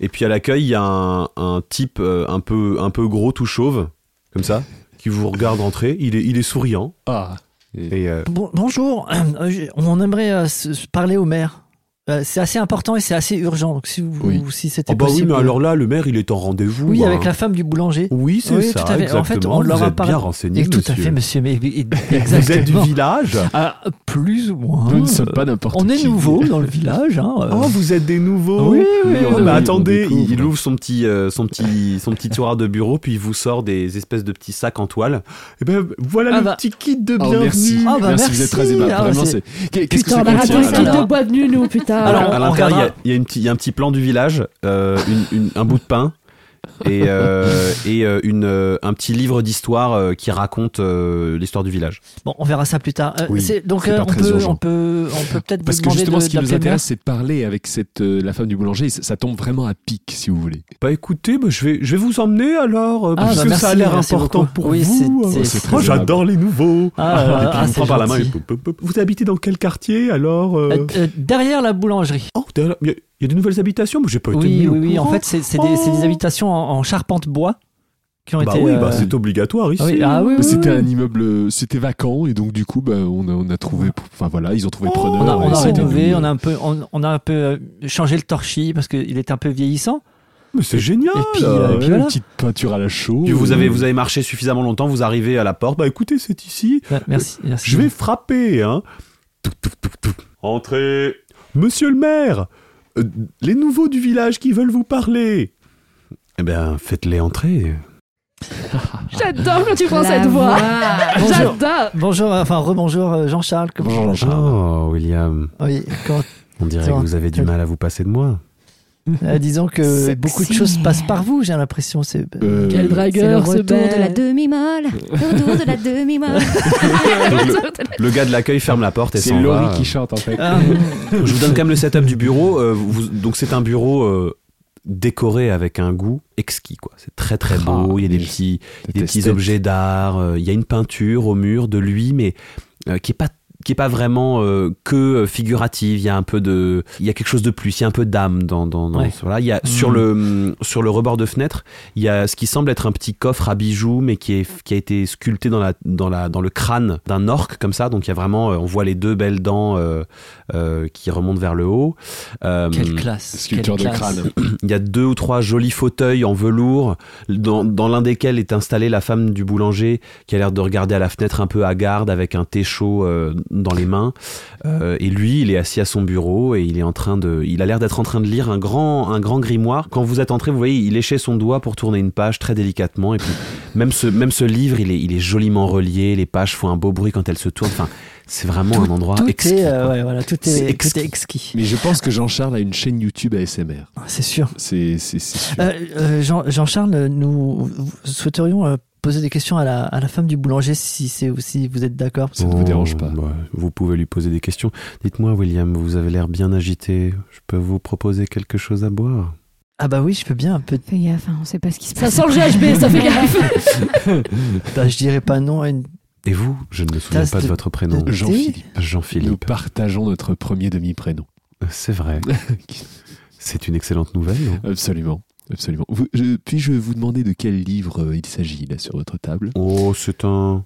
S1: et puis à l'accueil, il y a un, un type euh, un, peu, un peu gros, tout chauve, comme ça, qui vous regarde rentrer. Il est, il est souriant.
S2: Ah.
S1: Et, euh,
S6: Bon- bonjour. Euh, je- on aimerait euh, se- se parler au maire. Euh, c'est assez important et c'est assez urgent. Donc si vous,
S2: Oui.
S6: ou si c'était
S1: oh bah oui,
S6: possible.
S1: mais alors là, le maire, il est en rendez-vous.
S6: Oui,
S1: hein.
S6: avec la femme du boulanger.
S1: Oui, c'est
S6: Oui,
S1: ça.
S6: tout à fait. En fait,
S1: exactement.
S6: on leur
S1: vous
S6: a
S1: êtes
S6: parlé-
S1: bien renseigné,
S6: Et tout à
S1: monsieur.
S6: fait, monsieur. Mais, mais-
S1: Vous êtes du
S6: exactement.
S1: village
S6: Ah, plus ou moins.
S1: Ah.
S2: Nous ne sommes pas n'importe
S6: On est
S2: qui.
S6: nouveau dans le village. Hein. euh.
S1: Oh, vous êtes des nouveaux
S6: Oui, oui,
S1: Non,
S6: oui,
S1: mais
S2: oui,
S1: attendez,
S2: on découvre.
S1: il, il ouvre son petit, euh, son petit, son petit tiroir de bureau, puis il vous sort des espèces de petits sacs en toile. Et ben voilà
S6: Ah
S1: le
S6: bah.
S1: petit kit de
S2: Oh,
S1: bienvenue.
S2: merci.
S6: Ah, bah,
S2: Vous êtes
S6: merci.
S2: très aimable.
S6: Ah,
S2: Vraiment,
S6: c'est-
S2: c'est- Qu'est- Qu'est-ce que ça
S5: putain, on a raté
S2: contient
S5: le truc
S2: alors
S5: de bois de nu, nous, putain.
S6: Alors,
S1: à l'intérieur,
S6: on
S1: il y a-
S6: regardera.
S1: il y, a une petite- il y a un petit plan du village, euh, une- une- un bout de pain et, euh, et euh, une, euh, un petit livre d'histoire euh, qui raconte euh, l'histoire du village.
S6: Bon, on verra ça plus tard. Euh,
S2: Oui,
S6: c'est- donc
S2: c'est
S6: euh,
S2: pas
S6: on,
S2: très
S6: peut,
S2: urgent.
S6: on peut, on peut peut-être
S2: Parce
S6: vous
S2: que
S6: demander
S2: justement,
S6: de-
S2: ce qui nous
S6: d'appeler le maire.
S2: intéresse, c'est de parler avec cette, euh, la femme du boulanger. Ça, ça tombe vraiment à pic, si vous voulez.
S1: Bah écoutez, bah, je, vais, je vais vous emmener alors, euh,
S6: Ah,
S1: parce
S6: bah,
S1: que ça a
S6: merci,
S1: l'air
S6: merci
S1: important
S6: beaucoup.
S1: pour
S6: Oui,
S1: vous.
S6: c'est-
S1: Oh,
S6: c'est
S1: c'est-
S2: très
S1: oh, j'adore les nouveaux.
S6: Ah,
S1: Et puis,
S6: ah,
S1: il vous
S6: c'est
S1: prend par la main.
S6: gentil.
S1: et pop, pop, pop. Vous habitez dans quel quartier alors euh
S6: Euh, euh, derrière la boulangerie.
S1: Oh, il y, a- y a de nouvelles habitations, mais j'ai pas été mis
S6: Oui, oui,
S1: au
S6: oui. En
S1: courant.
S6: fait, c'est c'est des,
S2: Oh.
S6: c'est des habitations en, en charpente bois qui ont
S1: bah
S6: été.
S1: oui,
S6: euh,
S1: bah, c'est obligatoire ici.
S6: ah oui, ah oui,
S2: Bah,
S6: oui,
S2: C'était
S6: oui.
S2: un immeuble, euh, c'était vacant et donc du coup, bah, on, a, on a trouvé, enfin voilà, ils ont trouvé preneur.
S6: Oh, On a, on
S2: et Ah,
S6: a
S2: ça été
S6: rénové,
S2: nous.
S6: on a un peu, on, on a un peu euh, changé le torchis parce qu'il était un peu vieillissant.
S1: Mais c'est génial.
S6: et puis,
S2: Ah
S6: euh,
S2: ouais,
S6: puis voilà.
S2: Une petite peinture à la chaux.
S1: Puis vous
S2: euh,
S1: avez, vous avez marché suffisamment longtemps, vous arrivez à la porte. Bah écoutez, c'est ici.
S6: Ouais, Merci,
S2: Euh,
S6: merci.
S1: Je vais frapper, hein. Touc, touc, touc, touc. Entrez. Monsieur le maire, euh, les nouveaux du village qui veulent vous parler. Eh bien, faites-les entrer.
S5: J'adore quand tu prends
S3: La
S5: cette voix.
S6: Bonjour.
S5: J'adore.
S6: Bonjour, euh, enfin rebonjour euh, Jean-Charles. comment-
S2: Bonjour, Jean-Charles.
S1: Oh, William,
S6: Oui, comment-
S1: on dirait
S6: Ça va.
S1: que vous avez du mal à vous passer de moi.
S6: euh, disons que
S3: Sexy.
S6: beaucoup de choses passent par vous. J'ai l'impression, c'est.
S2: Euh,
S5: Quel
S3: C'est le
S5: dragueur, ce
S3: retour de la
S5: bel.
S3: demi-molle. Le retour de la demi-molle.
S1: Donc, le, le gars de l'accueil ferme la porte et
S2: C'est
S1: s'en
S2: Laurie
S1: va.
S2: qui chante en fait.
S6: Ah,
S1: Je vous donne quand même le setup du bureau. euh, vous- donc c'est un bureau euh, décoré avec un goût exquis. quoi. C'est très très beau. Il y a des
S2: Ah,
S1: petits, des petits
S2: Détesté.
S1: objets d'art. euh, il y a une peinture au mur de lui, mais euh, qui est pas qui est pas vraiment euh, que euh, figurative. Il y a un peu de, il y a quelque chose de plus. Il y a un peu d'âme dans dans, dans
S6: Ouais.
S1: cela. Il y a sur
S6: Mhm.
S1: le sur le rebord de fenêtre, il y a ce qui semble être un petit coffre à bijoux, mais qui est qui a été sculpté dans la dans la dans le crâne d'un orque comme ça. Donc il y a vraiment, euh, on voit les deux belles dents euh, euh, qui remontent vers le haut. Euh,
S6: Quelle classe.
S2: Sculpture de
S6: quelle classe.
S2: crâne.
S1: il y a deux ou trois jolis fauteuils en velours, dans, dans l'un desquels est installée la femme du boulanger, qui a l'air de regarder à la fenêtre un peu hagarde, avec un thé chaud euh, dans les mains. Euh, et lui, il est assis à son bureau et il est en train de, il a l'air d'être en train de lire un grand, un grand grimoire. Quand vous êtes entré, vous voyez, il échait son doigt pour tourner une page très délicatement. Et puis, même ce, même ce livre, il est, il est joliment relié. Les pages font un beau bruit quand elles se tournent. Enfin, c'est vraiment un endroit
S6: Tout
S1: exquis.
S6: est, euh, ouais, voilà, tout
S1: C'est
S6: est,
S1: exquis.
S6: tout est exquis.
S2: Mais je pense que Jean-Charles a une chaîne YouTube ASMR.
S6: Ah, C'est sûr.
S2: C'est c'est- c'est sûr.
S6: Euh, euh, Jean- Jean-Charles, nous souhaiterions euh, poser des questions à la, à la femme du boulanger si, c'est si vous êtes d'accord. parce que-
S2: ne vous dérange pas.
S1: bah, vous pouvez lui poser des questions. Dites-moi, William, vous avez l'air bien agité. Je peux vous proposer quelque chose à boire
S6: Ah bah oui, je peux bien un peu.
S3: Fais gaffe, hein, on sait pas ce qui se
S5: Ça
S3: passe.
S5: sent le GHB,
S1: Ah
S5: ça fait gaffe.
S6: Bah, je dirais pas non à une
S1: Et vous Je ne me souviens
S6: Tasse
S1: pas de,
S6: de-
S1: votre prénom.
S6: de-
S2: Jean-Philippe. Nous
S1: Jean-Philippe.
S2: partageons notre premier demi-prénom.
S1: C'est vrai. C'est une excellente nouvelle. non
S2: Absolument. Absolument. Vous- je- Puis-je vous demander de quel livre euh, il s'agit là sur votre table
S1: Oh, c'est un,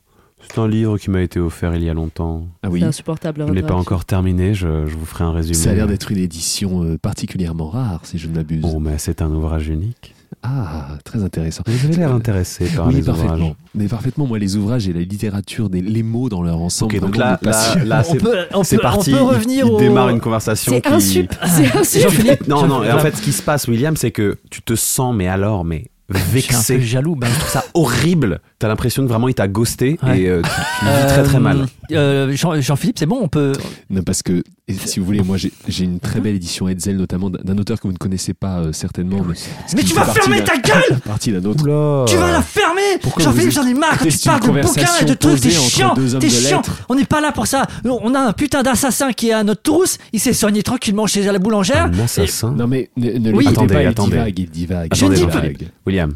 S1: c'est un livre qui m'a été offert il y a longtemps.
S2: Ah oui,
S5: C'est insupportable.
S1: Je ne l'ai pas encore terminé, je, je vous ferai un résumé.
S2: ça a l'air d'être une édition euh, particulièrement rare si je ne m'abuse.
S1: Bon, mais c'est un ouvrage unique.
S2: Ah, très intéressant. Euh,
S1: Vous avez l'air intéressé par
S2: oui,
S1: les
S2: parfaitement.
S1: ouvrages.
S2: Mais parfaitement, moi, les ouvrages et la littérature, des- les mots dans leur ensemble.
S1: Ok, donc
S2: vraiment,
S1: là,
S2: me
S1: là,
S2: passionnent.
S1: là, Ah, c'est
S6: peut, on
S1: c'est
S6: peut-
S1: parti.
S6: On peut
S1: il-
S6: revenir
S1: il,
S6: au.
S1: démarre une conversation
S5: C'est
S1: qui.
S5: un sup.
S1: Ah.
S5: C'est un sup.
S6: Jean-Philippe.
S1: Non, non, et en
S6: Jean-Philippe,
S1: fait, ce qui se passe, William, c'est que tu te sens, mais alors, mais
S6: je suis un peu
S1: vexé.
S6: jaloux. ben.
S1: ça horrible. T'as l'impression que vraiment il t'a ghosté
S6: Ouais.
S1: et euh, tu, tu le vis très très mal.
S6: Euh, euh, Jean- Jean-Philippe, c'est bon, on peut.
S2: Non, parce que, et si vous voulez, moi, j'ai j'ai une très belle édition Hetzel, notamment d'un- d'un auteur que vous ne connaissez pas euh,
S1: Ah
S2: certainement. Mais, ce
S7: Mais
S2: qui
S7: tu
S2: fait
S7: vas
S2: partie
S7: fermer
S2: d'un-
S7: ta gueule
S2: Partie d'un autre.
S7: Tu vas la fermer
S2: Euh, Pourquoi
S7: Jean-Philippe,
S2: vous êtes-
S7: j'en ai marre quand tu
S2: C'est une
S7: parles de bouquins et
S2: conversation
S7: de trucs, t'es
S2: posée entre
S7: chiant,
S2: deux hommes
S7: t'es
S2: de
S7: chiant.
S2: lettres.
S7: On n'est pas là pour ça. Nous, On a un putain d'assassin qui est à notre trousse, il s'est soigné tranquillement chez la boulangère.
S1: Un assassin.
S2: Non, mais ne, ne
S1: Oui.
S2: le dites
S1: Attendez,
S2: pas, il
S1: attendez.
S2: divague, il divague.
S1: Attendez,
S2: il
S1: Jean-Philippe.
S2: divague.
S1: William,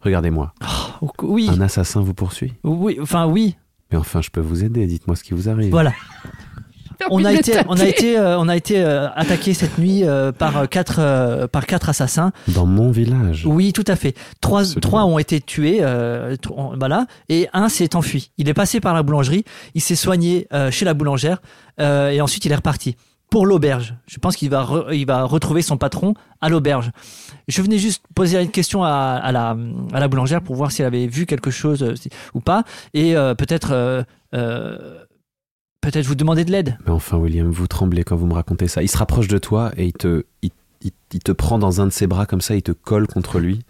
S1: regardez-moi.
S6: Oh, Oui,
S1: Un assassin vous poursuit.
S6: oui, enfin oui,
S1: Mais enfin, je peux vous aider. Dites-moi ce qui vous arrive.
S6: voilà. On a,
S5: de
S6: été, on a été, euh, on a été euh, attaqué cette nuit euh, par euh, quatre, euh, par quatre assassins.
S1: Dans mon village.
S6: Oui, tout à fait. Trois,
S2: Absolument.
S6: trois ont été tués, euh, tro- en- voilà, et un s'est enfui. Il est passé par la boulangerie, il s'est soigné euh, chez la boulangère, euh, et ensuite il est reparti pour l'auberge. Je pense qu'il va, re- il va retrouver son patron à l'auberge. Je venais juste poser une question à, à la, à la boulangère pour voir si elle avait vu quelque chose euh, si- ou pas, et euh, peut-être, euh, euh, peut-être vous demander de l'aide.
S1: Mais enfin, William, vous tremblez quand vous me racontez ça. Il se rapproche de toi et il te, il, il- il te prend dans un de ses bras comme ça. Il te colle contre lui.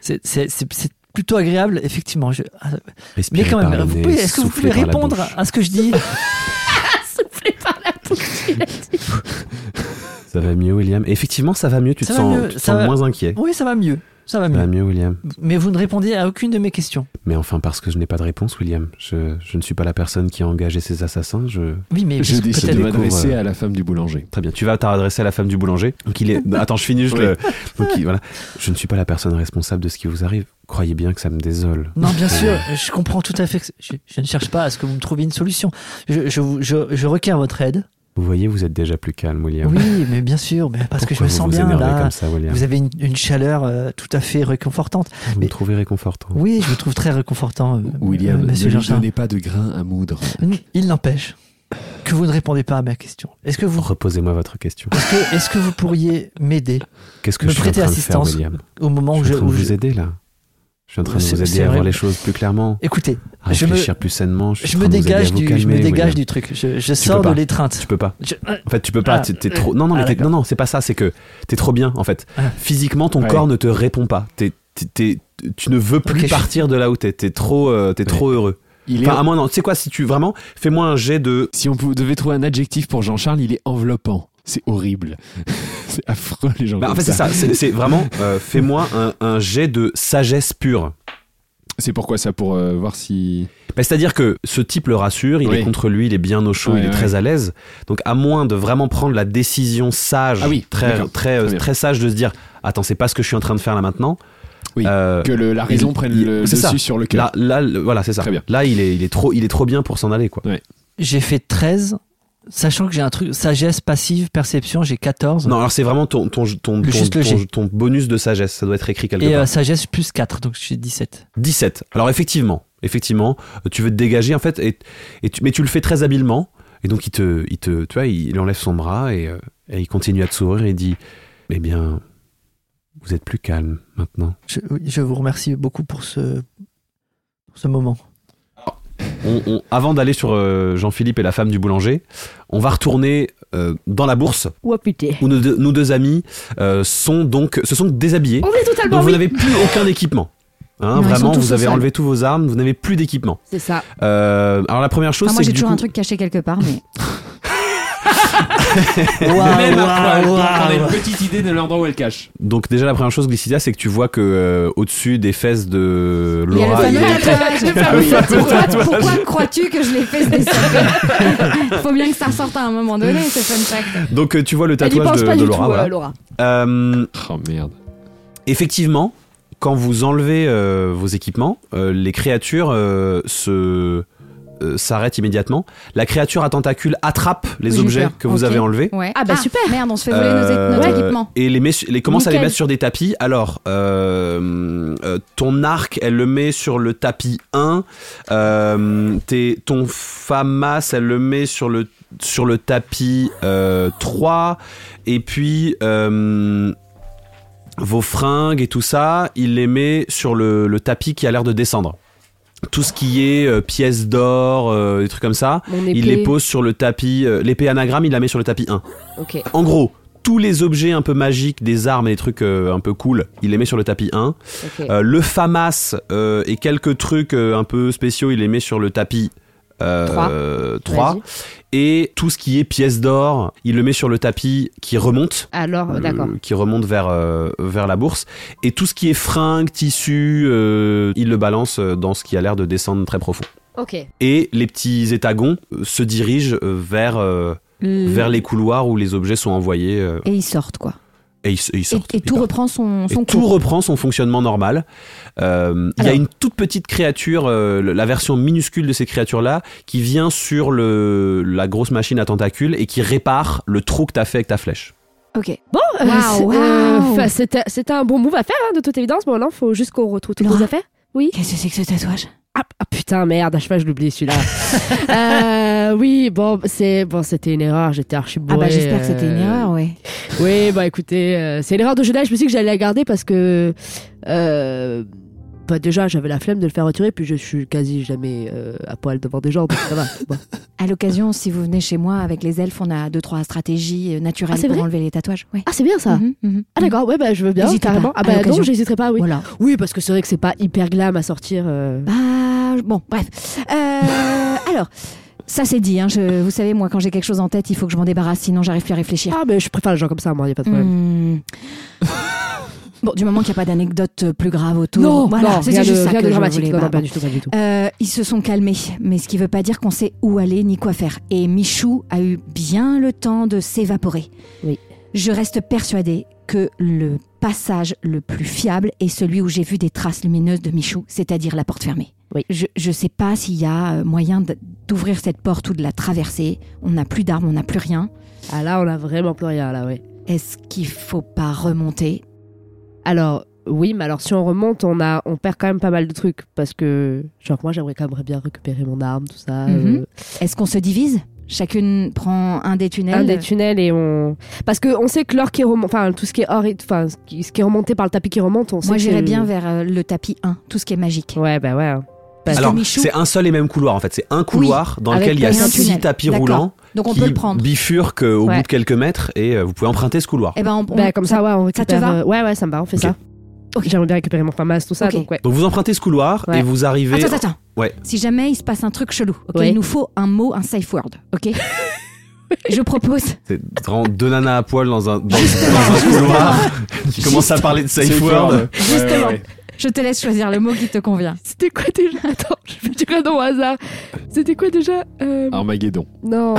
S6: C'est- C'est c'est- c'est plutôt agréable, effectivement. Je- ah,
S1: Respirez
S6: mais quand
S1: par
S6: même,
S1: le
S6: vous
S1: nez,
S6: pouvez- est-ce que vous
S1: soufflez
S6: pouvez
S1: par la
S6: répondre
S1: bouche.
S6: à ce que je dis
S5: soufflé par la bouche. il a dit.
S1: Ça va mieux, William. Et effectivement, ça va mieux. Tu
S6: Ça
S1: te
S6: va
S1: sens,
S6: mieux,
S1: tu te
S6: ça
S1: sens
S6: va-
S1: moins inquiet.
S6: Oui, ça va mieux. Ça va
S1: Ça va
S6: mieux.
S1: mieux, William.
S6: Mais vous ne répondez à aucune de mes questions.
S1: Mais enfin, parce que je n'ai pas de réponse, William. Je, je ne suis pas la personne qui a engagé ces assassins. Je,
S6: Oui, mais
S2: Je
S6: peut-être-
S2: décide de
S1: découvre,
S2: m'adresser
S1: euh,
S2: à la femme du boulanger.
S1: Très bien. Tu vas t'adresser à la femme du boulanger. Donc il est. Non, Attends, je finis juste. le- Donc il- voilà. Je ne suis pas la personne responsable de ce qui vous arrive. Croyez bien que ça me désole.
S6: Non, bien sûr, je comprends tout à fait. que Je, je ne cherche pas à ce que vous me trouviez une solution. Je, je, vous- je- je requiers votre aide.
S1: Vous voyez, vous êtes déjà plus calme, William.
S6: Oui, mais bien sûr, mais parce que je
S1: Pourquoi
S6: me
S1: vous
S6: sens
S1: vous
S6: bien
S1: énervez
S6: là.
S1: comme ça, hein William.
S6: Vous avez une, une chaleur euh, tout à fait réconfortante.
S1: Vous me
S6: mais-
S1: trouvez réconfortant.
S6: Oui, je vous trouve très réconfortant, euh,
S2: William,
S6: euh,
S2: ne
S6: Monsieur
S2: lui
S6: Jardin.
S2: donnez pas de grain à moudre.
S6: Il n'empêche que vous ne répondez pas à ma question. Est-ce que vous,
S1: Reposez-moi votre question.
S6: est-ce que, est-ce que vous pourriez m'aider
S1: Qu'est-ce que
S6: Me
S1: je suis en
S6: prêter
S1: train de faire,
S6: assistance
S1: William
S6: au moment
S1: Je
S6: où
S1: suis
S6: je,
S1: en train de
S6: où je-
S1: vous aider là. Je suis en train de
S6: C'est-
S1: vous aider
S6: c'est
S1: à
S6: vrai.
S1: voir les choses plus clairement,
S6: Écoutez,
S1: à
S6: Je me-
S1: réfléchir plus sainement. suis
S6: je
S1: en
S6: me
S1: train de vous aider à
S6: dégage
S1: vous
S6: du, je
S1: calmer,
S6: me dégage
S1: William.
S6: du truc. Je, je sors
S1: peux
S6: de
S1: pas.
S6: l'étreinte.
S1: Tu peux pas.
S6: Je-
S1: En fait, tu peux pas.
S6: Ah.
S1: t'es- t'es trop. Non, non, mais
S6: Ah,
S1: t'es-
S6: d'accord.
S1: non, non, c'est pas ça. C'est que t'es trop bien. En fait,
S6: Ah.
S1: physiquement, ton
S2: Ouais.
S1: corps ne te répond pas. T'es- t'es- t'es- tu ne veux plus
S6: Ok, je-
S1: partir de là où t'es. T'es trop, euh, t'es
S2: Ouais.
S1: trop heureux.
S2: Il est
S1: Enfin, à moins non. Tu sais quoi Si tu vraiment, fais-moi un jet de.
S2: Si on pou- devait trouver un adjectif pour Jean-Charles, il est enveloppant. C'est horrible. c'est affreux, les gens.
S1: Bah, en
S2: comme
S1: fait, c'est ça. C'est c'est vraiment. euh, fais-moi un, un jet de sagesse pure.
S2: C'est pourquoi ça Pour euh, voir si.
S1: Bah, C'est-à-dire que ce type le rassure. Il
S2: Oui.
S1: est contre lui. Il est bien au chaud.
S2: Ouais,
S1: il est
S2: ouais.
S1: très à l'aise. Donc, à moins de vraiment prendre la décision sage,
S2: Ah oui,
S1: très,
S2: d'accord.
S1: très, euh,
S2: Très bien.
S1: très sage, de se dire, attends, c'est pas ce que je suis en train de faire là maintenant.
S2: Oui.
S1: Euh,
S2: Que le- la raison
S1: il-
S2: prenne
S1: il-
S2: le
S1: c'est ça.
S2: dessus sur le cœur.
S1: Là, là, le- voilà, c'est ça.
S2: Très bien.
S1: Là, il est, il est trop, il est trop bien pour s'en aller, quoi.
S6: J'ai fait 13, sachant que j'ai un truc, sagesse passive, perception, j'ai 14.
S1: Non, alors c'est vraiment ton, ton, ton, ton,
S6: Le juste le
S1: ton-
S6: G.
S1: ton bonus de sagesse. Ça doit être écrit quelque
S6: Et
S1: part.
S6: euh, sagesse plus 4, donc je suis 17.
S1: 17. Alors effectivement, effectivement, euh, tu veux te dégager en fait, et, et tu, mais tu le fais très habilement. Et donc il te, il te, tu vois, il enlève son bras et, euh, et il continue à te sourire et il dit, eh bien, vous êtes plus calme maintenant.
S6: Je, oui, je vous remercie beaucoup pour ce, pour ce moment.
S1: On- on- avant d'aller sur euh, Jean-Philippe et la femme du boulanger, on va retourner euh, dans la bourse
S5: Oh putain.
S1: où nos deux, nos deux amis euh, sont donc, se sont déshabillés.
S5: On est
S1: Donc
S5: totalement
S1: vous
S5: oui.
S1: n'avez plus aucun équipement. Hein,
S3: Non, ils
S1: vraiment,
S3: sont tous
S1: vous avez
S3: au sol.
S1: enlevé tous vos armes, vous n'avez plus d'équipement.
S5: C'est ça.
S1: Euh, alors la première chose,
S3: Enfin, moi,
S1: c'est
S3: j'ai
S1: que du
S3: toujours
S1: coup,
S3: un truc caché quelque part, mais
S6: Waouh, waouh, waouh.
S2: petite idée de l'endroit où elle cache.
S1: donc déjà la première chose, Glycidia, c'est que tu vois que euh, au-dessus des fesses de
S3: il y a le
S1: Laura, il y
S3: fameux
S1: a-
S3: tatouage.
S2: Ah oui,
S3: Pourquoi-
S2: tatouage.
S3: Pourquoi crois-tu que je l'ai fait ce dessin Faut bien que ça ressorte à un moment donné, ce fun fact.
S1: donc euh, tu vois le
S5: Elle n'y
S1: tatouage
S5: pense
S1: de,
S5: pas
S1: de
S5: du
S1: Laura.
S5: tout,
S1: voilà.
S5: euh, Laura.
S1: Euh,
S2: Oh merde.
S1: effectivement, quand vous enlevez euh, vos équipements, euh, les créatures euh, se euh, s'arrête immédiatement. La créature à tentacules attrape les
S3: Oui, j'ai
S1: objets
S3: peur.
S1: que vous
S3: Ok.
S1: avez enlevés.
S3: Ouais.
S5: Ah bah super.
S3: Merde, on se fait voler nos é-
S1: Euh,
S3: notre équipement.
S1: Et les met, su- les commence à les
S3: Nickel.
S1: mettre sur des tapis. Alors, euh, euh, ton arc, elle le met sur le tapis 1. Euh, tes- ton FAMAS, elle le met sur le, sur le tapis euh, 3. Et puis, euh, vos fringues et tout ça, il les met sur le, le tapis qui a l'air de descendre. Tout ce qui est euh, pièces d'or, euh, des trucs comme ça,
S5: Mon
S1: il les pose sur le tapis. euh, L'épée anagramme, il la met sur le tapis 1.
S5: Ok.
S1: En gros, tous les objets un peu magiques, des armes et des trucs euh, un peu cool, il les met sur le tapis 1.
S5: ok.
S1: Euh, le FAMAS euh, et quelques trucs euh, un peu spéciaux, il les met sur le tapis
S5: Trois.
S1: 3.
S5: Vas-y.
S1: Et tout ce qui est pièces d'or, il le met sur le tapis qui remonte.
S5: Alors,
S1: euh,
S5: Oh, d'accord.
S1: qui remonte vers, euh, vers la bourse. Et tout ce qui est fringues, tissus, euh, il le balance euh, dans ce qui a l'air de descendre très profond.
S5: Ok.
S1: Et les petits étagons euh, se dirigent euh, vers, euh,
S5: Mmh.
S1: vers les couloirs où les objets sont envoyés. euh,
S3: Et ils sortent, quoi.
S1: et ils, s- et ils
S3: Et,
S1: sortent.
S3: et
S1: ils
S3: tout
S1: partent.
S3: reprend son,
S1: Et
S3: son
S1: tout
S3: cours.
S1: reprend son fonctionnement normal. Euh, Il y a
S3: Alors.
S1: une toute petite créature, euh, le- la version minuscule de ces créatures-là, qui vient sur le, la grosse machine à tentacules et qui répare le trou que t'as fait avec ta flèche.
S3: Ok.
S5: Bon, euh,
S3: Waouh,
S5: c'est- euh,
S3: waouh.
S5: fa- c'était c'était un bon move à faire, hein, de toute évidence. Bon, là, faut juste qu'on retrouve toutes
S3: Laura.
S5: les affaires. Oui.
S3: Qu'est-ce que c'est que ce tatouage
S5: Ah, ah, putain, merde, à chaque fois, je l'oublie celui-là. Euh, oui, bon, c'est bon, c'était une erreur, j'étais archi
S3: Ah
S5: bourré.
S3: bah j'espère que c'était une
S5: euh,
S3: erreur, ouais.
S5: Oui, bah écoutez, euh, c'est une erreur de jeunesse. Je me suis dit que j'allais la garder parce que. Euh, bah déjà, j'avais la flemme de le faire retirer, puis je suis quasi jamais euh, à poil devant des gens, donc ça va. Bon.
S3: À l'occasion, si vous venez chez moi avec les elfes, on a deux trois stratégies euh, naturelles
S5: Ah, c'est
S3: pour
S5: vrai
S3: enlever les tatouages. Ouais.
S5: Ah, c'est bien ça.
S3: Mhm, mhm.
S5: Ah, d'accord, ouais, bah je veux bien,
S3: N'hésitez
S5: carrément.
S3: pas,
S5: Ah,
S3: à
S5: bah non,
S3: l'occasion.
S5: j'hésiterai pas, oui.
S3: Voilà.
S5: Oui, parce que c'est vrai que c'est pas hyper glam à sortir. euh.
S3: Bah bon, bref. Euh, alors, ça c'est dit. Hein, je, vous savez, moi, quand j'ai quelque chose en tête, il faut que je m'en débarrasse, sinon j'arrive plus à réfléchir.
S5: Ah, mais je préfère les gens comme ça, moi, y a pas de problème.
S3: Hmm. Bon, du moment qu'il n'y a pas d'anecdote euh, plus grave autour.
S5: Mm. Non,
S3: voilà,
S5: non,
S3: c'était
S5: rien de-
S3: juste ça
S5: rien
S3: que
S5: de
S3: je
S5: dramatique.
S3: voulais.
S5: Non, non,
S3: Bah,
S5: pas
S3: bon.
S5: du tout, pas du tout.
S3: Euh, ils se sont calmés, mais ce qui veut pas dire qu'on sait où aller ni quoi faire. Et Michou a eu bien le temps de s'évaporer.
S5: Oui.
S3: Je reste persuadée que le passage le plus fiable est celui où j'ai vu des traces lumineuses de Michou, c'est-à-dire la porte fermée.
S5: Oui.
S3: Je ne sais pas s'il y a euh, moyen d- d'ouvrir cette porte ou de la traverser. On n'a plus d'armes, on n'a plus rien.
S5: Ah, là, on a vraiment plus rien, là, ouais.
S3: Est-ce qu'il faut pas remonter
S5: Alors, oui, mais alors si on remonte, on, a, on perd quand même pas mal de trucs. Parce que, genre, moi, j'aimerais quand même bien récupérer mon arme, tout ça.
S3: Mhm.
S5: euh,
S3: Est-ce qu'on se divise Chacune prend un des tunnels.
S5: un des tunnels et on. Parce que on sait que l'or qui remonte. Enfin, tout ce qui est or. et- Enfin, ce qui ce qui est remonté par le tapis qui remonte, on sait
S3: Moi,
S5: que
S3: j'irais
S5: c'est-
S3: bien vers euh, le tapis 1, tout ce qui est magique.
S5: Ouais, bah ouais. hein. Parce
S1: Alors,
S3: que Michou-
S1: c'est un seul et même couloir en fait. C'est un couloir dans
S5: avec
S1: lequel il y a
S3: plein de
S1: six
S3: tunnels.
S1: tapis
S3: D'accord.
S1: roulants
S3: Donc on
S1: qui
S3: peut le prendre.
S1: bifurquent euh, au
S5: Ouais.
S1: bout de quelques mètres et euh, vous pouvez emprunter ce couloir.
S3: Eh ben, on, on-
S5: Bah, comme ça, ouais, on
S3: ça te
S5: récupère.
S3: va
S5: euh, Ouais, ouais, ça me va, on fait
S1: Ok.
S5: ça. J'aimerais bien récupérer mon famas, tout ça,
S3: Ok.
S5: donc ouais.
S1: Donc vous empruntez ce couloir
S5: Ouais.
S1: et vous arrivez.
S3: Attends, attends, attends.
S1: Ouais.
S3: Si jamais il se passe un truc chelou, ok,
S5: Ouais.
S3: il nous faut un mot, un safe word, ok Je propose.
S1: C'est vraiment deux nanas à poil dans un, dans- dans un couloir qui commence à parler de safe word.
S3: Justement. Je te laisse choisir le mot qui te convient.
S5: C'était quoi déjà Attends, je vais dire un nom au hasard. C'était quoi déjà Euh,
S2: Ah. Armageddon.
S5: Non.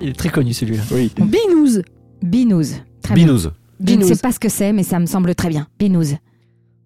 S6: Il est très connu celui-là.
S2: Oui.
S5: Binous.
S3: Binouze. Très bien.
S1: Binous.
S3: Je ne
S5: Binouze.
S3: sais pas ce que c'est, mais ça me semble très bien. Binouze.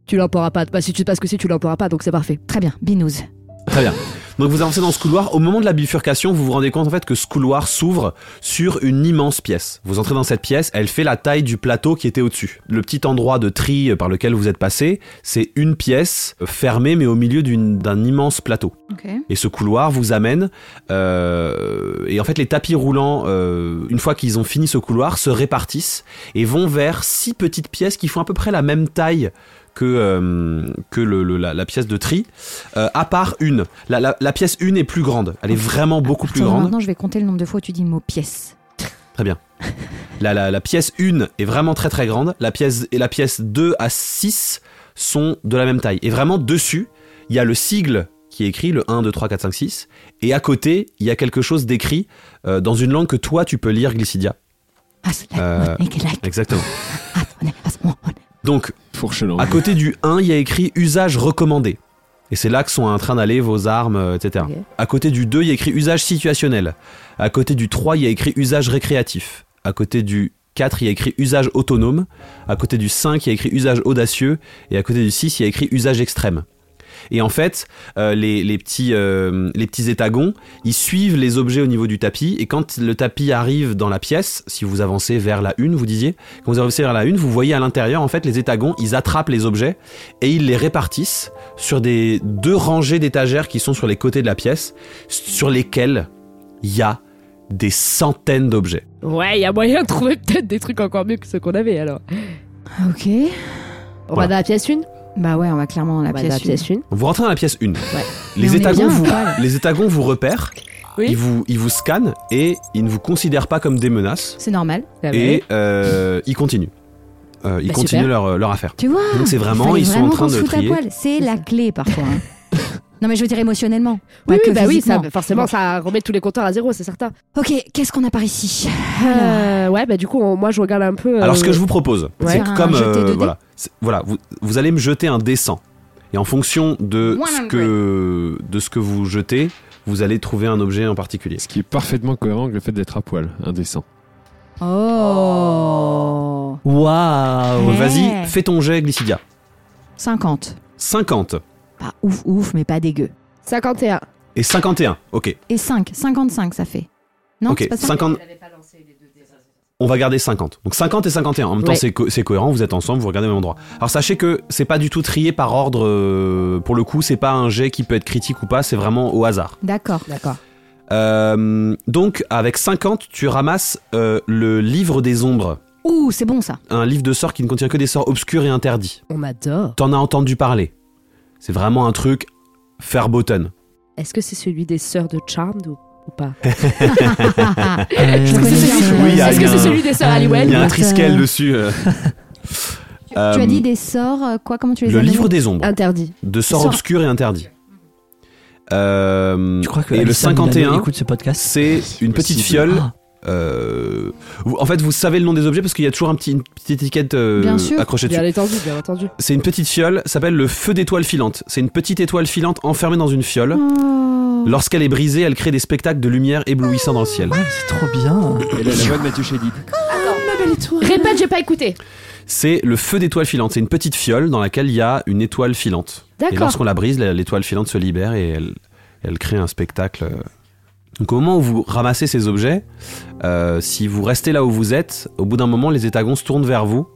S5: Tu l'emploieras pas. Bah, si tu sais pas ce que c'est, tu l'emploieras pas, donc c'est parfait.
S3: Très bien. Binouze.
S1: Très bien. Donc vous avancez dans ce couloir. Au moment de la bifurcation, vous vous rendez compte en fait que ce couloir s'ouvre sur une immense pièce. Vous entrez dans cette pièce, elle fait la taille du plateau qui était au-dessus. Le petit endroit de tri euh, par lequel vous êtes passé, c'est une pièce euh, fermée mais au milieu d'une- d'un immense plateau.
S3: Ok.
S1: Et ce couloir vous amène. euh, et en fait, les tapis roulants, euh, une fois qu'ils ont fini ce couloir, se répartissent et vont vers six petites pièces qui font à peu près la même taille que, euh, que le- le- la, la pièce de tri, euh, à part une. La, la- la pièce une est plus grande. Elle est vraiment beaucoup plus grande.
S3: Maintenant, je vais compter le nombre de fois où tu dis le mot pièce.
S1: La, la- la pièce 1 est vraiment très très grande. La pièce, et la pièce 2 à 6 sont de la même taille. Et vraiment dessus, il y a le sigle qui est écrit, le 1, 2, 3, 4, 5, 6. Et à côté, il y a quelque chose d'écrit euh, dans une langue que toi tu peux lire, Glycidia.
S3: Ah, c'est
S1: Euh,
S3: là. on est que là.
S1: Exactement.
S3: Ah, on est- ah, c'est bon, on est-
S1: Donc,
S2: Fourchelon.
S1: à côté du 1, il y a écrit usage recommandé. Et c'est là que sont en train d'aller vos armes, euh, etc.
S5: Ok.
S1: À côté du 2, il y a écrit usage situationnel. À côté du 3, il y a écrit usage récréatif. À côté du 4, il y a écrit usage autonome. À côté du 5, il y a écrit usage audacieux. Et à côté du 6, il y a écrit usage extrême. Et en fait, euh, les, les petits, euh, les petits étagons, ils suivent les objets au niveau du tapis. Et quand le tapis arrive dans la pièce, si vous avancez vers la une, vous disiez, quand vous avancez vers la une, vous voyez à l'intérieur, en fait, les étagons, ils attrapent les objets et ils les répartissent sur des deux rangées d'étagères qui sont sur les côtés de la pièce, sur lesquelles il y a des centaines d'objets.
S5: Ouais, il y a moyen de trouver peut-être des trucs encore mieux que ceux qu'on avait alors.
S3: Ok.
S5: On
S1: Voilà.
S5: va dans la pièce 1
S3: Bah ouais, on va clairement dans la
S5: On va dans la
S3: pièce.
S5: pièce 1.
S1: Vous rentrez dans la pièce 1.
S3: Mais on
S1: Les,
S3: est
S1: étagons
S3: bien,
S1: vous,
S3: voilà.
S1: les étagons vous repèrent,
S5: Oui.
S1: ils, vous, ils vous scannent et ils ne vous considèrent pas comme des menaces.
S3: C'est normal.
S1: Et euh, ils continuent. Euh, ils
S5: Bah,
S1: continuent
S5: super.
S1: leur, leur affaire.
S3: Tu vois
S1: Donc c'est vraiment,
S3: fallait
S1: ils sont en
S3: vraiment
S1: train
S3: qu'on se
S1: de
S3: foute à
S1: trier.
S3: poil. C'est la clé parfois. hein. non mais je veux dire émotionnellement. pas
S5: Oui,
S3: que
S5: oui, bah oui, ça,
S3: physiquement.
S5: forcément, ça remet tous les compteurs à zéro, c'est certain.
S3: Ok, qu'est-ce qu'on a par ici
S5: Euh, ouais, bah du coup, on- moi je regarde un peu. euh,
S1: Alors ce que je vous propose,
S5: ouais.
S1: c'est
S3: Faire
S1: que
S3: un
S1: comme euh,
S3: jeté de dés
S1: voilà, c'est- voilà, vous, vous allez me jeter un dessin et en fonction de ce
S3: 100.
S1: que de ce que vous jetez, vous allez trouver un objet en particulier.
S2: Ce qui est parfaitement cohérent avec le fait d'être à poil, indécent.
S3: Oh Eh.
S6: Waouh
S3: Ouais.
S1: Vas-y, fais ton jet, Glycidia.
S3: 50.
S1: 50
S3: Pas ouf ouf, mais pas dégueu.
S5: 51.
S1: et 51. Ok,
S3: Et 5, 55 ça fait. Non,
S1: ok.
S3: c'est pas ça
S1: 50. On va garder 50. Donc 50 et 51. En même temps,
S5: Ouais.
S1: c'est co- c'est cohérent, vous êtes ensemble, vous regardez au même endroit. Alors sachez que c'est pas du tout trié par ordre. euh, pour le coup, c'est pas un jet qui peut être critique ou pas, c'est vraiment au hasard.
S3: D'accord. D'accord.
S1: Euh, donc, avec 50, tu ramasses euh, le livre des ombres.
S3: Ouh, c'est bon ça.
S1: Un livre de sorts qui ne contient que des sorts obscurs et interdits.
S5: On adore.
S1: T'en as entendu parler. C'est vraiment un truc Fairbotten.
S5: Est-ce que c'est celui des sœurs de Charmed ou, ou pas
S3: Euh, Je
S6: Euh,
S3: connais
S5: c'est
S3: bien
S5: celui-
S3: ce-
S1: Oui, il y a-
S5: Est-ce
S1: il y
S5: que
S1: a
S5: c'est
S1: un-
S5: celui des sœurs Halliwell
S1: Il y a un
S3: Fairbotten.
S1: triskel dessus. euh.
S3: Tu
S1: Euh,
S3: as dit des sorts, euh, quoi Comment tu les
S1: le
S3: as nommés
S1: livre des ombres.
S5: Interdit.
S1: De sorts
S3: Sort.
S1: obscurs et interdits. Euh,
S6: Tu crois que
S1: et le
S6: Alicia Milano
S1: 51,
S6: écoute ce podcast
S1: c'est
S2: C'est
S1: une petite
S2: possible.
S1: fiole.
S6: Ah.
S1: euh, vous- en fait, vous savez le nom des objets parce qu'il y a toujours un petit, une petite étiquette euh,
S3: Bien sûr.
S1: accrochée dessus.
S5: Bien entendu, bien entendu.
S1: C'est une petite fiole, ça s'appelle le feu d'étoile filante. C'est une petite étoile filante enfermée dans une fiole.
S3: Oh.
S1: Lorsqu'elle est brisée, elle crée des spectacles de lumière éblouissants dans le ciel.
S6: Ouais, c'est trop bien.
S2: Et la, la voix de Mathieu Chédid.
S5: Répète, j'ai pas écouté.
S1: C'est le feu d'étoile filante. C'est une petite fiole dans laquelle il y a une étoile filante. Et
S5: D'accord.
S1: lorsqu'on la brise, la- l'étoile filante se libère et elle, elle crée un spectacle. Donc au moment où vous ramassez ces objets, euh, si vous restez là où vous êtes, au bout d'un moment, les étagons se tournent vers vous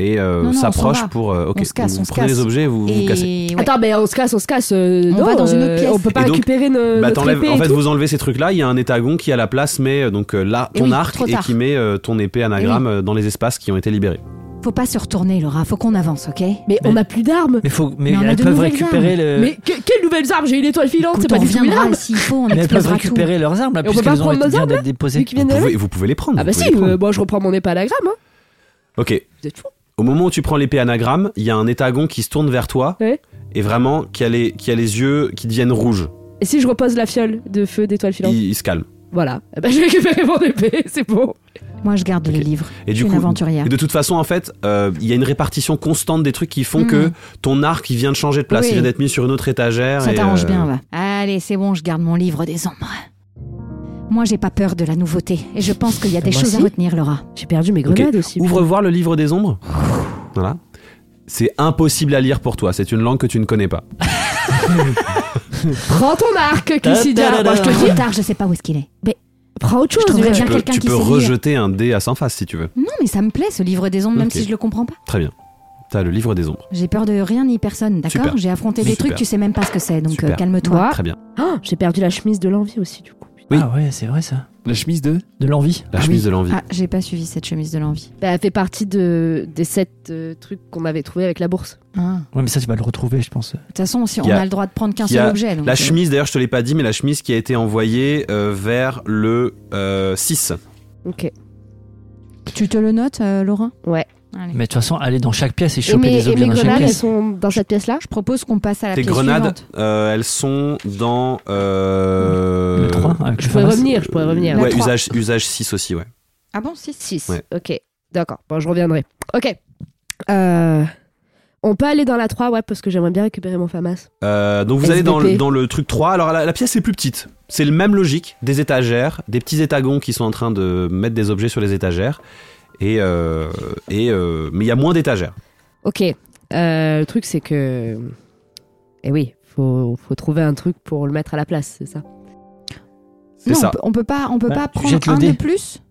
S1: et euh,
S3: Non, non, on s'en
S1: s'approchent
S3: va.
S1: pour... euh, ok,
S3: On se casse,
S1: vous
S3: on se
S1: prenez les
S3: casse.
S1: objets et vous vous cassez.
S3: Et ouais.
S5: Attends, mais on se casse, on se casse. euh,
S3: On
S5: non,
S3: va dans une
S5: euh,
S3: autre pièce.
S5: On peut pas
S1: Et donc-
S5: récupérer nos,
S1: Bah,
S5: notre
S1: t'enlèves-
S5: épée
S1: en
S5: et
S1: fait,
S5: tout.
S1: vous enlevez ces trucs-là, il y a un étagon qui à la place met euh, donc euh, là
S3: Eh
S1: ton
S3: oui,
S1: arc
S3: trop
S1: et
S3: tard. Eh
S1: qui met euh, ton épée anagramme euh, dans les espaces qui ont été libérés.
S3: Faut pas se retourner, Laura. Faut qu'on avance, ok
S5: Mais on
S6: Mais-
S5: a plus d'armes.
S6: Mais, faut, mais,
S3: Mais on a
S6: elles
S3: de
S6: peuvent
S3: nouvelles
S6: récupérer
S1: Euh,
S6: le.
S5: Mais que- quelles nouvelles armes J'ai une étoile filante,
S3: Écoute,
S5: c'est pas
S3: on
S5: du tout une
S3: reviendra
S5: arme.
S3: s'il faut. On
S6: Mais elles peuvent
S3: explosera
S6: récupérer leurs armes là,
S5: Et on peut
S6: puisqu'elles
S5: pas
S6: ont
S5: prendre
S6: été-
S5: nos
S6: viennent
S5: armes,
S6: d'être
S5: Vu
S6: déposées.
S5: qu'ils
S1: Vous
S3: Eh
S5: viennent de la
S1: pouvez, vous pouvez les prendre.
S5: Ah bah
S1: vous pouvez
S5: si,
S1: les prendre.
S5: euh, moi je reprends mon épée à la gramme. Hein.
S1: Ok,
S5: Vous êtes fous
S1: au moment où tu prends l'épée anagramme, il y a un étagon qui se tourne vers toi
S5: Ouais.
S1: et vraiment qui a, les, qui a les yeux qui deviennent rouges.
S5: Et si je repose la fiole de feu d'étoile filante
S1: Il, il se calme.
S5: Voilà. Eh ben, je vais récupérer mon épée, c'est bon.
S3: Moi, je garde les
S1: Ok.
S3: livres.
S1: Et
S3: je
S1: du
S3: suis une
S1: coup,
S3: aventurière.
S1: et de toute façon, en fait, euh, il y a une répartition constante des trucs qui font
S3: Mhm.
S1: que ton arc il vient de changer de place,
S3: Oui.
S1: il vient d'être mis sur une autre étagère.
S3: Ça
S1: et,
S3: t'arrange
S1: euh,
S3: bien, va. Allez, c'est bon, je garde mon livre des ombres. Moi, j'ai pas peur de la nouveauté. Et je pense qu'il y a
S1: Ah
S3: des
S1: bah
S6: Moi
S3: choses à
S6: si.
S3: retenir, Laura.
S5: J'ai perdu mes
S1: grenades
S5: aussi.
S1: Ouvre voir le livre des ombres. Voilà. C'est impossible à lire pour toi, c'est une langue que tu ne connais pas.
S5: Prends ton arc, Kissidia. Moi je te
S3: Trop
S5: dis,
S3: tard, je sais pas où est-ce qu'il est.
S5: prends autre
S3: Je
S5: chose.
S3: trouverais
S5: ouais.
S3: bien
S1: Ah Tu peux,
S3: quelqu'un
S1: tu
S3: qui
S1: peux
S3: sait lire.
S1: rejeter un dé à 100 faces si tu veux.
S3: Non, mais ça me plaît, ce livre des ombres, même
S1: Ok.
S3: si je le comprends pas.
S1: Très bien. T'as le livre des ombres.
S3: J'ai peur de rien ni personne, d'accord
S1: Super.
S3: J'ai affronté des
S1: Super.
S3: trucs, tu sais même pas ce que c'est, donc euh,
S1: Super.
S3: calme-toi.
S5: Ah.
S1: Très bien.
S5: Oh, J'ai perdu la chemise de l'envie aussi, du coup.
S1: Oui.
S6: Ah ouais, c'est vrai ça.
S2: La chemise de
S6: De l'envie.
S1: La
S3: Ah
S1: chemise
S3: oui.
S1: de l'envie.
S3: Ah, j'ai pas suivi cette chemise de l'envie.
S5: Bah, elle fait partie de, des sept euh, trucs qu'on avait trouvé avec la bourse.
S3: Ah.
S6: Ouais, mais ça, tu vas le retrouver, je pense.
S3: De toute façon, si
S1: Il
S3: on
S1: y a-
S3: a le droit de prendre qu'un
S1: il y a
S3: seul objet. donc,
S1: La
S3: euh,
S1: chemise, d'ailleurs, je te l'ai pas dit, mais la chemise qui a été envoyée euh, vers le euh, 6.
S5: Ok.
S3: Tu te le notes, euh, Laura
S5: Ouais.
S3: Allez.
S6: Mais de toute façon, aller dans chaque pièce et
S5: et mes,
S6: choper des
S5: et
S6: objets
S5: mes
S6: dans chaque
S5: grenades, elles
S6: pièce.
S5: sont dans cette pièce-là
S3: Je propose qu'on passe à la
S1: Tes
S3: pièce
S1: grenades,
S3: suivante.
S1: euh, elles sont dans. euh,
S6: Le 3 avec
S5: Je
S6: le
S5: pourrais
S6: Famas.
S5: revenir, je pourrais revenir.
S3: La
S1: Ouais,
S3: trois.
S1: usage, usage 6 aussi, ouais.
S3: Ah bon, si, si.
S5: 6.
S1: Ouais.
S5: Ok. D'accord. Bon, je reviendrai. Ok. Euh, on peut aller dans la 3, ouais, parce que j'aimerais bien récupérer mon FAMAS.
S1: Euh, donc vous allez dans
S5: SDP.
S1: le, dans le truc 3. Alors la, la pièce est plus petite. C'est le même logique, des étagères, des petits étagons qui sont en train de mettre des objets sur les étagères. Et, euh, et euh, mais il y a moins d'étagères.
S5: Ok. Euh, le truc, c'est que. Et oui, faut, faut trouver un truc pour le mettre à la place, c'est ça
S1: C'est
S3: Non,
S1: ça.
S3: on peut- on peut pas, on peut
S6: Bah,
S3: pas
S6: tu
S3: prendre
S6: jettes le
S3: un
S6: dé.
S3: de plus.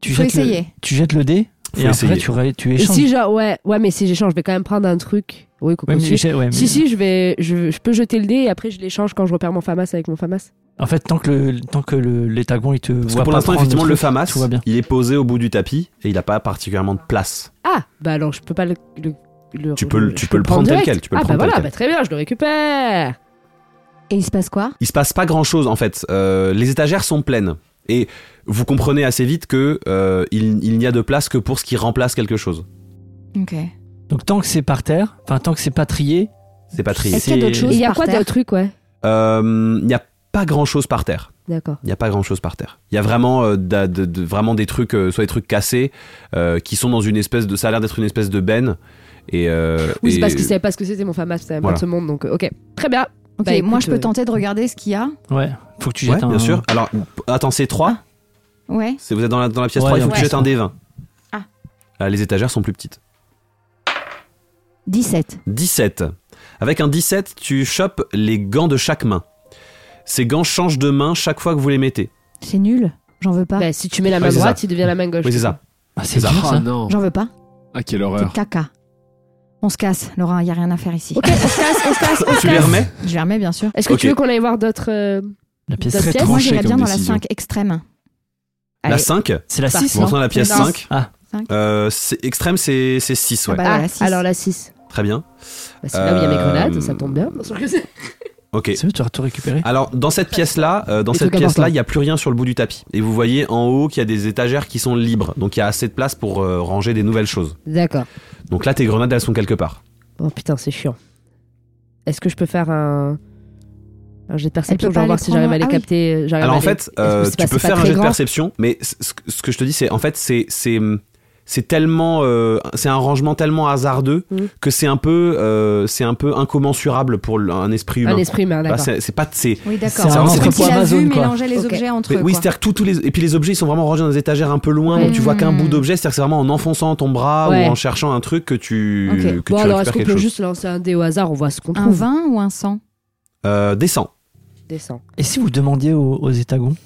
S6: Tu
S3: Faut
S6: jettes le-
S3: essayer.
S6: tu jettes le dé
S1: Faut
S6: et après
S1: essayer.
S6: tu, ré- tu
S5: Et
S6: échanges.
S5: si genre, ouais, ouais, mais si j'échange, je vais quand même prendre un truc. Oui, coco
S6: Ouais, mais
S5: dessus.
S6: j'ai- ouais, mais-
S5: Si, si, je vais, je, je peux jeter le dé et après je l'échange quand je repère mon Famas avec mon Famas.
S6: En fait, tant que le, tant que le, les tagons ils te
S1: Parce
S6: voient
S1: que pour
S6: pas
S1: l'instant,
S6: prendre
S1: effectivement, le
S6: truc,
S1: FAMAS,
S6: tout va bien.
S1: il est posé au bout du tapis et il n'a pas particulièrement de place.
S5: Ah, bah alors je peux pas le. le- le-
S1: Tu peux le- tu peux le prendre tel
S5: direct.
S1: quel, tu peux le
S5: ah,
S1: prendre
S5: bah
S1: tel quel.
S5: voilà, bah très bien, je le récupère.
S3: Et il se passe quoi
S1: Il se passe pas grand chose en fait. Euh, les étagères sont pleines et vous comprenez assez vite que euh, il, il n'y a de place que pour ce qui remplace quelque chose.
S3: Ok.
S6: Donc tant que c'est par terre, enfin tant que c'est pas trié,
S1: C'est pas trié.
S3: Est-ce qu'il y a
S6: C'est-
S3: d'autres
S5: Et
S3: choses
S5: il y a
S3: par
S5: quoi
S3: terre
S5: d'autre truc, ouais
S1: Euh, Il n'y a pas grand chose par terre.
S5: D'accord.
S1: Il n'y a pas grand chose par terre. Il y a vraiment, euh, d'a- de- de- vraiment des trucs, euh, soit des trucs cassés, euh, qui sont dans une espèce de. Ça a l'air d'être une espèce de benne. Et, euh,
S5: Oui,
S1: et-
S5: c'est parce qu'il savait pas ce que c'était mon Famas, c'est
S1: Voilà.
S5: ce monde, donc euh, ok. Très bien.
S3: Ok,
S5: Bah,
S3: moi
S5: écoute,
S3: je peux
S5: euh,
S3: tenter de regarder ce qu'il y a.
S6: ouais, faut que tu
S1: Ouais,
S6: jettes un.
S1: bien sûr. Alors, p- attends, c'est 3.
S3: Ouais.
S1: C'est, vous êtes dans la, dans la pièce
S6: Ouais,
S1: 3, il faut
S6: ouais.
S1: que tu jettes un D20.
S3: Ah.
S1: Là, les étagères sont plus petites.
S3: 17.
S1: 17. Avec un 17, tu chopes les gants de chaque main. Ces gants changent de main chaque fois que vous les mettez.
S3: C'est nul. J'en veux pas.
S5: Bah, si tu mets la main
S1: Oui, c'est ça.
S5: droite, il devient la main gauche.
S1: Oui, c'est ça.
S6: Ah, c'est dur,
S2: Ah
S6: ça.
S2: non.
S3: J'en veux pas.
S2: Ah, quelle
S3: C'est
S2: horreur.
S3: caca. On se casse, Laurent, il n'y a rien à faire ici.
S5: Ok, on se casse, on se casse, on se
S1: Tu les
S5: casse.
S1: remets
S3: Je les remets, bien sûr.
S5: Est-ce que
S1: Ok.
S5: tu veux qu'on aille voir d'autres. euh,
S6: La pièce
S5: D'autres
S2: très
S5: pièces
S3: Moi,
S2: tranchée
S3: j'irais
S2: comme
S3: bien dans la
S2: décision.
S3: 5 extrême.
S1: La
S5: Allez.
S1: 5.
S6: C'est la
S5: Ça.
S6: 6
S1: Vous rentrez dans la pièce
S3: Non.
S1: 5.
S6: Ah.
S1: Euh, c'est- extrême, c'est 6, ouais.
S3: Ah bah
S5: Ah,
S3: voilà, six.
S5: alors la 6.
S1: Très bien.
S5: c'est là où il y a mes
S1: Euh,
S5: grenades, ça tombe bien.
S1: Ok.
S6: C'est bon, tu as tout récupéré.
S1: Alors dans cette pièce là, dans
S5: Les
S1: cette
S5: trucs
S1: pièce là,
S5: importants.
S1: il n'y a plus rien sur le bout du tapis. Et vous voyez en haut qu'il y a des étagères qui sont libres, donc il y a assez de place pour euh, ranger des nouvelles choses.
S5: D'accord.
S1: Donc là, tes grenades elles sont quelque part.
S5: Bon, putain, c'est chiant. Est-ce que je peux faire un. un jet de
S3: peut
S5: perception,
S3: pas
S5: genre voir
S3: les
S5: si j'arrive à les
S3: prendre. Ah oui.
S5: capter. euh, j'arrive
S1: Alors
S5: à
S1: en
S5: les-
S1: fait,
S5: Est-ce que
S1: euh,
S5: c'est pas-
S1: tu peux
S5: c'est pas
S1: faire un
S5: très
S1: jet de
S5: grand
S1: perception, mais c- ce que- ce que je te dis, c'est en fait c'est c'est mm, c'est tellement euh, c'est un rangement tellement hasardeux
S5: Mhm.
S1: que c'est un peu euh, c'est un peu incommensurable pour l- un esprit humain.
S5: Un esprit humain,
S1: Là,
S5: d'accord.
S1: c'est c'est pas c'est
S3: Oui,
S6: C'est
S3: d'accord.
S1: vraiment
S3: C'est comme
S1: entrepôt
S3: s'il a vu
S6: Amazon, quoi.
S3: mélanger les
S5: Ok.
S3: objets entre
S1: Mais
S3: eux.
S1: oui,
S3: quoi.
S1: c'est-à-dire que tous, tous les et puis les objets ils sont vraiment rangés dans des étagères un peu loin où tu vois qu'un
S3: Mm.
S1: bout d'objet, c'est-à-dire que c'est vraiment en enfonçant ton bras
S5: Ouais.
S1: ou en cherchant un truc que tu
S3: Ok.
S1: que
S5: Bon,
S1: tu
S5: alors
S1: récupères
S5: est-ce qu'on
S1: quelque
S5: peut
S1: chose.
S5: juste lancer un dé au hasard On voit ce qu'on
S3: Un
S5: trouve.
S3: 20 ou un 100
S1: Euh, descends.
S5: Descend.
S6: Et si vous demandiez aux, aux étagons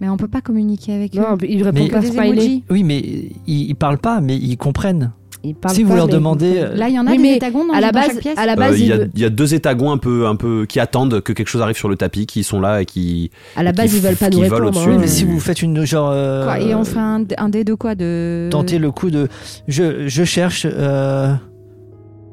S3: Mais on peut pas communiquer avec eux.
S5: Non, il répond
S6: Mais-
S5: pas
S3: Que des
S5: smiley.
S3: emojis.
S6: Oui, mais ils, ils parlent pas, mais ils comprennent.
S5: Il parle
S6: si vous
S5: pas,
S6: leur
S5: mais-
S6: demandez, euh,
S3: Là, il y en a
S5: Oui,
S3: des
S5: mais
S3: étagons dans,
S5: À la
S3: dans
S5: base,
S3: chaque pièce.
S5: à la
S1: Euh,
S5: base,
S1: Il y,
S5: il
S1: a-
S5: veut-
S1: il y a deux étagons un peu un peu qui attendent que quelque chose arrive sur le tapis, qui sont là et qui
S5: à la base,
S1: qui-
S5: ils veulent pas
S1: qui
S5: nous
S1: volent
S5: répondre.
S1: au-dessus,
S5: hein.
S6: mais si vous faites une genre. euh,
S3: Quoi, et on fait un, un dé de quoi de...
S6: tenter le coup de je, je cherche euh,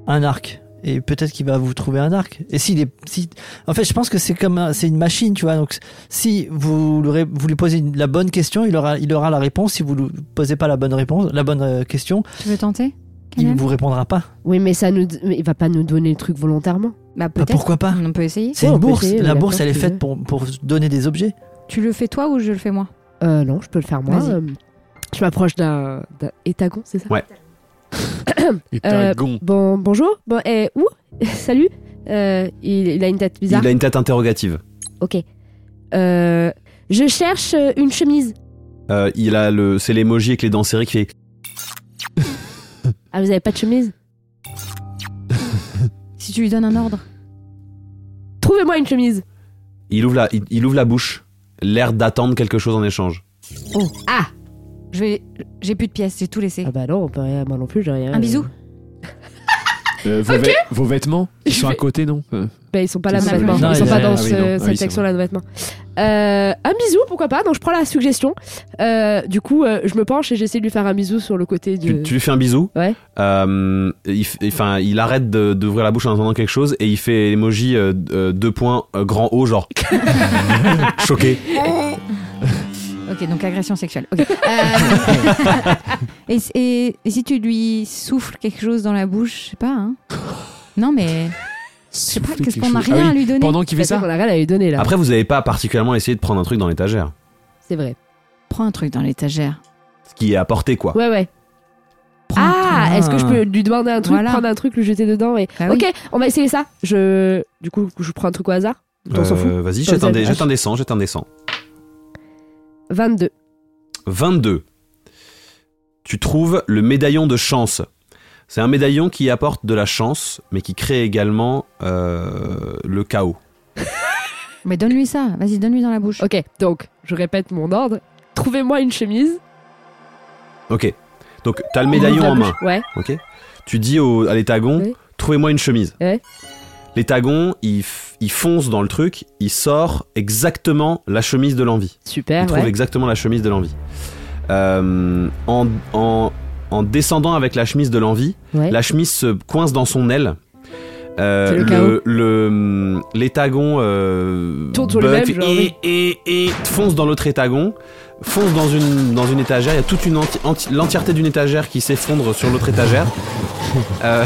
S6: un arc et peut-être qu'il va vous trouver un arc et s'il est si en fait je pense que c'est comme un- c'est une machine tu vois donc si vous lui, ré- vous lui posez une- la bonne question il aura il aura la réponse si vous lui posez pas la bonne réponse la bonne euh, question
S3: Tu veux tenter
S6: il
S3: Kanem
S6: vous répondra pas Bah,
S5: Oui, mais ça nous, mais il va pas nous donner le truc volontairement.
S3: Bah
S6: Bah,
S3: peut-être.
S6: pourquoi pas
S3: On peut essayer.
S6: c'est
S5: Ouais,
S6: une
S5: on peut
S6: bourse
S5: essayer,
S6: la
S5: d'accord,
S6: bourse elle est
S5: si tu
S6: faite
S5: veux.
S6: pour pour donner des objets
S3: Tu le fais toi ou je le fais moi
S5: Euh, non, je peux le faire moi.
S3: Vas-y.
S5: Euh, je m'approche d'un d'un étagon, c'est ça
S1: Ouais.
S2: Et t'as un gon.
S5: Bon, bonjour. Bon, eh, où Salut. Euh, il, il a une tête bizarre.
S1: il a une tête interrogative.
S5: Ok. Euh, je cherche euh, une chemise.
S1: Euh, il a le c'est l'emoji avec les dents serrées qui fait
S5: Ah, vous avez pas de chemise
S3: Si tu lui donnes un ordre.
S5: Trouvez-moi une chemise.
S1: il ouvre la il, il ouvre la bouche, l'air d'attendre quelque chose en échange.
S3: Je vais. J'ai plus de pièces, j'ai tout laissé.
S5: Ah bah non, on peut rien, moi non plus, j'ai rien.
S3: Un bisou.
S2: Euh, vos, vê- vos vêtements, ils sont à côté, non Euh,
S5: Bah, ils sont pas là, nos
S3: Non,
S5: vêtements.
S6: non,
S5: ils sont
S6: il
S5: pas
S6: est-
S5: dans
S6: ah
S2: oui,
S5: ce-
S2: non. Ah oui,
S5: cette
S2: c'est
S5: section-là de vêtements. Euh, un bisou, pourquoi pas Donc, je prends la suggestion. Euh, du coup, euh, je me penche et j'essaie de lui faire un bisou sur le côté
S1: Tu,
S5: du.
S1: tu lui fais un bisou.
S5: Ouais.
S1: Euh, il, f- enfin, il arrête de- d'ouvrir la bouche en attendant quelque chose et il fait l'emoji euh, euh, deux points euh, grand O genre choqué.
S3: Ok, donc agression sexuelle. Ok. Euh, et, et- et si tu lui souffles quelque chose dans la bouche, je sais pas. Hein. Non, mais je sais pas.
S2: souffler
S3: Qu'est-ce
S2: quelque
S3: qu'on n'a
S2: chose.
S3: rien
S2: Ah
S3: à
S2: oui,
S3: lui donner
S2: Pendant qu'il fait
S5: C'est-à-dire
S2: ça
S5: qu'on a rien à lui donner là.
S1: Après, vous n'avez pas particulièrement essayé de prendre un truc dans l'étagère.
S5: C'est vrai.
S3: Prends un truc dans l'étagère.
S1: Ce qui est à portée, quoi.
S5: Ouais, ouais.
S3: Prends un
S5: Ah,
S3: truc.
S5: est-ce que je peux lui demander un truc,
S3: Voilà.
S5: prendre un truc, le jeter dedans et.
S3: Bah oui.
S5: ok, on va essayer ça. Je. Du coup, je prends un truc au hasard. On s'en fout.
S1: Euh, Vas-y,
S5: Dans
S1: jette un,
S5: le
S1: dé-
S5: ZH.
S1: jette un descend, jette un descend.
S5: 22.
S1: 22. Tu trouves le médaillon de chance. C'est un médaillon qui apporte de la chance, mais qui crée également euh, le chaos.
S3: Mais donne-lui ça, vas-y, donne-lui dans la bouche.
S5: Ok, donc je répète mon ordre. Trouvez-moi une chemise.
S1: Ok. Donc, t'as le médaillon
S5: Dans la
S1: en main.
S5: bouche. Ouais.
S1: Ok. Tu dis au- à l'étagon,
S5: Oui.
S1: trouvez-moi une chemise.
S5: Ouais.
S1: L'étagon, il, f- il fonce dans le truc, il sort exactement la chemise de l'envie. Il
S5: Super,
S1: trouve
S5: ouais.
S1: exactement la chemise de l'envie. Euh, en, en- en descendant avec la chemise de l'envie,
S5: Ouais.
S1: la chemise se coince dans son aile. Euh,
S5: C'est le
S1: le- le- l'étagon euh,
S5: Tourne sur lui-même,
S1: bug
S5: genre,
S1: et,
S5: oui.
S1: et- et fonce dans l'autre étagon, fonce dans une, dans une étagère. Il y a toute une enti- enti- l'entièreté d'une étagère qui s'effondre sur l'autre étagère. Euh,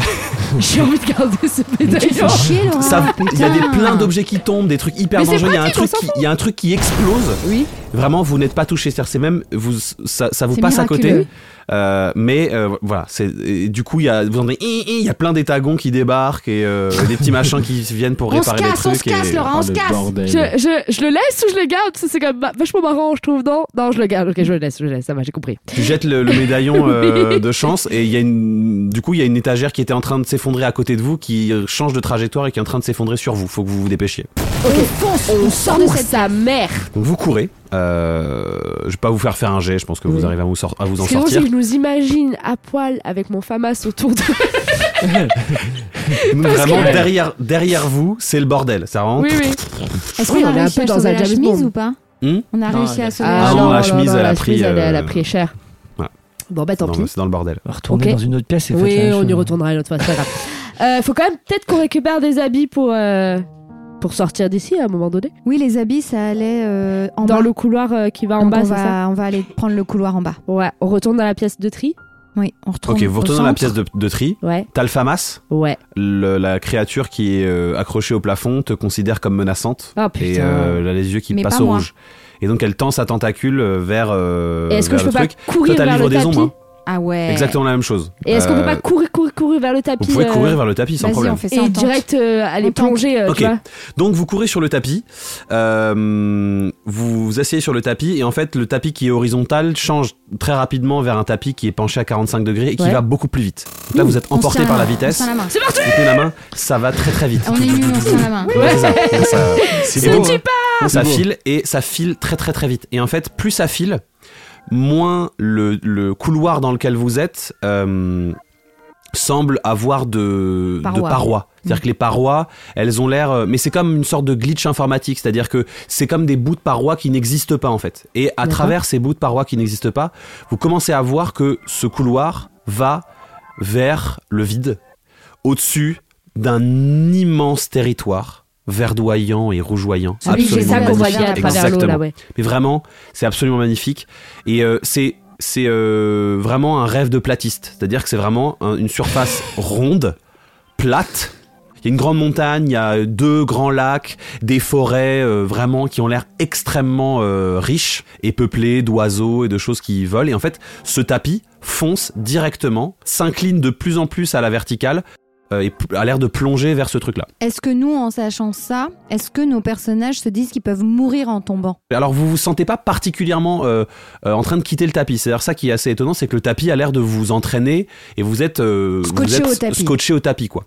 S5: J'ai envie de garder ce
S3: Mais tu fais
S5: médaillon.
S3: chier, Laura.
S1: ça- Il y a des
S3: Ah, putain.
S1: plein d'objets qui tombent, des trucs hyper
S5: Mais c'est
S1: dangereux. Il y a un
S5: pratique, on
S1: truc,
S5: s'en
S1: qui, il y a un truc qui explose.
S5: Oui.
S1: Vraiment, vous n'êtes pas touché. C'est-à-dire, c'est même vous, ça, ça vous
S3: C'est
S1: passe à
S3: miraculeux.
S1: côté. Euh, mais euh, voilà, c'est et du coup, il y a, vous entendez, hi, hi, il y a plein d'étagons qui débarquent et euh, des petits machins qui viennent pour
S3: On se
S1: réparer des
S3: casse, on
S1: trucs.
S3: se casse,
S1: et-
S3: Laura, on se casse.
S4: Bordel.
S5: Je, je, je le laisse ou je le garde Ça, C'est comme ma- vachement marrant, je trouve. Non, non, je le garde. Ok, je le laisse, je le laisse. Ça va, j'ai compris.
S1: Tu jettes le, le médaillon euh,
S5: Oui.
S1: de chance et il y a une, du coup, il y a une étagère qui était en train de s'effondrer à côté de vous, qui change de trajectoire et qui est en train de s'effondrer sur vous. Faut que vous vous dépêchiez.
S5: On sort de sa mère.
S1: Donc vous courez. Euh, je vais pas vous faire faire un jet. Je pense que vous
S5: Oui.
S1: arrivez à vous, sor- à vous en
S5: C'est drôle,
S1: sortir.
S5: c'est que je nous imagine à poil avec mon famas autour de.
S1: Nous,
S5: Parce
S1: vraiment,
S5: que-
S1: derrière, derrière vous, c'est le bordel. Ça rentre.
S5: Oui, oui.
S3: Est-ce
S5: Oui,
S3: qu'on
S5: on
S3: a
S5: est un
S3: réussi
S5: peu
S3: à
S5: dans
S3: sauver
S5: un
S3: la
S5: James
S3: chemise
S5: Bond.
S3: ou pas
S1: Hmm
S3: On a
S6: Non,
S3: réussi
S6: il
S3: à
S6: a-
S3: sauver
S1: Ah
S3: la
S1: non,
S3: chemise.
S1: la chemise, elle a
S5: la
S1: pris,
S5: chemise, elle,
S1: euh,
S5: elle a pris cher.
S1: voilà.
S5: Bon, bah tant
S1: Dans-
S5: pis.
S1: C'est dans le bordel.
S6: On va retourner
S5: Ok.
S6: dans une autre pièce et faites
S5: Oui,
S6: la
S5: on y
S6: chose.
S5: retournera une autre fois, c'est pas grave. Euh, faut quand même peut-être qu'on récupère des habits pour, euh, pour sortir d'ici à un moment donné.
S3: Oui, les habits, ça allait euh, en
S5: Dans
S3: bas.
S5: le couloir euh, qui va en
S3: Donc
S5: bas,
S3: on
S5: c'est ça
S3: va, on va aller prendre le couloir en bas.
S5: Ouais, on retourne dans la pièce de tri.
S3: Oui, on retourne.
S1: Ok, vous
S3: au
S1: retournez dans la
S3: centre.
S1: pièce de, de tri.
S5: Ouais,
S1: T'as le FAMAS,
S5: ouais.
S1: le- la créature qui est euh, accrochée au plafond, te considère comme menaçante.
S5: Ah putain.
S1: Et euh, elle a les yeux qui
S3: Mais
S1: passent
S3: pas
S1: au
S3: moi.
S1: rouge. Et donc elle tend sa tentacule euh, vers, euh,
S5: Et est-ce que
S1: vers
S5: je
S1: le
S5: peux pas
S1: truc. Toi,
S5: courir
S1: t'as le
S5: vers
S1: livre
S5: le
S1: des
S5: tapis
S1: ombres. hein.
S3: Ah ouais.
S1: Exactement la même chose.
S5: Et est-ce qu'on peut
S1: Euh,
S5: pas courir, courir, courir vers le tapis
S1: Vous pouvez
S5: euh,
S1: courir vers le tapis sans
S3: Vas-y,
S1: problème.
S3: on fait ça.
S5: Et
S3: on tente.
S5: direct euh, aller
S3: On tente.
S5: plonger, euh,
S1: Ok.
S5: tu vois.
S1: Donc vous courez sur le tapis, euh, vous vous asseyez sur le tapis et en fait le tapis qui est horizontal change très rapidement vers un tapis qui est penché à 45 degrés et qui
S5: Ouais.
S1: va beaucoup plus vite. Donc là vous êtes
S3: On se
S1: emporté
S3: tient
S1: par la
S3: main,
S1: vitesse,
S3: On, se tient la main.
S1: vous tenez la main, ça va très très vite.
S3: On est mignons, on se tient la main.
S1: Ouais, c'est ça. Donc, ça-
S4: C'est
S1: et
S4: beau,
S1: donc,
S4: hein.
S1: ça
S4: C'est beau.
S1: file et ça file très très très vite. Et en fait plus ça file, moins le, le couloir dans lequel vous êtes euh, semble avoir de de
S3: Parois.
S1: parois. C'est-à-dire que les parois, elles ont l'air... euh, Mais c'est comme une sorte de glitch informatique, c'est-à-dire que c'est comme des bouts de parois qui n'existent pas en fait. Et à
S5: D'accord.
S1: travers ces bouts de parois qui n'existent pas, vous commencez à voir que ce couloir va vers le vide, au-dessus d'un immense territoire verdoyant et rougeoyant.
S3: Celui que
S5: C'est
S1: absolument
S5: ça qu'on
S3: magnifique.
S5: voyait à
S1: magnifique.
S5: travers l'eau, là,
S1: Exactement.
S5: ouais.
S1: Mais vraiment, c'est absolument magnifique. Et euh, c'est c'est euh, vraiment un rêve de platiste. C'est-à-dire que c'est vraiment un- une surface ronde, plate. Il y a une grande montagne, il y a deux grands lacs, des forêts euh, vraiment qui ont l'air extrêmement euh, riches et peuplées d'oiseaux et de choses qui volent. Et en fait, ce tapis fonce directement, s'incline de plus en plus à la verticale euh, et p- a l'air de plonger vers ce truc-là.
S3: Est-ce que nous, en sachant ça, est-ce que nos personnages se disent qu'ils peuvent mourir en tombant
S1: Alors vous vous sentez pas particulièrement euh, euh, en train de quitter le tapis. C'est d'ailleurs ça qui est assez étonnant, c'est que le tapis a l'air de vous entraîner et vous êtes, euh,
S3: Scotché
S1: vous êtes
S3: au tapis.
S1: scotché au tapis quoi.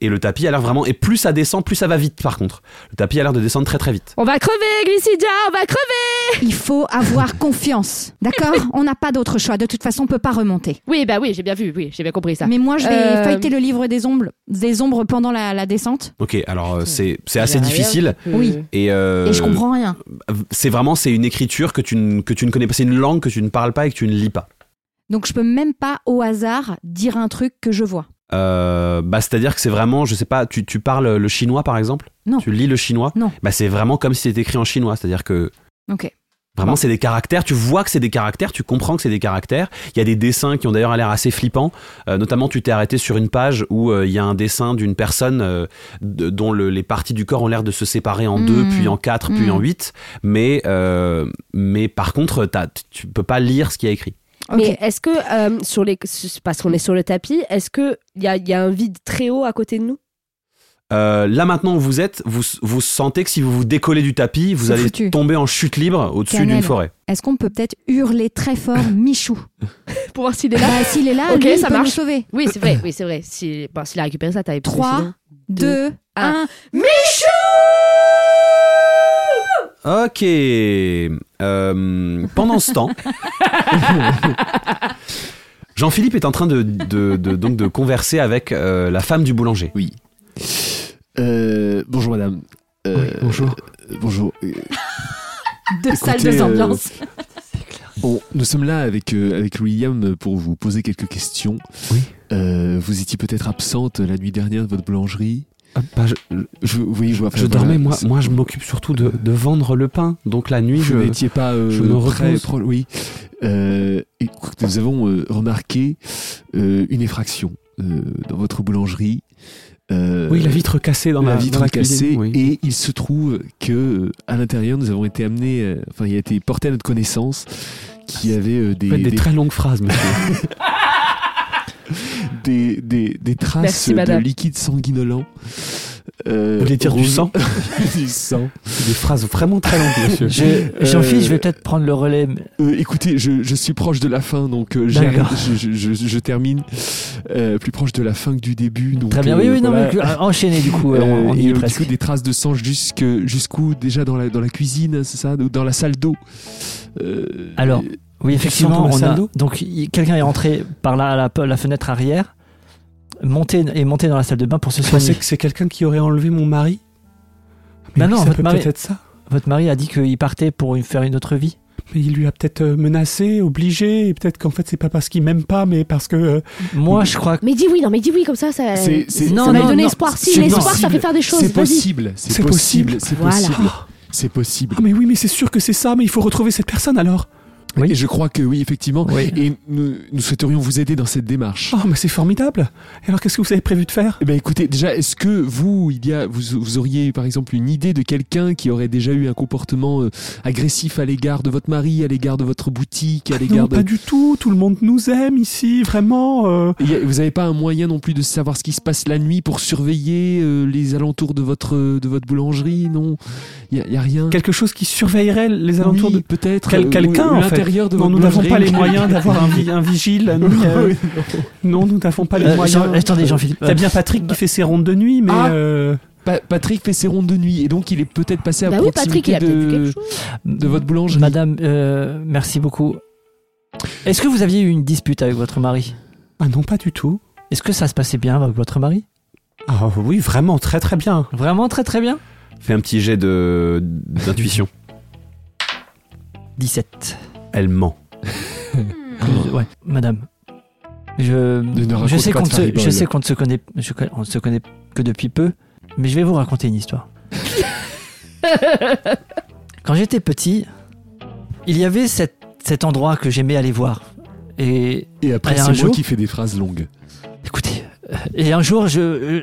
S1: Et le tapis a l'air vraiment et plus ça descend, plus ça va vite par contre. Le tapis a l'air de descendre très très vite.
S5: On va crever, Glycidia, on va crever
S3: Il faut avoir confiance, d'accord On n'a pas d'autre choix. De toute façon, on peut pas remonter.
S5: Oui, bah oui, j'ai bien vu, oui, j'ai bien compris ça.
S3: Mais moi, je vais
S5: Euh,
S3: feuilleter le livre des ombres, des ombres pendant la, la descente.
S1: Ok, alors euh, c'est c'est assez
S5: Derrière.
S1: difficile
S3: Oui.
S1: et, euh,
S3: Et je comprends rien.
S1: C'est vraiment c'est une écriture que tu ne, que tu ne connais pas, c'est une langue que tu ne parles pas et que tu ne lis pas.
S3: Donc, je peux même pas, au hasard, dire un truc que je vois.
S1: Euh, bah c'est à dire que c'est vraiment, je sais pas, tu, tu parles le chinois par exemple
S3: Non.
S1: Tu lis le chinois
S3: Non.
S1: Bah c'est vraiment comme si c'était écrit en chinois, c'est à dire que
S3: Ok.
S1: Vraiment, c'est des caractères. Tu vois que c'est des caractères, tu comprends que c'est des caractères. Il y a des dessins qui ont d'ailleurs l'air assez flippants. Euh, notamment, tu t'es arrêté sur une page où euh, il y a un dessin d'une personne euh, de- dont le- les parties du corps ont l'air de se séparer en
S3: Mmh.
S1: deux, puis en quatre, puis
S3: Mmh.
S1: en huit. Mais, euh, mais par contre, t'as- tu peux pas lire ce qu'il y a écrit.
S3: Ok.
S5: Mais est-ce que, euh, sur les... parce qu'on est sur le tapis, est-ce qu'il y a, y a un vide très haut à côté de nous
S1: Euh, là maintenant où vous êtes, vous, vous sentez que si vous vous décollez du tapis, vous
S3: C'est
S1: allez
S3: foutu.
S1: tomber en chute libre au-dessus
S3: Cannelle.
S1: d'une forêt.
S3: Est-ce qu'on peut peut-être hurler très fort Michou
S8: pour voir s'il est là
S3: Bah, s'il est là,
S8: Ok,
S3: lui, il
S8: ça
S3: peut nous
S8: marche.
S3: sauver.
S8: Oui, c'est vrai, oui, c'est vrai. Si, bon, s'il a récupéré ça, t'avais
S3: 3, 2,
S8: un.
S3: 1.
S1: Ok. Euh, pendant ce temps, Jean-Philippe est en train de, de- de- donc de converser avec euh, la femme du boulanger.
S2: Oui. Euh, bonjour madame. Euh,
S1: bonjour.
S2: euh, bonjour. Euh,
S3: Deux salles,
S2: Écoutez,
S3: deux
S2: euh,
S3: ambiances.
S2: Bon, nous sommes là avec, euh, avec William pour vous poser quelques questions.
S1: Oui.
S2: Euh, vous étiez peut-être absente la nuit dernière de votre boulangerie.
S1: ah, bah, je,
S2: Je, oui, je, vois- enfin, Euh, voilà,
S1: dormais, moi,
S2: c'est-
S1: moi je m'occupe surtout de, de vendre le pain. Donc la nuit,
S2: Vous
S1: je.
S2: n'étiez pas euh,
S1: je me
S2: très
S1: repose.
S2: pro- Oui. Euh, écoute, nous avons euh, remarqué euh, une effraction euh, dans votre boulangerie. Euh,
S1: Oui, la vitre cassée dans
S2: la
S1: la
S2: vitre
S1: dans la cuisine,
S2: cassée
S1: oui.
S2: et il se trouve que euh, à l'intérieur nous avons été amenés euh, enfin il a été porté à notre connaissance qu'il y avait euh, des,
S1: Faites des,
S2: des-
S1: très longues phrases, monsieur.
S2: des- des- des traces
S8: Merci,
S2: de
S8: madame.
S2: liquide sanguinolent euh,
S1: Vous voulez dire du
S2: rouge-
S1: sang
S2: du sang.
S1: des phrases vraiment très longues, monsieur.
S6: Je, Jean-Philippe, je vais peut-être prendre le relais. mais-
S2: Euh, écoutez je, je suis proche de la fin donc euh, j'arrête-
S6: D'accord.
S2: je, je- je- je termine euh, plus proche de la fin que du début donc,
S6: Très bien. Oui,
S2: euh,
S6: oui, non,
S2: voilà.
S6: mais euh, enchaîné du coup. euh,
S2: Euh,
S6: on, on
S2: et
S6: y est
S2: euh, du
S6: presque.
S2: coup, des traces de sang jusque jusqu'où déjà dans la dans la cuisine hein, c'est ça ou dans la salle d'eau Euh,
S6: Alors, Oui,
S1: sens
S6: effectivement,
S1: dans la
S6: on a.
S1: salle d'eau
S6: Donc, il- quelqu'un est rentré par là, à la, la fenêtre arrière, monté et monté dans la salle de bain pour se
S1: Je pensais
S6: soigner.
S1: que c'est quelqu'un qui aurait enlevé mon mari.
S6: Bah
S1: oui,
S6: non,
S1: Ah, ça
S6: votre
S1: peut
S6: mari-
S1: peut-être être ça.
S6: Votre mari a dit qu'il partait pour une- faire une autre vie.
S1: Mais il lui a peut-être euh, menacé, obligé, et peut-être qu'en fait c'est pas parce qu'il m'aime pas, mais parce que euh,
S6: Moi, je crois que.
S8: Mais dis oui, non, mais dis oui, comme ça, ça,
S2: C'est- c'est-
S8: ça
S6: non,
S8: va
S6: non,
S8: donner
S6: non,
S8: espoir. Si,
S2: c'est
S8: l'espoir, ça
S2: possible.
S8: fait faire des choses.
S2: C'est
S8: Vas-y.
S2: possible, c'est
S1: C'est
S2: possible, c'est
S8: Voilà.
S2: possible, c'est possible.
S1: ah mais oui, mais c'est sûr que c'est ça, mais il faut retrouver cette personne alors.
S2: Et je crois que oui, effectivement.
S6: Oui.
S2: Et nous, nous souhaiterions vous aider dans cette démarche.
S1: Oh, mais c'est formidable. Et alors qu'est-ce que vous avez prévu de faire
S2: Eh ben, écoutez, déjà, est-ce que vous, il y a, vous, vous auriez par exemple une idée de quelqu'un qui aurait déjà eu un comportement euh, agressif à l'égard de votre mari, à l'égard de votre boutique, à
S1: Ah Non,
S2: l'égard de.
S1: pas du tout. Tout le monde nous aime ici, vraiment. euh.
S2: Il y a- vous n'avez pas un moyen non plus de savoir ce qui se passe la nuit pour surveiller euh, les alentours de votre euh, de votre boulangerie, non Il y a, il y a rien.
S1: Quelque chose qui surveillerait les alentours
S2: Oui,
S1: de.
S2: peut-être
S1: Quel-
S2: euh,
S1: quelqu'un,
S2: ou- ou
S1: en fait.
S2: l'intérieur de
S1: Non,
S2: votre
S1: nous n'avons
S2: boulangerie.
S1: pas les moyens d'avoir un, vi- un vigile la nuit. euh. Non, nous n'avons pas les
S6: Euh,
S1: moyens.
S6: Jean- attendez, Jean-Philippe. euh,
S1: T'as bien Patrick qui fait ses rondes de nuit, mais
S2: Ah.
S1: euh,
S2: Pa- Patrick fait ses rondes de nuit et donc il est peut-être passé à
S8: Bah oui,
S2: proximité
S8: Patrick, il a peut-être vu
S2: de...
S8: quelque chose.
S2: de votre boulangerie.
S6: Madame, euh, merci beaucoup. Est-ce que vous aviez eu une dispute avec votre mari
S1: ah non, pas du tout.
S6: Est-ce que ça se passait bien avec votre mari
S1: Ah oui, vraiment très très bien.
S6: Vraiment très très bien
S1: Fais un petit jet de d'intuition.
S6: 17.
S1: Elle ment. Mmh.
S6: Euh, ouais, madame. Je,
S2: Ne- ne
S6: je
S2: raconte
S6: sais
S2: pas
S6: qu'on
S2: de
S6: se,
S2: faribole.
S6: je sais qu'on ne se connaît, je conna- on ne se connaît que depuis peu, mais je vais vous raconter une histoire. Quand j'étais petit, il y avait cette- cet endroit que j'aimais aller voir. Et
S2: Et après,
S6: Allez, un
S2: c'est moi
S6: jour.
S2: qui fais des phrases longues.
S6: Écoutez, euh, et un jour, je. euh,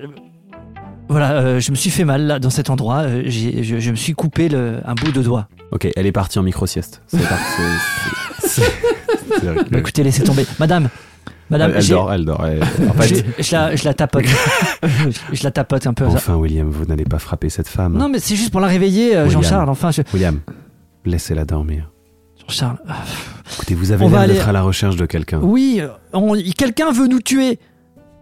S6: voilà, euh, je me suis fait mal là, dans cet endroit. euh, j'ai- je, je me suis coupé le- un bout de doigt.
S1: Ok, elle est partie en micro-sieste. C'est parti. c'est- c'est- c'est- c'est
S6: Bah,
S1: horrible.
S6: écoutez, laissez tomber. Madame, madame,
S1: elle, elle
S6: j'ai-
S1: dort, elle dort. elle- en fait,
S6: j'ai- je, la, je la tapote. je, je la tapote un peu. ça.
S1: enfin, William, vous n'allez pas frapper cette femme.
S6: Non, mais c'est juste pour la réveiller, euh,
S1: William.
S6: Jean-Charles. Enfin, je-
S1: William, laissez-la dormir.
S6: Jean-Charles. ah,
S1: Écoutez, vous avez
S6: On
S1: l'air
S6: va
S1: d'être
S6: aller-
S1: à la recherche de quelqu'un.
S6: Oui, euh, on- quelqu'un veut nous tuer.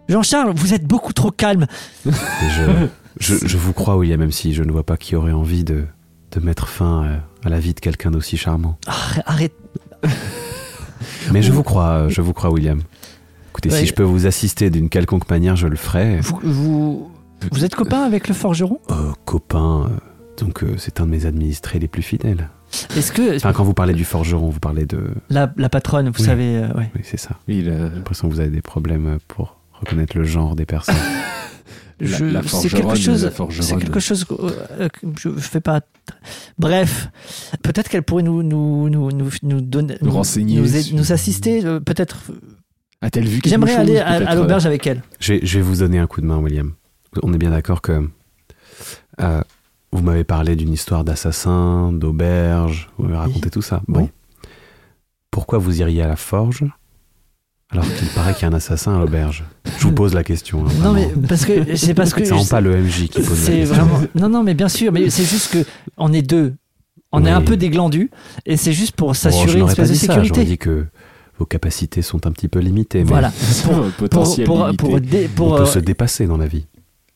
S6: Jean-Charles, vous êtes beaucoup trop calme.
S1: Et Je, je, je vous crois, William, même si je ne vois pas qui aurait envie de, de mettre fin euh, à la vie de quelqu'un d'aussi charmant.
S6: Arrête- Arrête.
S1: Mais je vous crois, euh, je vous crois, William. Écoutez,
S6: Ouais.
S1: si je peux vous assister d'une quelconque manière, je le ferai.
S6: Vous, vous, vous êtes copain avec le forgeron
S1: Euh, copain, euh, donc euh, c'est un de mes administrés les plus fidèles.
S6: Est-ce que
S1: Enfin, quand vous parlez du forgeron, vous parlez de...
S6: la, la patronne, vous
S1: Oui.
S6: savez, euh, ouais.
S1: Oui, c'est ça.
S2: Il, euh,
S1: J'ai l'impression que vous avez des problèmes pour reconnaître le genre des personnes.
S2: la,
S6: Je-
S2: la
S6: c'est
S2: forgeronne,
S6: quelque chose.
S2: la forgeronne.
S6: C'est quelque chose que euh, que je fais pas. Bref, peut-être qu'elle pourrait nous nous nous nous nous donner,
S2: Nous renseigner
S6: nous,
S2: sur-
S6: nous assister. euh, Peut-être.
S2: A-t-elle vu quelque
S6: J'aimerais
S2: chose,
S6: aller à,
S2: peut-être,
S6: à l'auberge avec elle.
S1: je, vais, je vais vous donner un coup de main, William. On est bien d'accord que... euh, vous m'avez parlé d'une histoire d'assassin, d'auberge, vous m'avez raconté tout ça. Bon.
S6: Oui.
S1: Pourquoi vous iriez à la forge alors qu'il paraît qu'il y a un assassin à l'auberge Je vous pose la question. hein,
S6: Non
S1: vraiment.
S6: mais parce que c'est parce que
S1: Ça rend pas le MJ qui pose la
S6: c'est
S1: question.
S6: vraiment. Non non mais bien sûr mais c'est juste que on est deux. On est
S1: Oui.
S6: un peu déglandus et c'est juste pour
S1: Oh, je
S6: s'assurer une
S1: n'aurais pas
S6: espèce de
S1: dit ça, J'aurais
S6: sécurité.
S1: dit que vos capacités sont un petit peu limitées. Mais
S2: euh,
S6: Voilà. Pour- Pour,
S2: potentiel
S6: pour,
S2: limité.
S6: pour dé-
S1: on
S6: pour,
S1: peut
S6: euh,
S1: se dépasser dans la vie.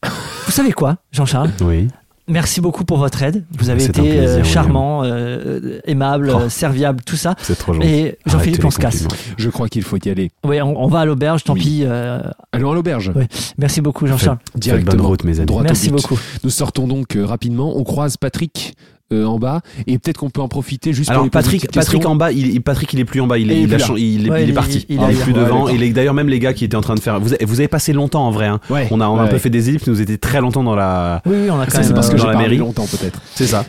S6: vous savez quoi, Jean-Charles
S1: Oui.
S6: Merci beaucoup pour votre aide. Vous avez
S1: C'est
S6: été
S1: un plaisir,
S6: euh,
S1: William.
S6: charmant, euh, euh, aimable,
S1: Oh.
S6: euh, serviable, tout ça.
S1: C'est trop gentil.
S6: Et Jean-Philippe, on
S1: Arrêtez
S6: se
S1: les
S6: casse.
S1: compliments.
S2: Je crois qu'il faut y aller.
S6: Oui, on, on va à l'auberge, tant
S2: Oui.
S6: pis. euh,
S2: Allons à l'auberge.
S6: Ouais. merci beaucoup, Jean-Charles.
S1: Faites bonne
S2: Directement.
S1: route, mes amis.
S2: Droit au
S6: Merci
S2: but.
S6: beaucoup.
S2: Nous sortons donc euh, rapidement. On croise Patrick euh, en bas et peut-être qu'on peut en profiter juste pour
S1: Alors
S2: lui poser une
S1: Patrick,
S2: petite
S1: Patrick
S2: question.
S1: en bas, il, il- Patrick il est plus en bas, il
S2: Et
S1: est,
S2: il
S1: il a
S2: est
S1: chan- il est-
S6: Ouais,
S1: il est
S6: il-
S1: parti.
S6: il
S1: Il,
S6: a-
S1: est plus
S6: ouais,
S1: devant.
S2: d'accord.
S1: Il est d'ailleurs même les gars qui étaient en train de faire. Vous, avez- vous avez passé longtemps en vrai. hein.
S2: Ouais.
S1: On a, on a un
S2: Ouais.
S1: peu fait des ellipses, nous étions très longtemps dans la.
S6: Oui, oui, on a quand
S2: Ça, c'est
S6: même. euh,
S2: parce que
S1: dans
S2: j'ai
S1: la
S2: parlé
S1: mairie.
S2: longtemps peut-être.
S1: C'est ça.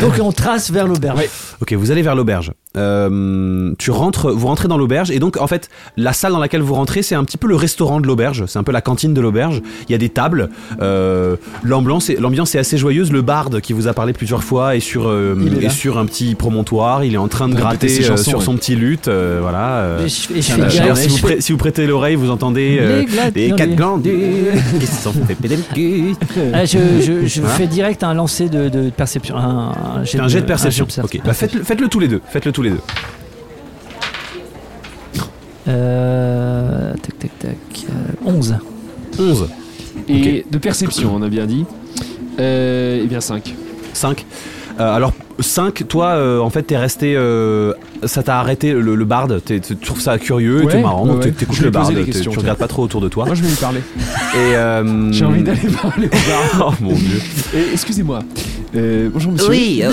S6: Donc on trace vers l'auberge.
S1: Ok, vous allez vers l'auberge. Euh, tu rentres, vous rentrez dans l'auberge et donc en fait la salle dans laquelle vous rentrez c'est un petit peu le restaurant de l'auberge, c'est un peu la cantine de l'auberge. Il y a des tables. euh, l'ambiance, est- l'ambiance est assez joyeuse. Le barde qui vous a parlé plusieurs fois est sur euh,
S6: Il est là.
S1: est sur un petit promontoire. Il est en train de
S2: Il répète
S1: gratter
S2: ses
S1: euh,
S2: chansons,
S1: sur
S2: ouais.
S1: son petit luth. euh, voilà. euh,
S6: Et je, et je
S2: Ah,
S6: fais
S2: bah,
S1: euh,
S2: j'ai
S6: gaffe.
S1: d'ailleurs, si,
S6: Et
S1: vous
S6: je fais-
S1: prê- si vous prêtez l'oreille, vous entendez euh,
S6: Les glattes,
S1: les
S6: non,
S1: quatre
S6: les-
S1: glandus qui se sont fait péter le cul.
S6: Ah, je je- je
S1: Voilà.
S6: fais direct un lancer de, de perception. Un, un
S1: C'est
S6: jet,
S1: Hein un jet de perception. Ok, bah, faites-le faites-le tous les deux. Faites-le tous les deux.
S6: Euh, tac, tac, tac. euh, 11.
S1: 11.
S2: Et de perception, on a bien dit. Euh, et bien 5.
S1: 5. Euh, alors 5, toi euh, en fait t'es resté, euh, ça t'a arrêté le, le barde, T'es- tu trouves ça curieux,
S2: Ouais,
S1: t'es marrant,
S2: ouais, ouais.
S1: t'é- t'écoutes
S2: Je
S1: le
S2: vais poser
S1: barde,
S2: des
S1: t'es-
S2: questions,
S1: tu
S2: tiens.
S1: regardes pas trop autour de toi.
S2: Moi je vais lui parler.
S1: Et, euh,
S2: J'ai
S4: Hmm.
S2: envie d'aller parler au bar.
S1: Oh mon dieu.
S2: Et Excusez-moi. Euh, bonjour monsieur.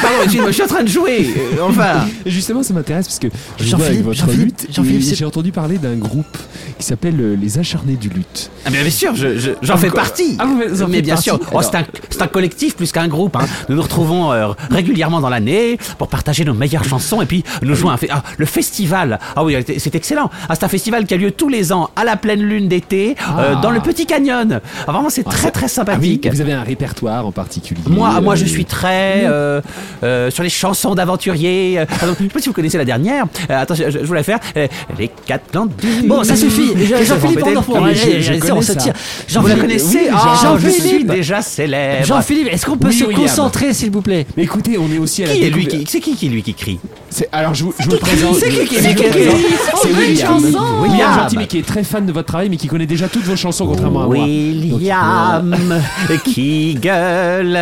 S1: pardon, excuse-moi, je suis en train de jouer, Euh, enfin.
S2: Et justement, ça m'intéresse parce que je
S6: Jean-Philippe,
S2: vois avec votre
S6: Jean-Philippe,
S2: lutte,
S6: Jean-Philippe,
S2: et
S6: c'est-
S2: j'ai entendu parler d'un groupe qui s'appelle euh, les acharnés du lutte.
S7: Ah, bien sûr, j'en
S2: fais
S7: partie.
S2: vous faites- Ah, vous en
S7: mais
S2: faites
S7: bien
S2: partie.
S7: sûr, Oh,
S2: Alors,
S7: c'est un, c'est un collectif plus qu'un groupe. hein. Nous nous retrouvons euh, régulièrement dans l'année pour partager nos meilleures chansons et puis nous jouons un fe- ah, le festival. Ah oui, c'est excellent. Ah, c'est un festival qui a lieu tous les ans à la pleine lune d'été euh,
S2: Ah.
S7: dans le petit canyon. Ah, vraiment, c'est
S2: Ah,
S7: très
S2: ça-
S7: très
S2: ah oui,
S7: sympathique.
S2: vous avez un répertoire en particulier.
S1: ah,
S7: Moi, moi, je
S2: euh,
S7: suis très euh, euh, sur les chansons d'aventuriers. Euh, pardon, je sais pas si vous connaissez la dernière. Euh, attends, je, je voulais faire euh, les quatre glandus.
S6: Bon, ça suffit. Je-
S7: Qu'est-ce que
S6: Jean-Philippe,
S7: vous en
S6: on en
S7: faites
S6: fout.
S2: Oui,
S6: Allez,
S2: je- je
S6: allez,
S2: connais
S6: on se
S2: ça.
S6: tire.
S7: Vous la
S6: Jean-Philippe,
S7: connaissez Ah, je suis eh ben.
S6: Jean-Philippe.
S7: déjà célèbre.
S6: Jean-Philippe, est-ce qu'on peut
S2: Oui,
S6: se
S2: William.
S6: concentrer, s'il vous plaît
S2: Mais écoutez, on est aussi à la
S7: Qui est lui
S2: découverte-
S7: qui C'est qui qui lui qui crie
S2: C'est- Alors, je vous, je vous le présente.
S7: C'est qui qui- c'est
S2: je vous
S7: qui-
S2: le présente.
S7: qui-
S2: C'est William.
S3: chanson
S2: William
S7: William.
S2: Gentil, mais qui est très fan de votre travail, mais qui connaît déjà toutes vos chansons, contrairement à moi.
S7: William qui gueule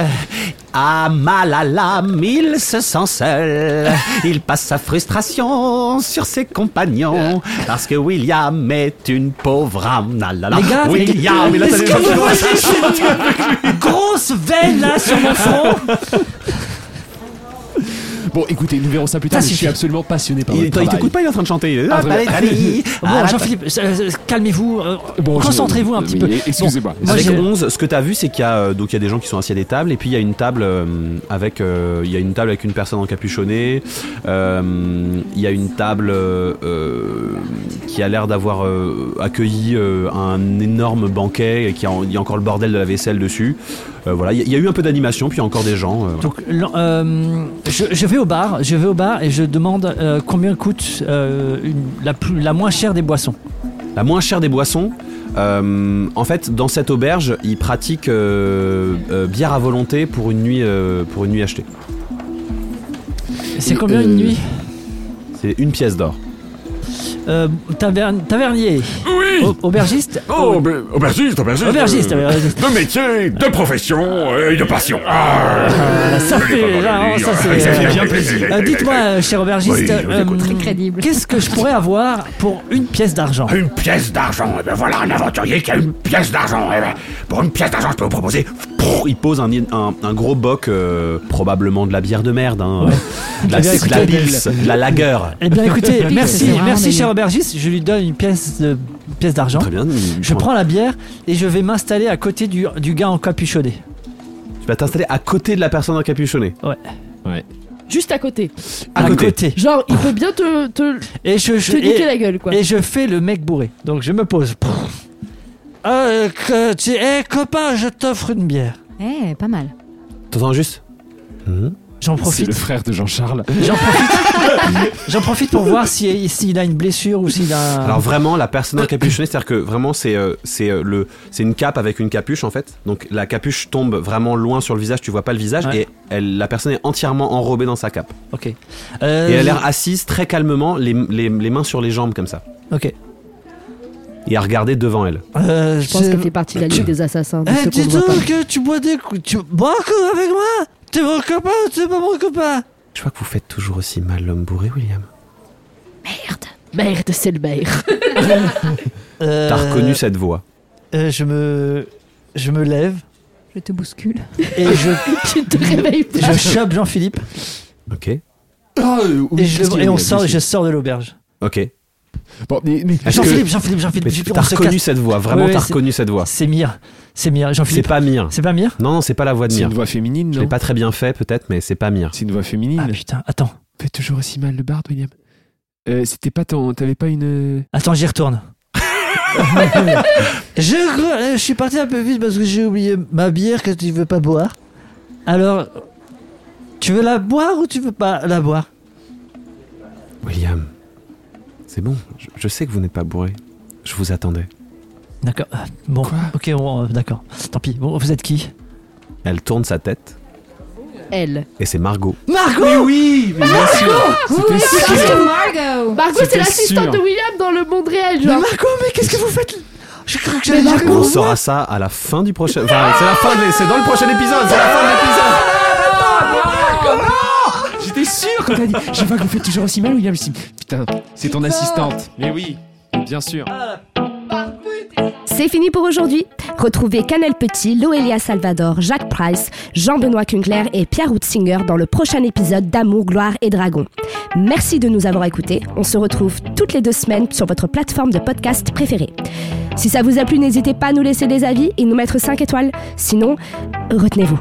S7: a mal à l'âme, il se sent seul. Il passe sa frustration sur ses compagnons parce que William est une pauvre âme. La, la, la.
S6: Les gars,
S7: William, il a
S6: est-ce
S7: des-
S6: que vous voyez- Grosse veine là sur mon front.
S2: Bon, écoutez, nous verrons ça plus tard.
S6: Ça
S2: mais je suis
S6: suffit.
S2: absolument passionné par
S1: Il,
S2: votre
S1: il
S2: travail.
S1: t'écoute pas, il est en train de chanter. Il est-
S7: Ah, allez, allez.
S6: Bon, Jean-Philippe, euh, calmez-vous. euh,
S2: Bon, Oh, je-
S6: Concentrez-vous
S1: euh,
S6: un petit peu.
S2: Oui, Excusez-moi.
S6: Moi,
S1: Avec
S6: j'ai-
S1: 11, ce que t'as vu, c'est qu'il y, a, euh, donc il y a des gens qui sont assis à des tables, et puis il y a une table euh, avec euh, il y a une table avec une personne encapuchonnée, euh, il y a une table euh, euh, qui a l'air d'avoir euh, accueilli euh, un énorme banquet, et qui a, il y a encore le bordel de la vaisselle dessus. Euh, voilà, il y, a- il y a eu un peu d'animation, puis il y a encore des gens. euh, voilà.
S6: Donc, l'en- euh, je, je vais au bar, je vais au bar et je demande euh, combien coûte euh, une- la, plus, la moins chère des boissons.
S1: La moins chère des boissons. euh, en fait, dans cette auberge, ils pratiquent euh, euh, bière à volonté pour une nuit, euh, pour une nuit achetée.
S6: C'est
S2: Et,
S6: combien une
S2: euh,
S6: nuit
S1: C'est une pièce d'or.
S6: Euh, taverne- Tavernier. Au- aubergiste.
S9: Oh, ben, aubergiste, aubergiste.
S6: Aubergiste,
S9: euh,
S6: aubergiste.
S9: De métier, de profession euh, et de passion. Ah,
S6: Ah, ça
S9: je l'ai
S6: fait-
S9: pas mal
S6: ah,
S9: lu,
S6: ça,
S9: hein.
S6: c'est-
S9: Ça fait
S6: euh,
S9: bien plaisir.
S6: Euh, Dites-moi, euh, cher aubergiste, euh,
S9: Oui, je vous écoute.
S3: C'est crédible.
S6: qu'est-ce que je pourrais avoir pour une pièce d'argent
S9: Une pièce d'argent. Eh ben voilà un aventurier qui a une pièce d'argent. Eh ben, pour une pièce d'argent, je peux vous proposer.
S1: Prrr, il pose un, un- un gros boc, euh, probablement de la bière de merde, hein, euh, de la,
S6: Eh bien,
S1: de la
S6: écoutez,
S1: pils, de la lagueur.
S6: Eh bien, écoutez,
S3: Pile,
S6: merci,
S3: c'est rare,
S6: merci,
S3: mais-
S6: cher aubergiste. Je lui donne une pièce de pièce d'argent.
S1: Très bien.
S6: Je prends la bière et je vais m'installer à côté du, du gars en capuchonné.
S1: Tu vas t'installer à côté de la personne encapuchonnée.
S8: Juste à côté.
S1: À côté.
S8: Genre, il peut bien te, te,
S6: Et je, je-
S8: te niquer
S6: et,
S8: la gueule, quoi.
S6: et je fais le mec bourré. Donc je me pose. Euh, que tu- eh, copain, je t'offre une bière.
S3: Eh, pas mal.
S1: T'entends juste
S6: J'en
S2: C'est
S6: profite.
S2: le frère de Jean-Charles.
S6: J'en profite. J'en profite pour voir si- s'il a une blessure ou s'il a.
S1: Alors vraiment, la personne
S9: Euh,
S1: encapuchonnée, c'est-à-dire que vraiment, c'est euh, c'est euh, le c'est une cape avec une capuche en fait. Donc la capuche tombe vraiment loin sur le visage, tu vois pas le visage
S6: Ouais.
S1: et elle- la personne est entièrement enrobée dans sa cape.
S6: Ok. Euh,
S1: Et elle a l'air assise très calmement, les, les- les mains sur les jambes comme ça.
S6: Euh, Ok.
S1: Et à regarder devant elle.
S6: Euh,
S4: Je pense
S6: c'est-
S4: qu'elle fait partie de la ligue des assassins. de
S6: Eh,
S4: ceux qu'on
S6: dis
S4: ne voit pas.
S6: donc, euh, tu bois des coups. Tu bois un coup avec moi T'es mon copain ou t'es pas mon copain
S1: Je vois que vous faites toujours aussi mal l'homme bourré, William.
S4: Merde, c'est le maire.
S6: Euh,
S1: T'as reconnu cette voix.
S6: euh, je me. Je me lève
S3: Je te bouscule.
S6: et je,
S4: tu te réveilles pas.
S6: je chope Jean-Philippe
S1: Ok.
S2: Ah, euh,
S6: et, je- et on sort, et je sors de l'auberge.
S1: Ok.
S2: Bon, mais, mais-
S1: Est-ce
S6: Jean-Philippe, Jean-Philippe, Jean-Philippe,
S1: Mais
S6: Jean-Philippe,
S1: t'as
S6: on se
S1: reconnu
S6: casse.
S1: cette voix, vraiment
S6: Ouais, ouais,
S1: t'as
S6: c'est-
S1: reconnu cette voix.
S6: C'est Mire, c'est Mire,
S1: C'est
S6: Jean-Philippe.
S1: pas Mire.
S6: C'est pas Mire
S1: Non, non, c'est pas la voix de
S2: c'est
S1: Mire.
S2: une voix féminine,
S1: Je
S2: non
S1: l'ai pas très bien fait peut-être, mais c'est pas Mire.
S2: C'est une voix féminine.
S6: Ah putain, attends,
S2: Fait toujours aussi mal le barde, William. Euh, C'était pas ton. T'avais pas une.
S6: attends, j'y retourne. je, crois- euh, je suis parti un peu vite parce que j'ai oublié ma bière que tu veux pas boire. Alors, tu veux la boire ou tu veux pas la boire
S1: William, c'est bon, je, je sais que vous n'êtes pas bourré. Je vous attendais.
S6: D'accord. euh, Bon,
S2: Quoi
S6: ok, bon, euh, d'accord. Tant pis. Bon, vous êtes qui
S1: Elle tourne sa tête
S4: Elle.
S1: et c'est Margot.
S6: Margot Mais oui mais bien sûr.
S3: Ah,
S2: C'était sûr.
S3: Margot Bah,
S4: Margot,
S2: C'était
S4: c'est l'assistante
S2: sûr.
S4: de William dans le monde réel,
S6: Mais
S4: genre.
S6: Margot, mais qu'est-ce que vous faites Je crois que
S4: Mais
S6: j'avais
S4: Margot,
S1: On saura ça à la fin du prochain. Enfin, c'est la fin, de- c'est dans le prochain épisode. C'est la fin de l'épisode.
S2: J'étais sûr quand t'as dit. Je vois que vous faites toujours aussi mal, William. Je dis, Putain, c'est ton assistante. Mais oui, bien sûr.
S5: C'est fini pour aujourd'hui. Retrouvez Canel Petit, Loelia Salvador, Jacques Price, Jean-Benoît Kungler et Pierre Hutzinger dans le prochain épisode d'Amour, Gloire et Dragon. Merci de nous avoir écoutés. On se retrouve toutes les deux semaines sur votre plateforme de podcast préférée. Si ça vous a plu, n'hésitez pas à nous laisser des avis et nous mettre 5 étoiles. Sinon, retenez-vous.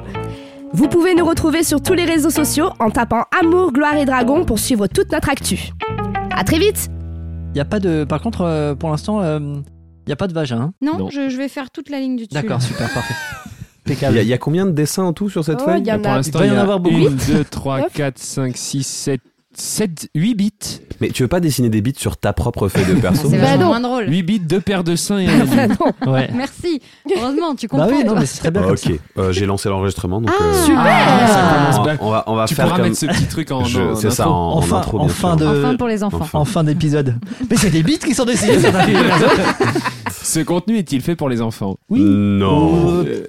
S5: Vous pouvez nous retrouver sur tous les réseaux sociaux en tapant Amour, Gloire et Dragon pour suivre toute notre actu. À très vite
S6: Il a pas de. Par contre, euh, pour l'instant, il n'y a pas de vagin. hein
S3: Non,
S2: Non.
S3: Je, je vais faire toute la ligne du dessus.
S6: D'accord, super, parfait.
S1: Il y, a-
S6: Impeccable.
S1: il y a combien de dessins en tout sur cette
S10: Oh,
S1: feuille
S10: il y en
S5: bah,
S2: Pour
S10: a.
S2: l'instant,
S6: doit y
S2: il y
S6: en
S2: a
S6: avoir beaucoup.
S2: 1, 2, 3,
S10: Neuf.
S2: 4, 5, 6, 7, 7, 8 bits.
S1: Mais tu veux pas dessiner des bits sur ta propre feuille de
S3: Ah,
S1: perso
S3: c'est
S4: Bah
S3: vachement
S4: non.
S3: moins drôle.
S2: 8 bits, 2 paires de seins et un vagin.
S6: Ouais.
S3: Merci. Heureusement, tu
S6: Bah
S3: comprends.
S6: oui, non,
S3: toi.
S6: mais c'est très bien.
S1: Ah,
S6: comme
S1: Ok, Euh, j'ai lancé l'enregistrement donc. euh,
S2: Ah,
S1: on,
S2: ça commence
S1: on va, on va
S2: Tu
S1: faire
S2: pourras
S1: comme.
S2: mettre ce petit truc en.
S1: Je-
S2: en-
S1: C'est
S2: en
S1: ça
S2: info.
S1: en, en
S6: Enfin,
S1: intro bien
S6: en fin
S1: sûr.
S6: de-
S3: Enfin pour les enfants.
S1: Enfin.
S6: ça. En fin d'épisode. Mais c'est des bites qui sont dessinés sur ta fille.
S2: Ce contenu est-il fait pour les enfants
S1: Non.
S2: Euh,